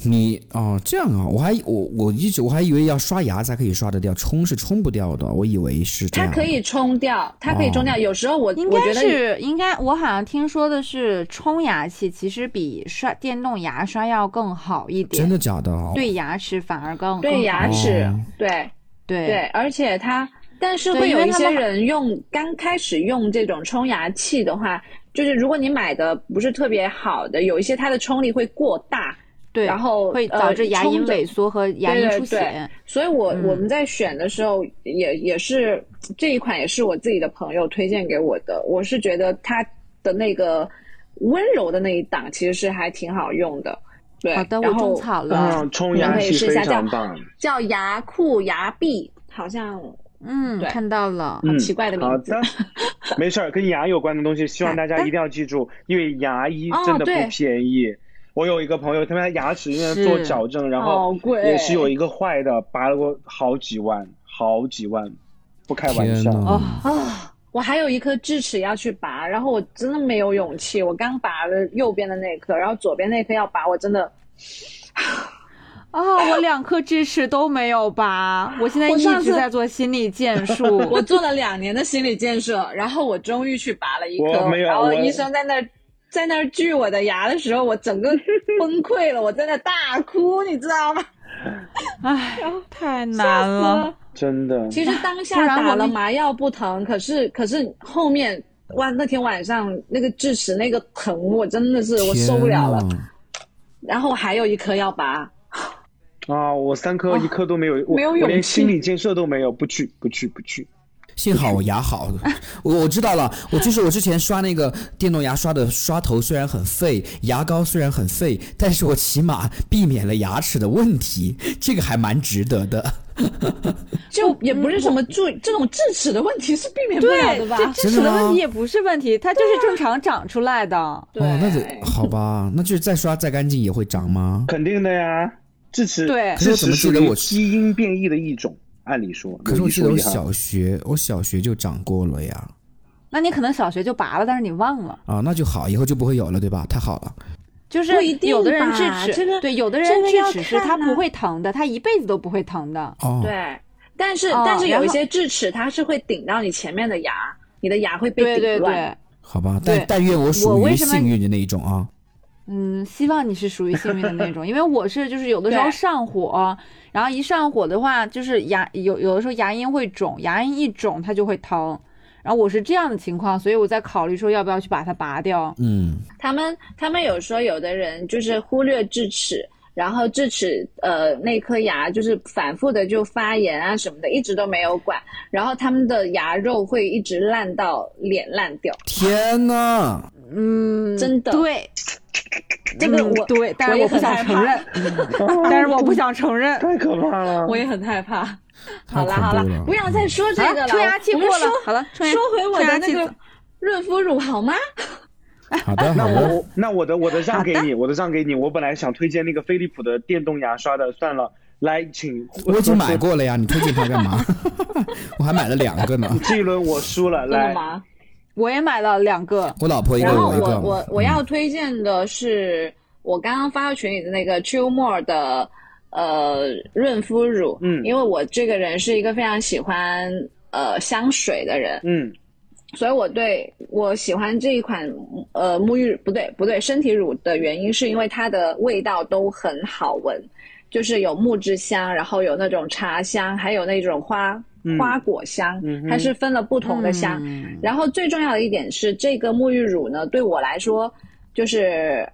Speaker 5: 你哦，这样啊，我还我我一直我还以为要刷牙才可以刷得掉，冲是冲不掉的，我以为是这
Speaker 6: 它
Speaker 5: 样。
Speaker 6: 可以冲掉，它可以冲掉。有时候我
Speaker 4: 应
Speaker 6: 我
Speaker 4: 该
Speaker 6: 觉得
Speaker 4: 是应该，我好像听说的是冲牙器其实比刷电动牙刷要更好一点，
Speaker 5: 真的假的、哦？
Speaker 4: 对牙齿反而更更
Speaker 6: 对牙
Speaker 4: 好
Speaker 6: 齿，
Speaker 5: 哦
Speaker 6: 对。
Speaker 4: 对
Speaker 6: 对，而且它，但是
Speaker 4: 对
Speaker 6: 会
Speaker 4: 因
Speaker 6: 有
Speaker 4: 为
Speaker 6: 一
Speaker 4: 他
Speaker 6: 些
Speaker 4: 们
Speaker 6: 人用刚开始用这种冲牙器的话，就是如果你买的不是特别好的，有一些它的冲力会过大，
Speaker 4: 对，
Speaker 6: 然后
Speaker 4: 会
Speaker 6: 呃
Speaker 4: 导致牙龈
Speaker 6: 冲着
Speaker 4: 萎缩和牙
Speaker 6: 对
Speaker 4: 龈
Speaker 6: 对
Speaker 4: 出血。
Speaker 6: 对所以我、
Speaker 4: 嗯
Speaker 6: 我们在选的时候也也是这一款也是我自己的朋友推荐给我的，我是觉得它的那个温柔的那一档其实是还挺好用的。对，
Speaker 4: 好的，我
Speaker 6: 然后
Speaker 4: 种草了。
Speaker 2: 嗯，冲牙器非常棒。
Speaker 6: 叫牙库牙壁，好像
Speaker 4: 嗯，
Speaker 6: 对
Speaker 4: 看到了。
Speaker 2: 嗯，
Speaker 6: 奇怪的
Speaker 2: 好
Speaker 6: 名字哎
Speaker 2: 的， [laughs] 没事儿，跟牙有关的东西，希望大家一定要记住，因为牙医真的
Speaker 6: 哦对
Speaker 2: 不便宜。我有一个朋友，他们家牙齿因为
Speaker 4: 是
Speaker 2: 做矫正，然
Speaker 6: 好
Speaker 2: 后
Speaker 6: 贵
Speaker 2: 也是有一个坏的，拔了过好几万，好几万，不开玩
Speaker 5: 天
Speaker 2: 笑。
Speaker 5: 呐！
Speaker 4: 哦，
Speaker 6: 啊，我还有一颗智齿要去拔，然后我真的没有勇气。我刚拔了右边的那颗，然后左边那颗要拔，我真的，
Speaker 4: 啊、我两颗智齿都没有拔，我现在
Speaker 6: 我
Speaker 4: 一
Speaker 6: 上
Speaker 4: 直
Speaker 6: 次
Speaker 4: 在做心理建树。 [laughs]
Speaker 6: 我做了两年的心理建设，然后我终于去拔了一颗
Speaker 2: 我，没有
Speaker 6: 然后
Speaker 2: 我
Speaker 6: 医生在那儿在那儿锯我的牙的时候，我整个崩溃了，我在那大哭，你知道吗？
Speaker 4: 唉，太难了。
Speaker 2: 真的，
Speaker 6: 其实当
Speaker 4: 不
Speaker 6: 下
Speaker 4: 然我
Speaker 6: 打了
Speaker 4: 们
Speaker 6: 麻药不疼，可是可是后面哇，那天晚上那个智齿那个疼，我真的是我受不了了
Speaker 5: 天。呐
Speaker 6: 然后还有一颗要拔，
Speaker 2: 啊，我三颗一颗都没有，我
Speaker 6: 哦没有
Speaker 2: 我
Speaker 6: 勇
Speaker 2: 连
Speaker 6: 气
Speaker 2: 心理建设都没有，不去不去不去。
Speaker 5: 幸好我牙好，我我知道了，我就是我之前刷那个电动牙刷的刷头虽然很费，牙膏虽然很费，但是我起码避免了牙齿的问题，这个还蛮值
Speaker 6: [laughs]
Speaker 5: 得的。
Speaker 6: 就也不是什么注这种智齿的问题是避免不了
Speaker 4: 对
Speaker 6: 的吧，？
Speaker 4: 这智齿
Speaker 5: 真的
Speaker 4: 的
Speaker 5: 吗
Speaker 4: 问题也不是问题，它就是正常长出来的。
Speaker 5: 哦，那得好吧，那就是再刷再干净也会长吗？
Speaker 2: 肯定的呀，智齿
Speaker 4: 对
Speaker 5: 可是
Speaker 2: 智
Speaker 5: 我怎
Speaker 2: 齿属
Speaker 5: 么记得
Speaker 2: 于
Speaker 5: 我
Speaker 2: 基因变异的一种，按理啊说。
Speaker 5: 可是我记得
Speaker 2: 有
Speaker 5: 我
Speaker 2: 一说一哈
Speaker 5: 小学，我小学就长过了呀。
Speaker 4: 那你可能小学就拔了，但是你忘了。
Speaker 5: 啊，那就好，以后就不会有了，对吧？太好了。
Speaker 4: 就是
Speaker 6: 不一定
Speaker 4: 有的人
Speaker 6: 吧
Speaker 4: 智齿，
Speaker 6: 这个
Speaker 4: 对，有的人
Speaker 6: 这个
Speaker 4: 智
Speaker 6: 要
Speaker 4: 齿是
Speaker 6: 看
Speaker 4: 它
Speaker 6: 啊
Speaker 4: 不会疼的，它一辈子都不会疼的。
Speaker 5: 哦，
Speaker 6: 对，但是、
Speaker 4: 哦
Speaker 6: 但是有
Speaker 4: 然
Speaker 6: 一
Speaker 4: 后
Speaker 6: 些智齿它是会顶到你前面的牙，你的牙会被
Speaker 4: 对对
Speaker 6: 顶乱。
Speaker 4: 对，
Speaker 5: 好吧，但
Speaker 4: 对
Speaker 5: 但愿我
Speaker 4: 我
Speaker 5: 属于
Speaker 4: 为什么
Speaker 5: 幸运的那一种啊。
Speaker 4: 嗯，希望你是属于幸运的
Speaker 6: [laughs]
Speaker 4: 那种，因为我是就是有的时候
Speaker 6: 对
Speaker 4: 上火，然后一上火的话，就是牙有有的时候牙龈会肿，牙龈一肿它就会疼，然后我是这样的情况，所以我在考虑说要不要去把它拔掉。
Speaker 5: 嗯，
Speaker 6: 他们他们有说有的人就是忽略智齿，然后智齿呃那颗牙就是反复的就发炎啊什么的，一直都没有管，然后他们的牙肉会一直烂到脸烂掉，
Speaker 5: 天呐，
Speaker 4: 嗯，
Speaker 6: 真的
Speaker 4: 对，
Speaker 6: 这个
Speaker 4: 嗯
Speaker 6: 我
Speaker 4: 对，但是
Speaker 6: 也
Speaker 4: 我不
Speaker 6: 很
Speaker 4: 想
Speaker 6: 害
Speaker 4: 承
Speaker 6: 怕 [laughs]
Speaker 4: 认，但是我不想承认。
Speaker 2: [laughs] 太可怕了。
Speaker 6: 我也很害怕。
Speaker 5: 太
Speaker 6: 好
Speaker 5: 恐
Speaker 6: 啦好啦
Speaker 5: 怖了，
Speaker 6: 不要再说 [laughs] 这个了。
Speaker 4: 啊冲牙器
Speaker 6: 我们
Speaker 4: 过了 [laughs]
Speaker 6: 说
Speaker 4: 好了冲牙
Speaker 6: 说回我
Speaker 4: 冲牙
Speaker 6: 的
Speaker 4: 器
Speaker 6: 那
Speaker 4: 走
Speaker 6: 个润肤乳好吗？
Speaker 5: 嗯
Speaker 6: [laughs]
Speaker 5: 好的，
Speaker 2: 那
Speaker 5: 好
Speaker 2: 我
Speaker 5: 的，
Speaker 2: 我那我的我的让给你，我的让给你。我本来想推荐那个飞利浦的电动牙刷的，算了，来，请
Speaker 5: 我已经买过了呀，你推荐它干嘛？ [laughs] 我还买了两个呢，
Speaker 2: 这一轮我输了，
Speaker 6: 真
Speaker 2: 来
Speaker 6: 的，吗？
Speaker 8: 我也买了两
Speaker 6: 嗯
Speaker 8: 个，
Speaker 5: 我老婆一个，
Speaker 6: 然后
Speaker 5: 一
Speaker 6: 我
Speaker 5: 个。嗯
Speaker 2: 嗯
Speaker 6: 我我要推荐的是我刚刚发到群里的那个 True More 的呃润肤乳，
Speaker 2: 嗯
Speaker 6: 因为我这个人是一个非常喜欢呃香水的人，
Speaker 2: 嗯
Speaker 6: 所以我对我喜欢这一款呃沐浴不对不对身体乳的原因，是因为它的味道都很好闻，就是有木质香，然后有那种茶香，还有那种花
Speaker 2: 嗯
Speaker 6: 花果香，
Speaker 2: 嗯哼
Speaker 6: 它是分了不同的
Speaker 4: 嗯
Speaker 6: 香。然后最重要的一点是，这个沐浴乳呢，对我来说就是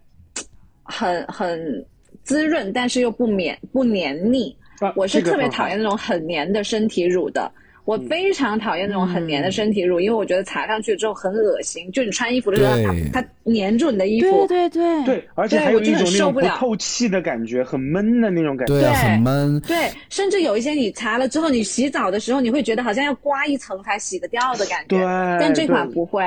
Speaker 6: 很很滋润，但是又不绵不黏腻。
Speaker 2: 啊
Speaker 6: 我是
Speaker 2: 这个
Speaker 6: 特别
Speaker 2: 很好嗯
Speaker 6: 讨厌那种很黏的身体乳的，我非常讨厌那种很黏的身体乳，因为我觉得擦上去之后很恶心，就你穿衣服的时候
Speaker 5: 对
Speaker 6: 它它粘住你的衣服
Speaker 8: 对，对对，
Speaker 2: 对，而且还有
Speaker 6: 我
Speaker 2: 一
Speaker 6: 真
Speaker 2: 种
Speaker 6: 的
Speaker 2: 那
Speaker 6: 受
Speaker 2: 种
Speaker 6: 不
Speaker 2: 不
Speaker 6: 了
Speaker 2: 透气的感觉，很闷的那种感觉。
Speaker 5: 对啊，
Speaker 6: 对
Speaker 5: 很闷。
Speaker 6: 对，甚至有一些你擦了之后，你洗澡的时候你会觉得好像要刮一层才洗得掉的感觉，
Speaker 2: 对
Speaker 6: 但这款
Speaker 2: 对
Speaker 6: 不会，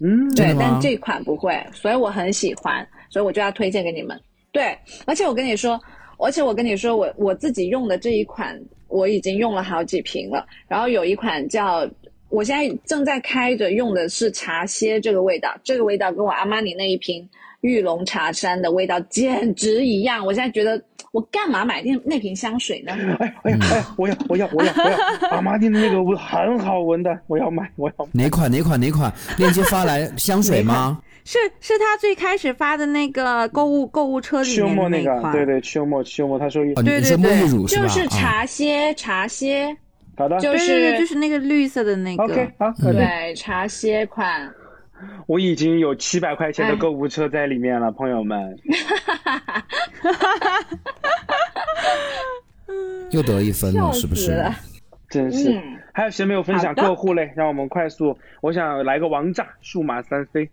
Speaker 2: 嗯，
Speaker 5: 真
Speaker 6: 对，
Speaker 5: 的吗
Speaker 6: 但这款不会，所以我很喜欢，所以我就要推荐给你们。对，而且我跟你说，而且我跟你说，我我自己用的这一款我已经用了好几瓶了，然后有一款叫。我现在正在开着用的是茶歇这个味道，这个味道跟我阿玛尼那一瓶玉龙茶山的味道简直一样。我现在觉得我干嘛买那那瓶香水呢？
Speaker 2: 哎
Speaker 5: 嗯
Speaker 2: 哎呀哎呀，我要我要我要我要，
Speaker 5: [laughs]
Speaker 2: 阿玛尼的那个味很好闻的，我要买我要买。
Speaker 5: 哪款哪款哪款？链接
Speaker 6: [laughs]
Speaker 5: 发来，香水吗？
Speaker 8: 是是他最开始发的那个购物购物车里
Speaker 2: 秋
Speaker 8: 面
Speaker 2: 末
Speaker 8: 的
Speaker 2: 那
Speaker 8: 一
Speaker 2: 个，
Speaker 8: 款，
Speaker 2: 对对，秋末秋末，他说
Speaker 5: 哦，你
Speaker 8: 对对
Speaker 5: 你说沐
Speaker 8: 对
Speaker 5: 浴乳
Speaker 6: 就
Speaker 5: 吧？
Speaker 6: 是
Speaker 5: 啊，
Speaker 6: 茶歇，茶歇，
Speaker 2: 好的
Speaker 6: 就
Speaker 8: 对对对，就是是那个绿色的那个
Speaker 2: ，OK，。好，
Speaker 5: 嗯
Speaker 2: 可以。
Speaker 6: 对茶歇款。
Speaker 2: 我已经有七百块钱的购物车在里面了，朋友
Speaker 5: 哎
Speaker 2: 们。
Speaker 5: 又得一分
Speaker 6: 笑
Speaker 5: 了，是不
Speaker 6: 死
Speaker 5: 是？
Speaker 6: 了
Speaker 2: 真是
Speaker 6: 嗯，
Speaker 2: 还有谁没有分享
Speaker 6: 好的
Speaker 2: 客户嘞？让我们快速，我想来个王炸数码三 C。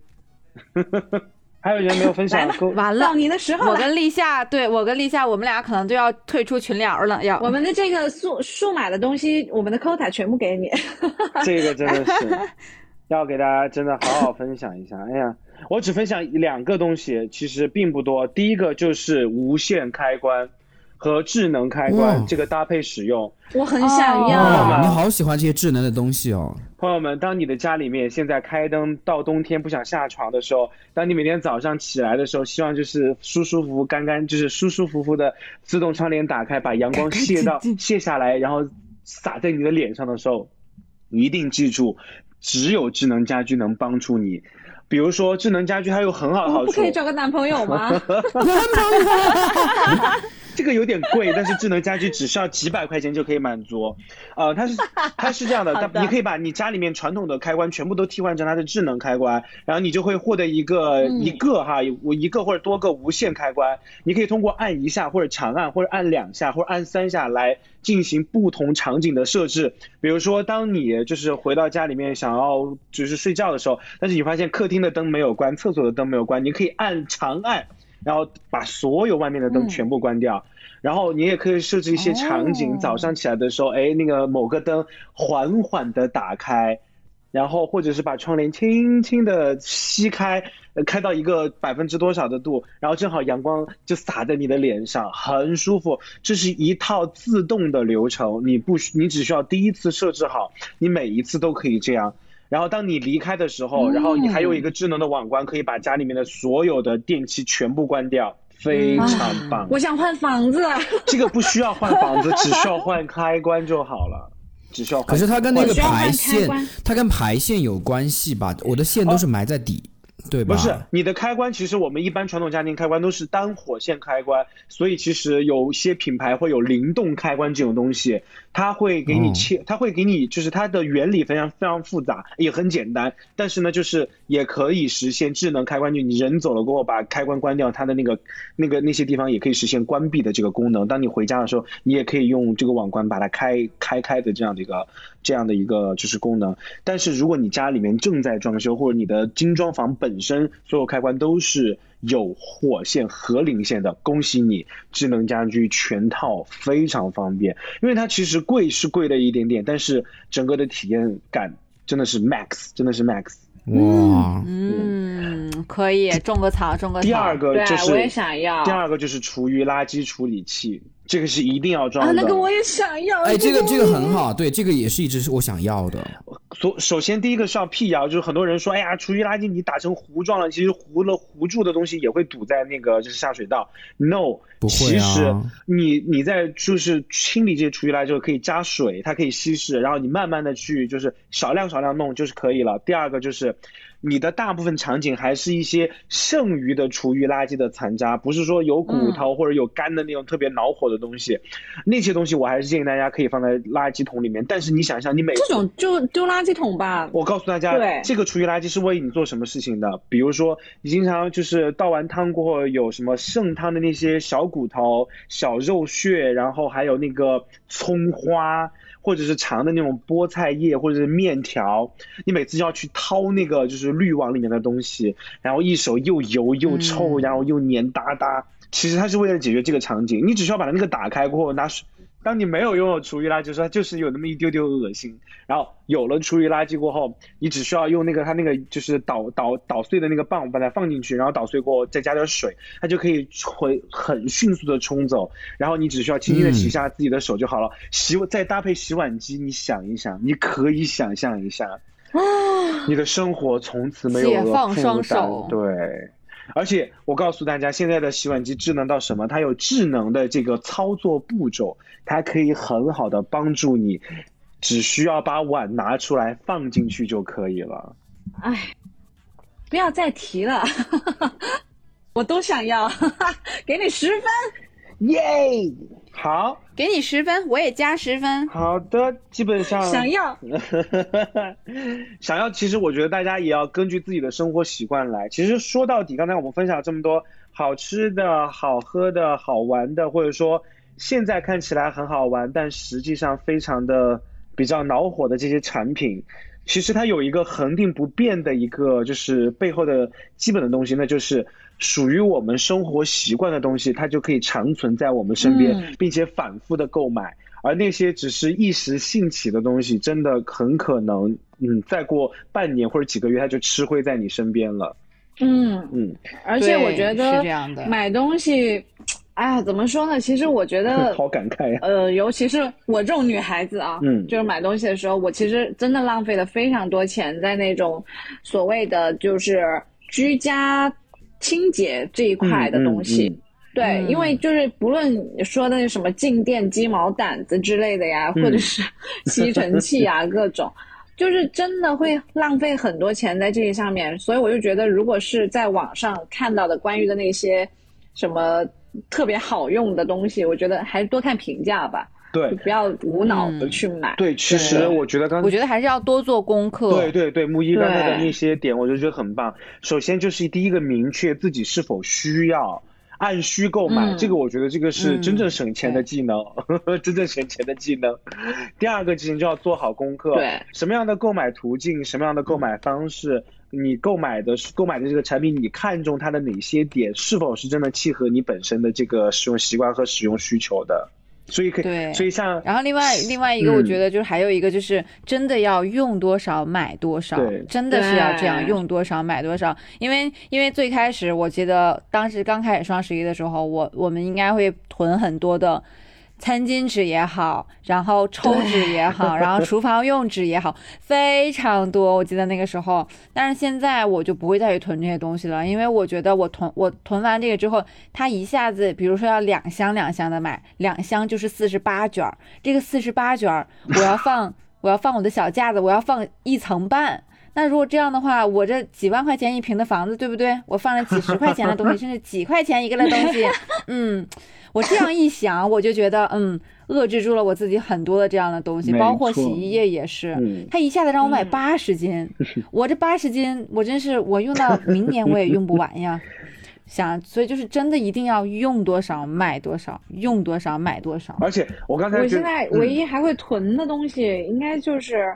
Speaker 2: 还有人没有分享
Speaker 4: 哎
Speaker 2: 客户？
Speaker 8: 完了
Speaker 6: 到，你的时候
Speaker 8: 我
Speaker 6: 了。
Speaker 8: 跟立夏，对我跟立夏，我们俩可能就要退出群聊了，要
Speaker 6: 我们的这个数数码的东西，我们的 quota 全部给你。 [laughs]
Speaker 2: [laughs] 这个真的是要给大家真的好好分享一下。哎呀，我只分享两个东西，其实并不多。第一个就是无线开关和智能开关
Speaker 5: 哇
Speaker 2: 这个搭配使用。
Speaker 6: 我很想要，
Speaker 5: 哦，你好喜欢这些智能的东西哦。
Speaker 2: 朋友们，当你的家里面现在开灯，到冬天不想下床的时候，当你每天早上起来的时候，希望就是舒舒服服、干干，就是舒舒服服的自动窗帘打开，把阳光卸
Speaker 6: [laughs]
Speaker 2: 到卸下来，然后洒在你的脸上的时候，一定记住，只有智能家居能帮助你。比如说，智能家居它有很好的好
Speaker 6: 不
Speaker 2: 处
Speaker 6: 可以，找个男朋友吗？
Speaker 5: [laughs]
Speaker 2: 这个有点贵，但是智能家居只需要几百块钱就可以满足。呃，它是它是这样的，它你可以把你家里面传统的开关全部都替换成它的智能开关，然后你就会获得一个、一个哈，我一个或者多个无线开关，你可以通过按一下或者长按或者按两下或者按三下来进行不同场景的设置。比如说，当你就是回到家里面想要就是睡觉的时候，但是你发现客厅的灯没有关，厕所的灯没有关，你可以按长按。然后把所有外面的灯全部关掉，然后你也可以设置一些场景，早上起来的时候，哎，那个某个灯缓缓的打开，然后或者是把窗帘轻轻的吸开，呃开到一个百分之多少的度，然后正好阳光就洒在你的脸上，很舒服。这是一套自动的流程，你不需你只需要第一次设置好，你每一次都可以这样。然后当你离开的时候，然后你还有一个智能的网关，可以把家里面的所有的电器全部关掉，非常棒。
Speaker 6: 我想换房子了。啊
Speaker 2: 这个不需要换房子，只需要换开关就好了，只需要换。
Speaker 5: 可是它跟那个
Speaker 6: 我需要换
Speaker 5: 排
Speaker 6: 开
Speaker 5: 线
Speaker 6: 关，
Speaker 5: 它跟排线有关系吧？我的线都是埋在底，对吧？
Speaker 2: 哦不是你的开关，其实我们一般传统家庭开关都是单火线开关，所以其实有些品牌会有灵动开关这种东西，它会给你
Speaker 5: 哦
Speaker 2: 切，它会给你就是它的原理非常非常复杂，也很简单，但是呢，就是也可以实现智能开关，就你人走了过后把开关关掉，它的那个那个那些地方也可以实现关闭的这个功能。当你回家的时候，你也可以用这个网关把它开开开的这样的一个这样的一个就是功能。但是如果你家里面正在装修，或者你的精装房本身所有开关都是有火线和零线的，恭喜你，智能家居全套非常方便。因为它其实贵是贵了一点点，但是整个的体验感真的是 max，真的是 max。
Speaker 5: 哇，
Speaker 8: 嗯，
Speaker 4: 可以种个草，种个草。
Speaker 2: 第二个就
Speaker 6: 对，我也
Speaker 2: 是
Speaker 6: 想要
Speaker 2: 第。二个就是厨余垃圾处理器，这个是一定要装的。
Speaker 6: 啊，那个我也想要。
Speaker 5: 哎，这个这个很好，对，这个也是一直是我想要的。
Speaker 2: 首首先第一个是要辟谣，就是很多人说，哎呀，厨余垃圾你打成糊状了，其实糊了糊住的东西也会堵在那个就是下水道。No，
Speaker 5: 不会
Speaker 2: 其
Speaker 5: 啊
Speaker 2: 实你你在就是清理这些厨余垃圾之后可以加水，它可以稀释，然后你慢慢的去就是少量少量弄就是可以了。第二个就是。你的大部分场景还是一些剩余的厨余垃圾的残渣，不是说有骨头或者有干的那种特别恼火的东西，那些东西我还是建议大家可以放在垃圾桶里面。但是你想想，你每
Speaker 6: 这种就丢垃圾桶吧。
Speaker 2: 我告诉大
Speaker 6: 对
Speaker 2: 家，这个厨余垃圾是为你做什么事情的？比如说，你经常就是倒完汤过后有什么剩汤的那些小骨头、小肉屑，然后还有那个葱花，或者是长的那种菠菜叶，或者是面条，你每次要去掏那个就是滤网里面的东西，然后一手又油又臭，然后又黏哒哒。其实它是为了解决这个场景，你只需要把它那个打开过后拿水。当你没有拥有厨余垃圾的时候，它就是有那么一丢丢恶心。然后有了厨余垃圾过后，你只需要用那个它那个就是捣捣捣碎的那个棒把它放进去，然后捣碎过后再加点水，它就可以冲很迅速的冲走。然后你只需要轻轻的洗一下自己的手就好了。洗再搭配洗碗机，你想一想，你可以想象一下，你的生活从此没有
Speaker 4: 解
Speaker 2: 了
Speaker 4: 放
Speaker 2: 负
Speaker 4: 双
Speaker 2: 担
Speaker 4: 手
Speaker 2: 对。而且我告诉大家，现在的洗碗机智能到什么？它有智能的这个操作步骤，它可以很好的帮助你，只需要把碗拿出来放进去就可以了。
Speaker 6: 不要再提了， [laughs] 我都想要， [laughs] 给你十分。
Speaker 2: 耶！好
Speaker 4: 给你十分，我也加十分。
Speaker 2: 好的，基本上
Speaker 5: 嗯
Speaker 6: 想要
Speaker 2: [laughs] 想要，其实我觉得大家也要根据自己的生活习惯来。其实说到底，刚才我们分享了这么多好吃的、好喝的、好玩的，或者说现在看起来很好玩，但实际上非常的比较恼火的这些产品，其实它有一个恒定不变的一个，就是背后的基本的东西，那就是属于我们生活习惯的东西，它就可以长存在我们身边，并且反复的购买。而那些只是一时兴起的东西，真的很可能，嗯，再过半年或者几个月，它就吃灰在你身边了。
Speaker 6: 嗯，
Speaker 2: 嗯，
Speaker 6: 而且
Speaker 4: 对
Speaker 6: 我觉得
Speaker 4: 是这样的
Speaker 6: 买东西，哎呀，怎么说呢？其实我觉得
Speaker 2: 好感慨啊呀、
Speaker 6: 呃，尤其是我这种女孩子啊，
Speaker 2: 嗯
Speaker 6: 就是买东西的时候，我其实真的浪费了非常多钱在那种所谓的就是居家清洁这一块的东
Speaker 2: 嗯
Speaker 6: 西。
Speaker 2: 嗯嗯
Speaker 6: 对，
Speaker 4: 嗯
Speaker 6: 因为就是不论你说的什么静电鸡毛掸子之类的呀，
Speaker 2: 嗯
Speaker 6: 或者是 [laughs] 吸尘器啊，各种。就是真的会浪费很多钱在这个上面，所以我就觉得，如果是在网上看到的关于的那些什么特别好用的东西，我觉得还是多看评价吧。
Speaker 2: 对嗯
Speaker 6: 就不要无脑的去买。
Speaker 2: 对，其实我觉得刚
Speaker 4: 我觉得还是要多做功课。
Speaker 2: 对对对，木一刚才的
Speaker 6: 对
Speaker 2: 那些点，我就觉得很棒。首先就是第一个，明确自己是否需要，按需购买，
Speaker 6: 嗯
Speaker 2: 这个我觉得这个是真正省钱的
Speaker 4: 对
Speaker 2: 技能， [laughs] 真正省钱的技能。第二个技能就要做好功课，
Speaker 6: 对，
Speaker 2: 什么样的购买途径，什么样的购买方式。你购买的购买的这个产品，你看中它的哪些点，是否是真的契合你本身的这个使用习惯和使用需求的？所以可
Speaker 4: 对
Speaker 2: 以，所以像
Speaker 4: 然后另外另外一个，我
Speaker 2: 嗯
Speaker 4: 觉得就是还有一个就是真的要用多少买多少
Speaker 2: 对，
Speaker 4: 真的是要这样
Speaker 6: 对
Speaker 4: 用多少买多少。因为因为最开始我记得当时刚开始双十一的时候，我我们应该会囤很多的。餐巾纸也好，然后抽纸也好，然
Speaker 2: [laughs]
Speaker 4: 后厨房用纸也好，非常多。我记得那个时候，但是现在我就不会再去囤这些东西了，因为我觉得我囤我囤完这个之后，它一下子，比如说要两箱两箱的买，两箱就是四十八卷儿，这个四十八卷儿，我要放，我要放我的小架子，我要放一层半。那如果这样的话，我这几万块钱一平的房子，对不对？我放了几十块钱
Speaker 2: [laughs]
Speaker 4: 的东西，甚至几块钱一个的东西，嗯，我这样一想，我就觉得，嗯，遏制住了我自己很多的这样的东西，
Speaker 2: 没
Speaker 4: 包括
Speaker 2: 错
Speaker 4: 洗衣液也是，
Speaker 2: 嗯
Speaker 4: 他一下子让我买八十斤，我这八十斤，我真是我用到明年我也用不完呀。想，所以就是真的一定要用多少买多少，用多少买多少。
Speaker 2: 而且我刚才
Speaker 6: 我
Speaker 2: 觉
Speaker 6: 现
Speaker 2: 得
Speaker 6: 在
Speaker 2: 嗯
Speaker 6: 唯一还会囤的东西，应该就是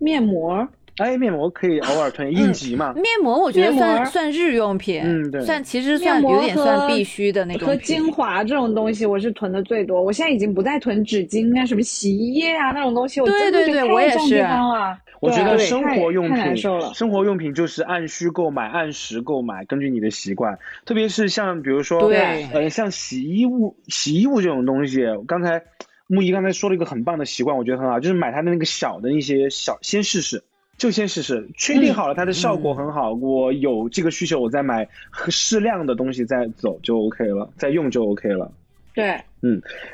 Speaker 6: 面膜。
Speaker 2: 哎，面膜可以偶尔喷，应急嘛。
Speaker 8: 面膜我觉得
Speaker 6: 面膜
Speaker 8: 算算日用品，
Speaker 2: 嗯对
Speaker 8: 算其实算有点算必须的那种
Speaker 6: 和
Speaker 8: 品
Speaker 6: 精华这种东西，我是囤的最多。我现在已经不再囤纸巾啊、什么洗衣液啊那种东西，我
Speaker 8: 对
Speaker 6: 真
Speaker 8: 对
Speaker 6: 的
Speaker 8: 对
Speaker 6: 太
Speaker 8: 我也
Speaker 6: 占
Speaker 8: 是
Speaker 6: 地方了。
Speaker 2: 我觉
Speaker 6: 对
Speaker 2: 得
Speaker 6: 对
Speaker 2: 生
Speaker 6: 太
Speaker 2: 活用
Speaker 6: 太难
Speaker 2: 品
Speaker 6: 受了，
Speaker 2: 生活用品就是按需购买，按时购买，根据你的习惯。特别是像比如说，
Speaker 8: 对
Speaker 2: 呃，像洗衣物、洗衣物这种东西，刚才木一刚才说了一个很棒的习惯，我觉得很好，就是买它的那个小的一些小，先试试。就先试试，确
Speaker 6: 嗯
Speaker 2: 定好了它的效果很好，我有这个需求，我再买适量的东西再走就 OK 了，再用就 OK 了。
Speaker 6: 对，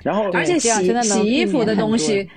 Speaker 2: 然后
Speaker 6: 而且
Speaker 8: 这样
Speaker 6: 洗
Speaker 8: 真的能
Speaker 6: 洗衣
Speaker 8: 避
Speaker 6: 服
Speaker 8: 免
Speaker 6: 的
Speaker 8: 很多
Speaker 6: 东西，嗯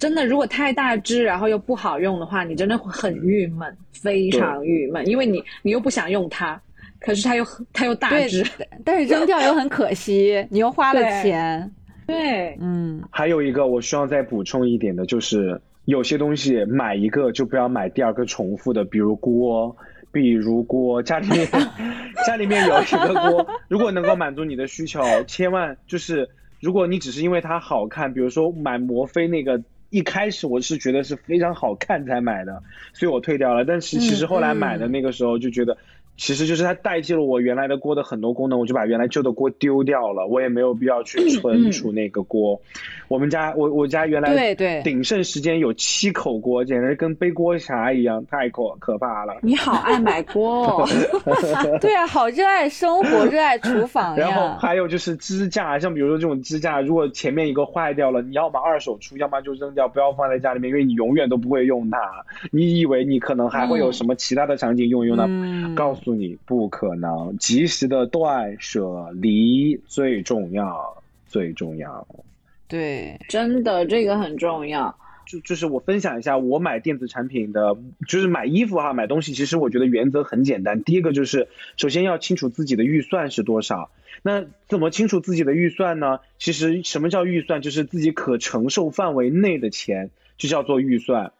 Speaker 6: 真的如果太大支，然后又不好用的话，你真的会很郁闷，非常郁闷，因为你你又不想用它，可是它又很它又大
Speaker 8: 对
Speaker 6: 支，，
Speaker 8: [laughs] 但是扔掉又很可惜，你又花了
Speaker 6: 对
Speaker 8: 钱，
Speaker 6: 对，
Speaker 8: 嗯，
Speaker 2: 还有一个我需要再补充一点的，就是有些东西买一个就不要买第二个重复的，比如锅，比如锅，家里面 [laughs] 家里面有一个锅，如果能够满足你的需求，千万就是如果你只是因为它好看，比如说买摩飞那个。一开始我是觉得是非常好看才买的，所以我退掉了。但是其实后来买的那个时候就觉得，其实就是它代替了我原来的锅的很多功能，我就把原来旧的锅丢掉了，我也没有必要去存储那个锅。我们家我我家原来
Speaker 8: 对对
Speaker 2: 鼎盛时间有七口锅，简直跟背锅侠一样，太可可怕了。
Speaker 6: 你好爱买锅
Speaker 8: [laughs]
Speaker 6: 哦，
Speaker 8: 对啊，好热爱生
Speaker 6: [laughs]
Speaker 8: 活，热爱厨房
Speaker 2: 然后
Speaker 8: 呀。
Speaker 2: 还有就是支架，像比如说这种支架，如果前面一个坏掉了，你要么二手出，要么就扔掉，不要放在家里面，因为你永远都不会用它。你以为你可能还会有什么其他的场景用一用它，
Speaker 8: 嗯
Speaker 2: 告诉你不可能。及时的断舍离最重要，最重要。
Speaker 8: 对，
Speaker 6: 真的这个很重要，
Speaker 2: 就就是我分享一下我买电子产品的，就是买衣服哈、买东西，其实我觉得原则很简单。第一个就是首先要清楚自己的预算是多少。那怎么清楚自己的预算呢？其实什么叫预算，就是自己可承受范围内的钱，就叫做预算。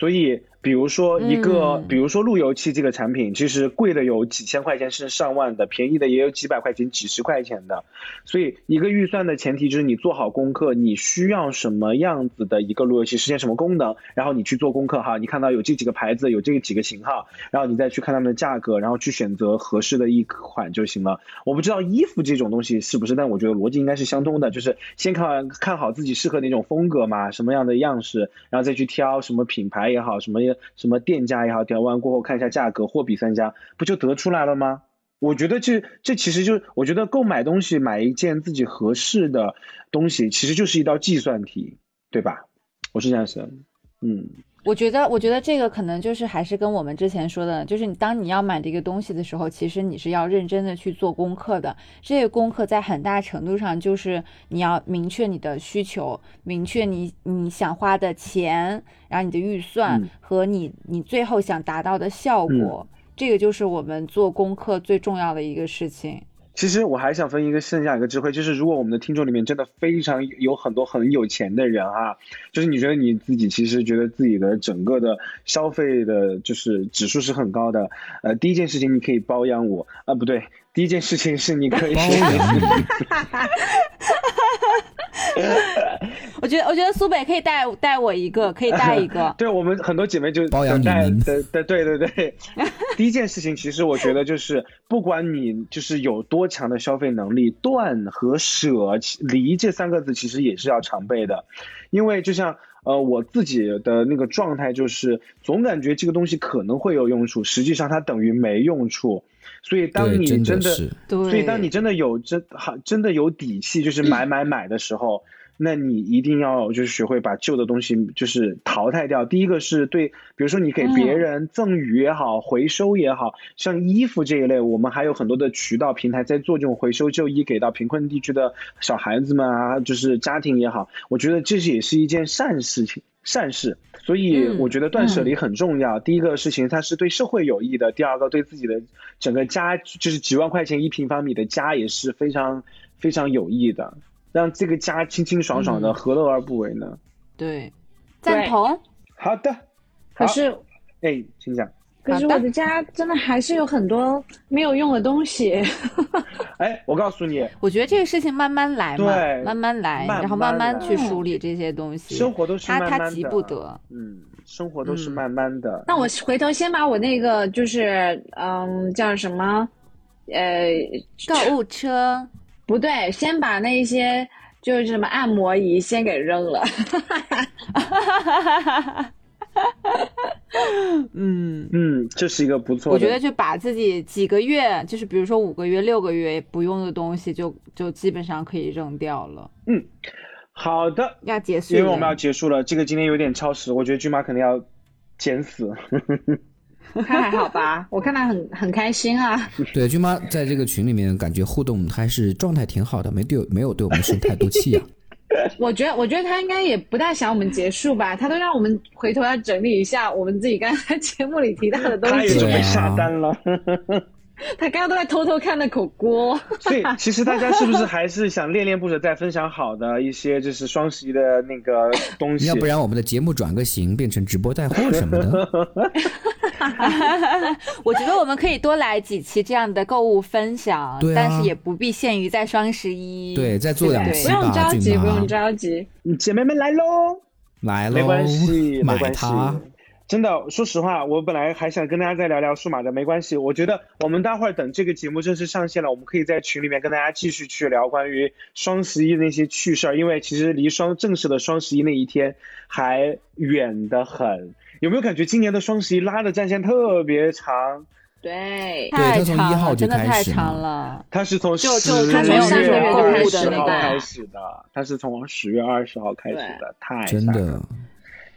Speaker 2: 所以，比如说一个，
Speaker 8: 嗯
Speaker 2: 比如说路由器这个产品，其实贵的有几千块钱甚至上万的，便宜的也有几百块钱、几十块钱的。所以，一个预算的前提就是你做好功课，你需要什么样子的一个路由器，实现什么功能，然后你去做功课哈。你看到有这几个牌子，有这几个型号，然后你再去看它们的价格，然后去选择合适的一款就行了。我不知道衣服这种东西是不是，但我觉得逻辑应该是相通的，就是先看看好自己适合哪种风格嘛，什么样的样式，然后再去挑什么品牌也好，什么什么店家也好，挑完过后看一下价格，货比三家，不就得出来了吗？我觉得这这其实就我觉得购买东西买一件自己合适的东西，其实就是一道计算题，对吧？我是这样想，嗯，
Speaker 8: 我觉得，我觉得这个可能就是还是跟我们之前说的，就是你当你要买这个东西的时候，其实你是要认真的去做功课的。这个功课在很大程度上就是你要明确你的需求，明确你你想花的钱，然后你的预算
Speaker 2: 嗯
Speaker 8: 和你你最后想达到的效果。这个就是我们做功课最重要的一个事情。
Speaker 2: 其实我还想分一个剩下一个智慧，就是如果我们的听众里面真的非常有很多很有钱的人啊，就是你觉得你自己其实觉得自己的整个的消费的，就是指数是很高的，呃，第一件事情你可以包养我啊、不对，第一件事情是你
Speaker 5: [laughs]
Speaker 2: 可以。
Speaker 8: 我觉得，我觉得苏北可以带带我一个，可以带一个
Speaker 2: [laughs] 对我们很多姐妹就
Speaker 5: 包养
Speaker 2: 等待
Speaker 5: 你们
Speaker 2: 对对对对对。 [laughs] 第一件事情，其实我觉得就是，不管你就是有多强的消费能力，断和舍离这三个字其实也是要常备的，因为就像。呃，我自己的那个状态就是，总感觉这个东西可能会有用处，实际上它等于没用处。所以当
Speaker 5: 对
Speaker 2: 你
Speaker 5: 真的
Speaker 2: 真
Speaker 5: 是
Speaker 8: 对嗯
Speaker 2: 所以当你真的有真好真的有底气，就是买买买的时候，那你一定要就是学会把旧的东西就是淘汰掉。第一个是对，比如说你给别
Speaker 8: 嗯
Speaker 2: 人赠与也好，回收也好，像衣服这一类，我们还有很多的渠道平台在做这种回收旧衣，给到贫困地区的小孩子们啊，就是家庭也好，我觉得这是也是一件善事情。善事，所以
Speaker 8: 嗯
Speaker 2: 我觉得断舍离很重要。第一个事情，它是对社会有益的；第二个，对自己的整个家，就是几万块钱一平方米的家也是非常非常有益的，让这个家清清爽爽的，何乐而不为呢？
Speaker 8: 对，赞同。
Speaker 2: 好的，好
Speaker 6: 可是
Speaker 2: 哎，请讲。
Speaker 6: 可是
Speaker 8: 好的
Speaker 6: 我的家真的还是有很多没有用的东西，
Speaker 2: 哎，我告诉你，
Speaker 8: 我觉得这个事情慢慢来嘛
Speaker 2: 对，
Speaker 8: 慢慢来，
Speaker 2: 慢慢
Speaker 8: 然后慢慢
Speaker 2: 来
Speaker 8: 去梳理这些东西。
Speaker 2: 生活都是
Speaker 8: 他
Speaker 2: 慢慢的。
Speaker 8: 他急不得，
Speaker 2: 嗯，生活都是慢慢的。
Speaker 6: 那我回头先把我那个就是嗯叫什么，呃，
Speaker 8: 购物车，
Speaker 6: 不对，先把那些就是什么按摩仪先给扔了。 [laughs]
Speaker 8: 嗯，
Speaker 2: 嗯，这是一个不错的。
Speaker 8: 我觉得就把自己几个月，就是比如说五个月、六个月不用的东西就，就基本上可以扔掉了。
Speaker 2: 好的，
Speaker 8: 要结束
Speaker 2: 因
Speaker 8: 了，
Speaker 2: 为我们要结束了，这个今天有点超时，我觉得军妈肯定要减死。
Speaker 6: 他还
Speaker 2: [laughs]
Speaker 6: 好吧？我看他很很开心啊。
Speaker 5: 对，军妈在这个群里面感觉互动还是状态挺好的，没对没有对我们生太多
Speaker 2: [laughs]
Speaker 5: 气啊。
Speaker 6: [laughs] 我觉得，我觉得他应该也不大想我们结束吧，他都让我们回头要整理一下我们自己刚才 [laughs] 节目里提到的东
Speaker 2: 他也
Speaker 6: 西。
Speaker 2: 准备
Speaker 5: 对啊
Speaker 2: 下单 [laughs] 了，
Speaker 6: 他刚刚都在偷偷看那口锅。
Speaker 2: 所以其实大家是不是还是想恋恋不舍，再分享好的一些就是双十一的那个东 [laughs] 西？
Speaker 5: 要不然我们的节目转个型，变成直播带货什么的。
Speaker 8: [laughs]
Speaker 2: [laughs]
Speaker 8: 我觉得我们可以多来几期这样的购物分享，
Speaker 5: 对啊
Speaker 8: 但是也不必限于在双十一。
Speaker 5: 对，再做两
Speaker 8: 对
Speaker 5: 期
Speaker 6: 不用
Speaker 5: 吧，
Speaker 6: 着急，
Speaker 2: 啊
Speaker 5: 俊
Speaker 6: 不
Speaker 5: 妈
Speaker 6: 用。着急。
Speaker 2: 姐妹们来喽！
Speaker 5: 来喽，
Speaker 2: 没关系，没
Speaker 5: 买
Speaker 2: 关系
Speaker 5: 它。。
Speaker 2: 真的，说实话，我本来还想跟大家再聊聊数码的，没关系。我觉得我们待会儿等这个节目正式上线了，我们可以在群里面跟大家继续去聊关于双十一的那些趣事儿，因为其实离双正式的双十一那一天还远得很。有没有感觉今年的双十一拉的战线特别长？
Speaker 6: 对，
Speaker 8: 太
Speaker 5: 对它从
Speaker 8: 长
Speaker 5: 1号
Speaker 8: 了，
Speaker 5: 就
Speaker 8: 真的
Speaker 5: 开
Speaker 8: 太
Speaker 5: 始
Speaker 8: 长
Speaker 5: 嘛
Speaker 8: 了。
Speaker 2: 它是从十
Speaker 8: 就就
Speaker 2: 月
Speaker 8: 它
Speaker 6: 没有上个月就
Speaker 2: 二
Speaker 6: 开始
Speaker 2: 十号
Speaker 6: 那个
Speaker 2: 开始的，它是从十月二十号开始的，太
Speaker 5: 真
Speaker 2: 吓人
Speaker 5: 的，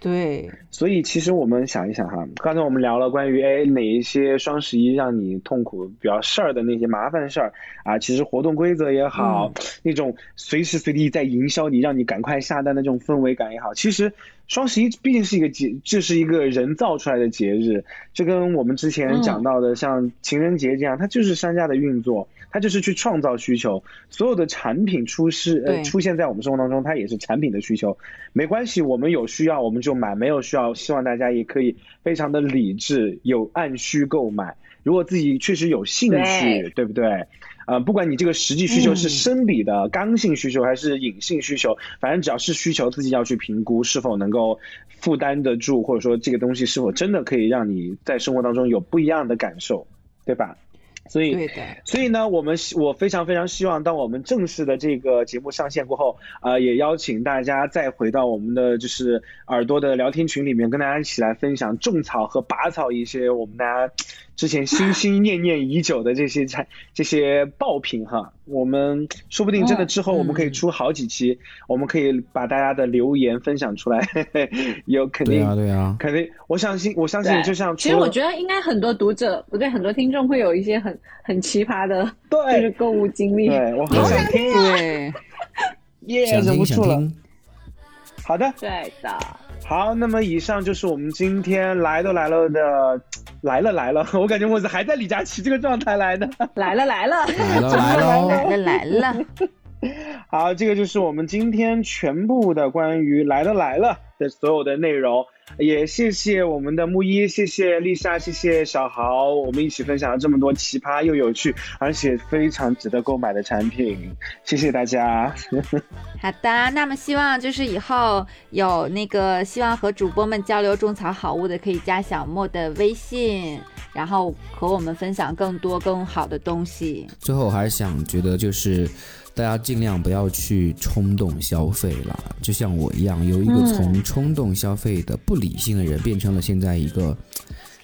Speaker 8: 对，
Speaker 2: 所以其实我们想一想哈，刚才我们聊了关于哎哪一些双十一让你痛苦比较事儿的那些麻烦事儿啊，其实活动规则也好，那种随时随地在营销你，让你赶快下单的这种氛围感也好，其实双十一毕竟是一个节，这是一个人造出来的节日，这跟我们之前讲到的像情人节这样，它就是商家的运作，它就是去创造需求，所有的产品出世呃
Speaker 8: 对
Speaker 2: 出现在我们生活当中，它也是产品的需求，没关系，我们有需要我们就买，没有需要，希望大家也可以非常的理智，有按需购买。如果自己确实有兴趣，对不对？呃，不管你这个实际需求是生理的、刚性需求还是隐性需求，反正只要是需求，自己要去评估是否能够负担得住，或者说这个东西是否真的可以让你在生活当中有不一样的感受，对吧？所以，
Speaker 8: 对的，
Speaker 2: 所以呢，我们希我非常非常希望，当我们正式的这个节目上线过后，呃，也邀请大家再回到我们的就是耳朵的聊天群里面，跟大家一起来分享种草和拔草一些我们大家之前心心念念已久的这些产 [laughs] 这些爆品哈。我们说不定真的之后我们可以出好几期，我们可以把大家的留言分享出来， [laughs] 嘿嘿，有肯
Speaker 5: 对
Speaker 2: 定、
Speaker 5: 啊，对啊，
Speaker 2: 肯定，我相信我相信，
Speaker 6: 对，
Speaker 2: 就像
Speaker 6: 其实我
Speaker 2: 得
Speaker 6: 觉得应该很多读者不对，很多听众会有一些很很奇葩的，就
Speaker 2: 对
Speaker 6: 是购物经历。
Speaker 2: 对，我好想听，
Speaker 8: 对，
Speaker 2: 耶，
Speaker 6: 哎
Speaker 5: 想
Speaker 2: 忍不
Speaker 5: 听想
Speaker 2: 住了。
Speaker 5: 听，
Speaker 2: 好的，
Speaker 6: 对的，
Speaker 2: 好，那么以上就是我们今天来都来了的，来了来了， [laughs] 我感觉我是还在李佳琦这个状态来的。
Speaker 6: [laughs]
Speaker 2: [laughs]
Speaker 6: 来了 [laughs] 来了，
Speaker 5: 来喽来
Speaker 8: 来
Speaker 5: 喽，
Speaker 8: 了来了，
Speaker 2: 好，这个就是我们今天全部的关于来都来了的所有的内容，也谢谢我们的木一，谢谢丽莎，谢谢小豪，我们一起分享了这么多奇葩又有趣，而且非常值得购买的产品，谢谢大家。
Speaker 8: 好的，那么希望就是以后有那个希望和主播们交流种草好物的，可以加小莫的微信，然后和我们分享更多更好的东西。
Speaker 5: 最后我还是想觉得就是。大家尽量不要去冲动消费啦，就像我一样，由一个从冲动消费的不理性的人，变成了现在一个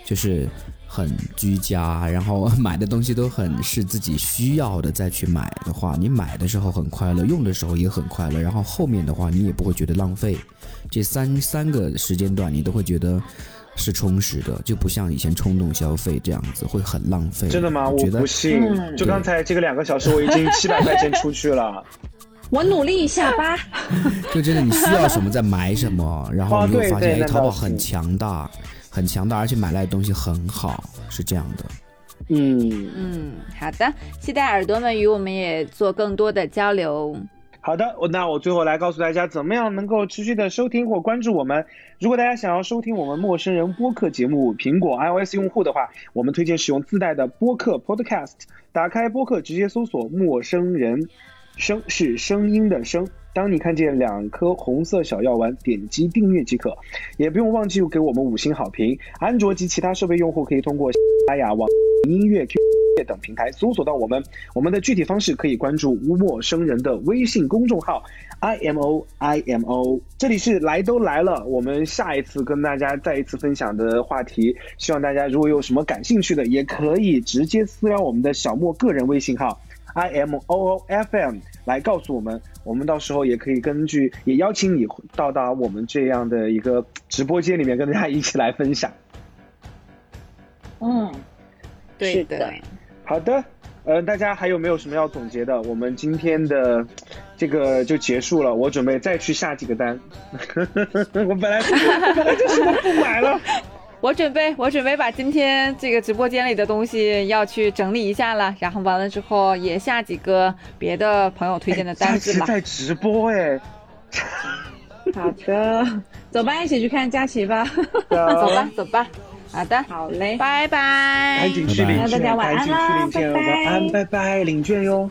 Speaker 5: 就是很居家，然后买的东西都很是自己需要的再去买的话，你买的时候很快乐，用的时候也很快乐，然后后面的话你也不会觉得浪费，这三三个时间段你都会觉得。是充实的，就不像以前冲动消费这样子，会很浪费。
Speaker 2: 真的吗？
Speaker 5: 我
Speaker 2: 我
Speaker 5: 觉得嗯
Speaker 2: 不信，就刚才这个两个小时，我已经七百块钱出去
Speaker 5: [laughs]
Speaker 2: 了。
Speaker 6: 我努力一下吧。
Speaker 5: 就真的你需要什么再买
Speaker 2: [laughs]
Speaker 5: 什么，然后
Speaker 2: 哦
Speaker 5: 你会
Speaker 2: 对
Speaker 5: 发
Speaker 2: 对
Speaker 5: 现，哎，
Speaker 2: 那
Speaker 5: 淘宝
Speaker 2: 倒是
Speaker 5: 很强大，很强大，而且买来的东西很好，是这样的。
Speaker 2: 嗯。
Speaker 8: 嗯，好的，期待耳朵们与我们也做更多的交流。
Speaker 2: 好的，我那我最后来告诉大家，怎么样能够持续的收听或关注我们。如果大家想要收听我们陌生人播客节目，苹果 iOS 用户的话，我们推荐使用自带的播客 Podcast，打开播客直接搜索“陌生人”。声是声音的声。当你看见两颗红色小药丸，点击订阅即可，也不用忘记给我们五星好评。安卓及其他设备用户可以通过喜马拉雅、网易音乐、Q 等平台搜索到我们。我们的具体方式可以关注“陌生人”的微信公众号 i m o i m o。这里是来都来了，我们下一次跟大家再一次分享的话题，希望大家如果有什么感兴趣的，也可以直接私聊我们的小莫个人微信号。I M O O F M 来告诉我们，我们到时候也可以根据，也邀请你到达我们这样的一个直播间里面，跟大家一起来分享。
Speaker 6: 嗯，
Speaker 8: 对
Speaker 6: 是
Speaker 8: 的，
Speaker 6: 的
Speaker 2: 好的，呃，大家还有没有什么要总结的？我们今天的这个就结束了，我准备再去下几个单。 [laughs] 我本来我本来就什么不买
Speaker 6: [laughs]
Speaker 2: 了。
Speaker 8: 我准备我准备把今天这个直播间里的东西要去整理一下了，然后完了之后也下几个别的朋友推荐的
Speaker 2: 佳
Speaker 8: 单
Speaker 2: 琪
Speaker 8: 子吧。
Speaker 2: 在直播哎、
Speaker 6: 好的，走吧，一起去看佳琪吧。
Speaker 2: 走
Speaker 8: 走吧，走吧，好的，
Speaker 6: 好嘞，
Speaker 8: 拜拜。
Speaker 2: 赶紧去领
Speaker 5: 拜
Speaker 2: 券，
Speaker 6: 拜那大家晚
Speaker 2: 赶
Speaker 6: 安
Speaker 2: 紧去
Speaker 6: 啦
Speaker 2: 领券，
Speaker 6: 拜拜
Speaker 2: 晚安，拜拜，领券哟。